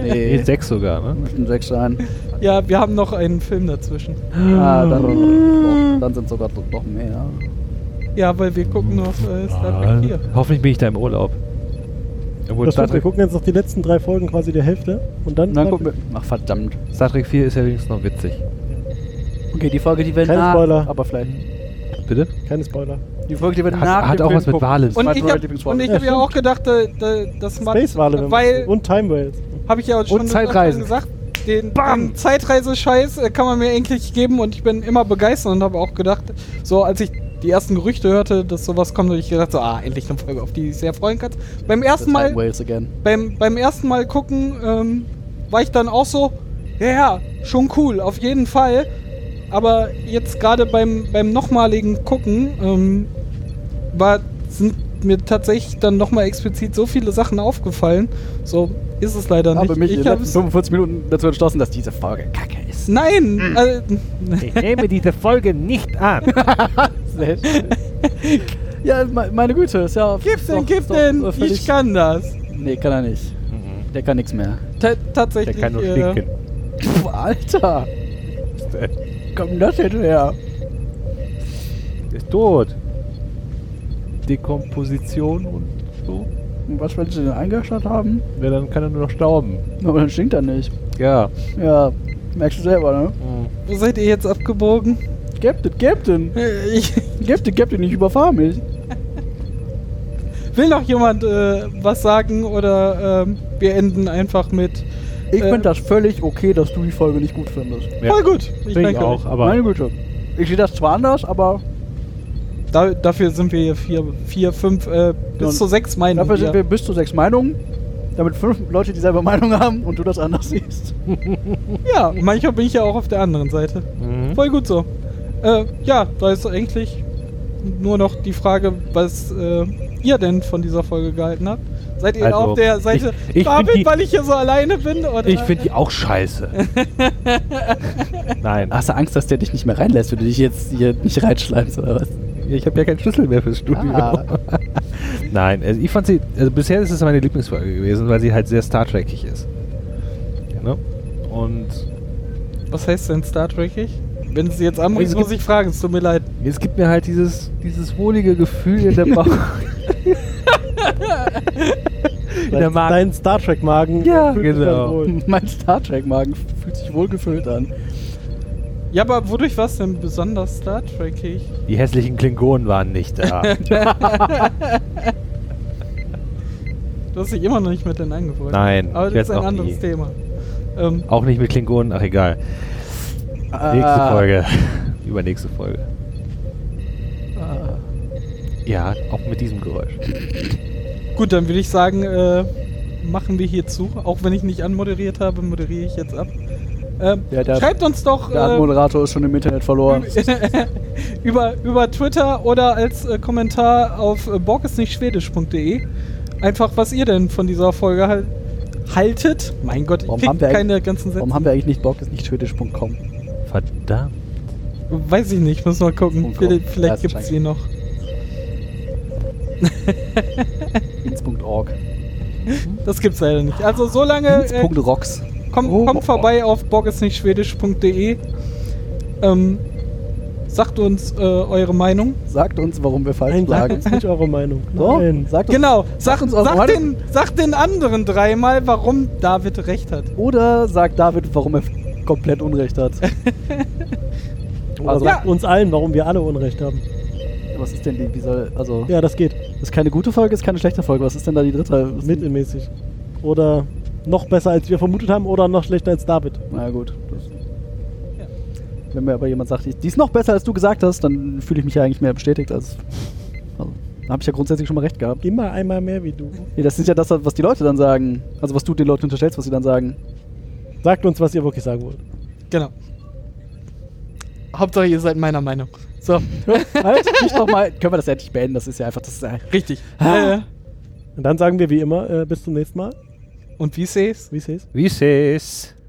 Nee,
sechs sogar, ne?
mit dem Jackstein.
Ja, wir haben noch einen Film dazwischen.
Ah, dann, oh, dann sind sogar noch mehr.
Ja, weil wir gucken noch äh, Star
Ah.
Trek 4.
Hoffentlich bin ich da im Urlaub. Obwohl
Das
Star
stimmt, wir
Trek,
gucken jetzt noch die letzten drei Folgen quasi der Hälfte und dann.
Na, guck mir. Ach, verdammt.
Star Trek 4 ist ja wenigstens noch witzig.
Okay, die Folge, die wir
Kein
nach.
Spoiler.
Aber vielleicht.
Bitte?
Keine Spoiler.
Die Folge, die wir nach.
Hat, hat
dem
auch
Film
was mit
gucken.
Wale.
Und
Zweite
ich habe
Lieblingsfolge.
und ich
Ja,
hab ja auch gedacht, da, da, dass man,
Space Wale,
weil
und Time Whales.
habe ich ja schon
Und Zeitreisen.
gesagt, den, den Zeitreise-Scheiß äh, kann man mir endlich geben und ich bin immer begeistert und habe auch gedacht, so als ich die ersten Gerüchte hörte, dass sowas kommt, habe ich gedacht, so, ah, endlich eine Folge, auf die ich sehr freuen kann. Beim
The
ersten
Time
Mal
Wales again.
beim, beim ersten Mal gucken ähm, war ich dann auch so, ja, ja, schon cool, auf jeden Fall. Aber jetzt gerade beim, beim nochmaligen Gucken ähm, war, sind mir tatsächlich dann nochmal explizit so viele Sachen aufgefallen. So ist es leider
Habe mich
nicht.
in den
Ich
letzten
hab's,
45 Minuten dazu entschlossen, dass diese Folge kacke ist.
nein! Äh,
Ich nehme diese Folge nicht an.
Sehr schön. ja, me- meine Güte, ist ja.
gib
doch-
den, gib
ist doch
den!
völlig-
Ich kann das!
Nee, kann er nicht. Der kann nichts mehr.
Ta
Mhm. Der
tatsächlich.
kann nur
äh,
stinken. äh,
Puh, Alter! Komm das hinterher.
Ist tot. Dekomposition und so.
Und was, wenn sie den eingeschaltet haben?
Ja, dann kann er nur noch stauben.
Aber dann stinkt er nicht.
Ja.
Ja, merkst du selber, ne?
Wo seid ihr jetzt abgebogen?
Captain, Captain!
Äh, Ich
Captain, Captain, ich überfahr mich.
Will noch jemand äh, was sagen oder ähm, wir enden einfach mit.
Ich
Äh,
finde das völlig okay, dass du die Folge nicht gut findest.
Ja.
Voll gut. Ich
Ich auch, aber
Meine Güte. Ich sehe das zwar anders, aber
Da, dafür sind wir hier vier, vier fünf, äh, bis
Und
zu sechs Meinungen.
dafür sind
hier.
wir bis zu sechs Meinungen. Damit fünf Leute dieselbe Meinung haben und du das anders siehst.
ja, manchmal bin ich ja auch auf der anderen Seite.
Mhm.
Voll gut so. Äh, ja, da ist eigentlich nur noch die Frage, was äh, ihr denn von dieser Folge gehalten habt. Seid ihr
Also,
auf der Seite
ich- ich
David,
find die-
weil ich hier so alleine bin? Oder?
Ich finde die auch scheiße. Nein.
Hast du Angst, dass der dich nicht mehr reinlässt, wenn du dich jetzt hier nicht reinschleimst oder was?
Ich habe ja keinen Schlüssel mehr fürs Studio.
Ah.
Nein, also ich fand sie, also bisher ist es meine Lieblingsfolge gewesen, weil sie halt sehr Star Trekig ist. Ja, ne? Und
was heißt denn Star Trek? Ich? Wenn sie jetzt anbringst,
Es gibt-
muss ich fragen, es tut mir leid.
es gibt mir halt dieses, dieses wohlige Gefühl in der Bauch. in der
Dein,
Magen.
dein Star Trek Magen.
Ja,
fühlt sich
genau.
dann wohl.
mein Star Trek-Magen fühlt sich wohlgefüllt an.
Ja, aber wodurch war es denn besonders Star Trekig?
Die hässlichen Klingonen waren nicht da.
Du hast dich immer noch nicht mit denen angefreundet.
Nein,
Aber
ich
das ist
jetzt
ein
noch
anderes
nie.
Thema. Ähm,
Auch nicht mit Klingonen, ach egal.
Ah.
Nächste
Ah.
Folge. Übernächste Folge.
Ah.
Ja, auch mit diesem Geräusch.
gut, dann würde ich sagen, äh, machen wir hier zu. Auch wenn ich nicht anmoderiert habe, moderiere ich jetzt ab. Ähm,
Ja, der-
schreibt uns doch
Der
äh,
Moderator ist schon im Internet verloren.
über, über Twitter oder als äh, Kommentar auf äh, borgisnichtschwedisch.de einfach, was ihr denn von dieser Folge halt haltet. Mein Gott, ich
Warum
krieg
haben wir eigentlich-
keine ganzen Sätze.
Warum haben wir eigentlich nicht Bock, ist nicht schwedisch.com?
Verdammt.
Weiß ich nicht, muss mal gucken.
Punkt com.
Vielleicht,
Ja,
vielleicht gibt es
wahrscheinlich.
die noch.
Ins.org.
Das gibt's leider nicht. Also so lange äh,
Ins.rocks.
komm,
Oh.
kommt vorbei auf borgisnichtschwedisch.de. Ähm, sagt uns äh, eure Meinung.
Sagt uns, warum wir falsch
Nein, sagt
lagen.
uns nicht eure Meinung.
So,
Nein.
sagt uns.
Genau, sagt,
uns eure
sagt,
Meinung.
den, sagt den anderen dreimal, warum David recht hat.
Genau.
Oder sagt David, warum er komplett Unrecht hat.
Oder
Also-
sagt uns allen, warum wir alle Unrecht haben.
Was ist denn die, wie soll, also,
Ja, das geht.
ist keine gute Folge, ist keine schlechte Folge. Was ist denn da die dritte? Was-
Mittelmäßig. Oder noch besser, als wir vermutet haben, oder noch schlechter als David.
Na gut. Das Wenn mir aber jemand sagt, die die ist noch besser, als du gesagt hast, dann fühle ich mich ja eigentlich mehr bestätigt. Als, also, da habe ich ja grundsätzlich schon mal recht gehabt.
Immer einmal mehr wie du.
Nee, das ist ja das, was die Leute dann sagen. Also was du den Leuten unterstellst, was sie dann sagen.
Sagt uns, was ihr wirklich sagen wollt.
Genau. Hauptsache, ihr seid meiner Meinung. So,
halt, nicht noch mal. Können wir das endlich beenden? Das ist ja einfach das. Ist, ja-
richtig. äh,
Und dann sagen wir wie immer, äh, bis zum nächsten Mal.
und wie seh's?
Wie es hieß.
Wie ist es?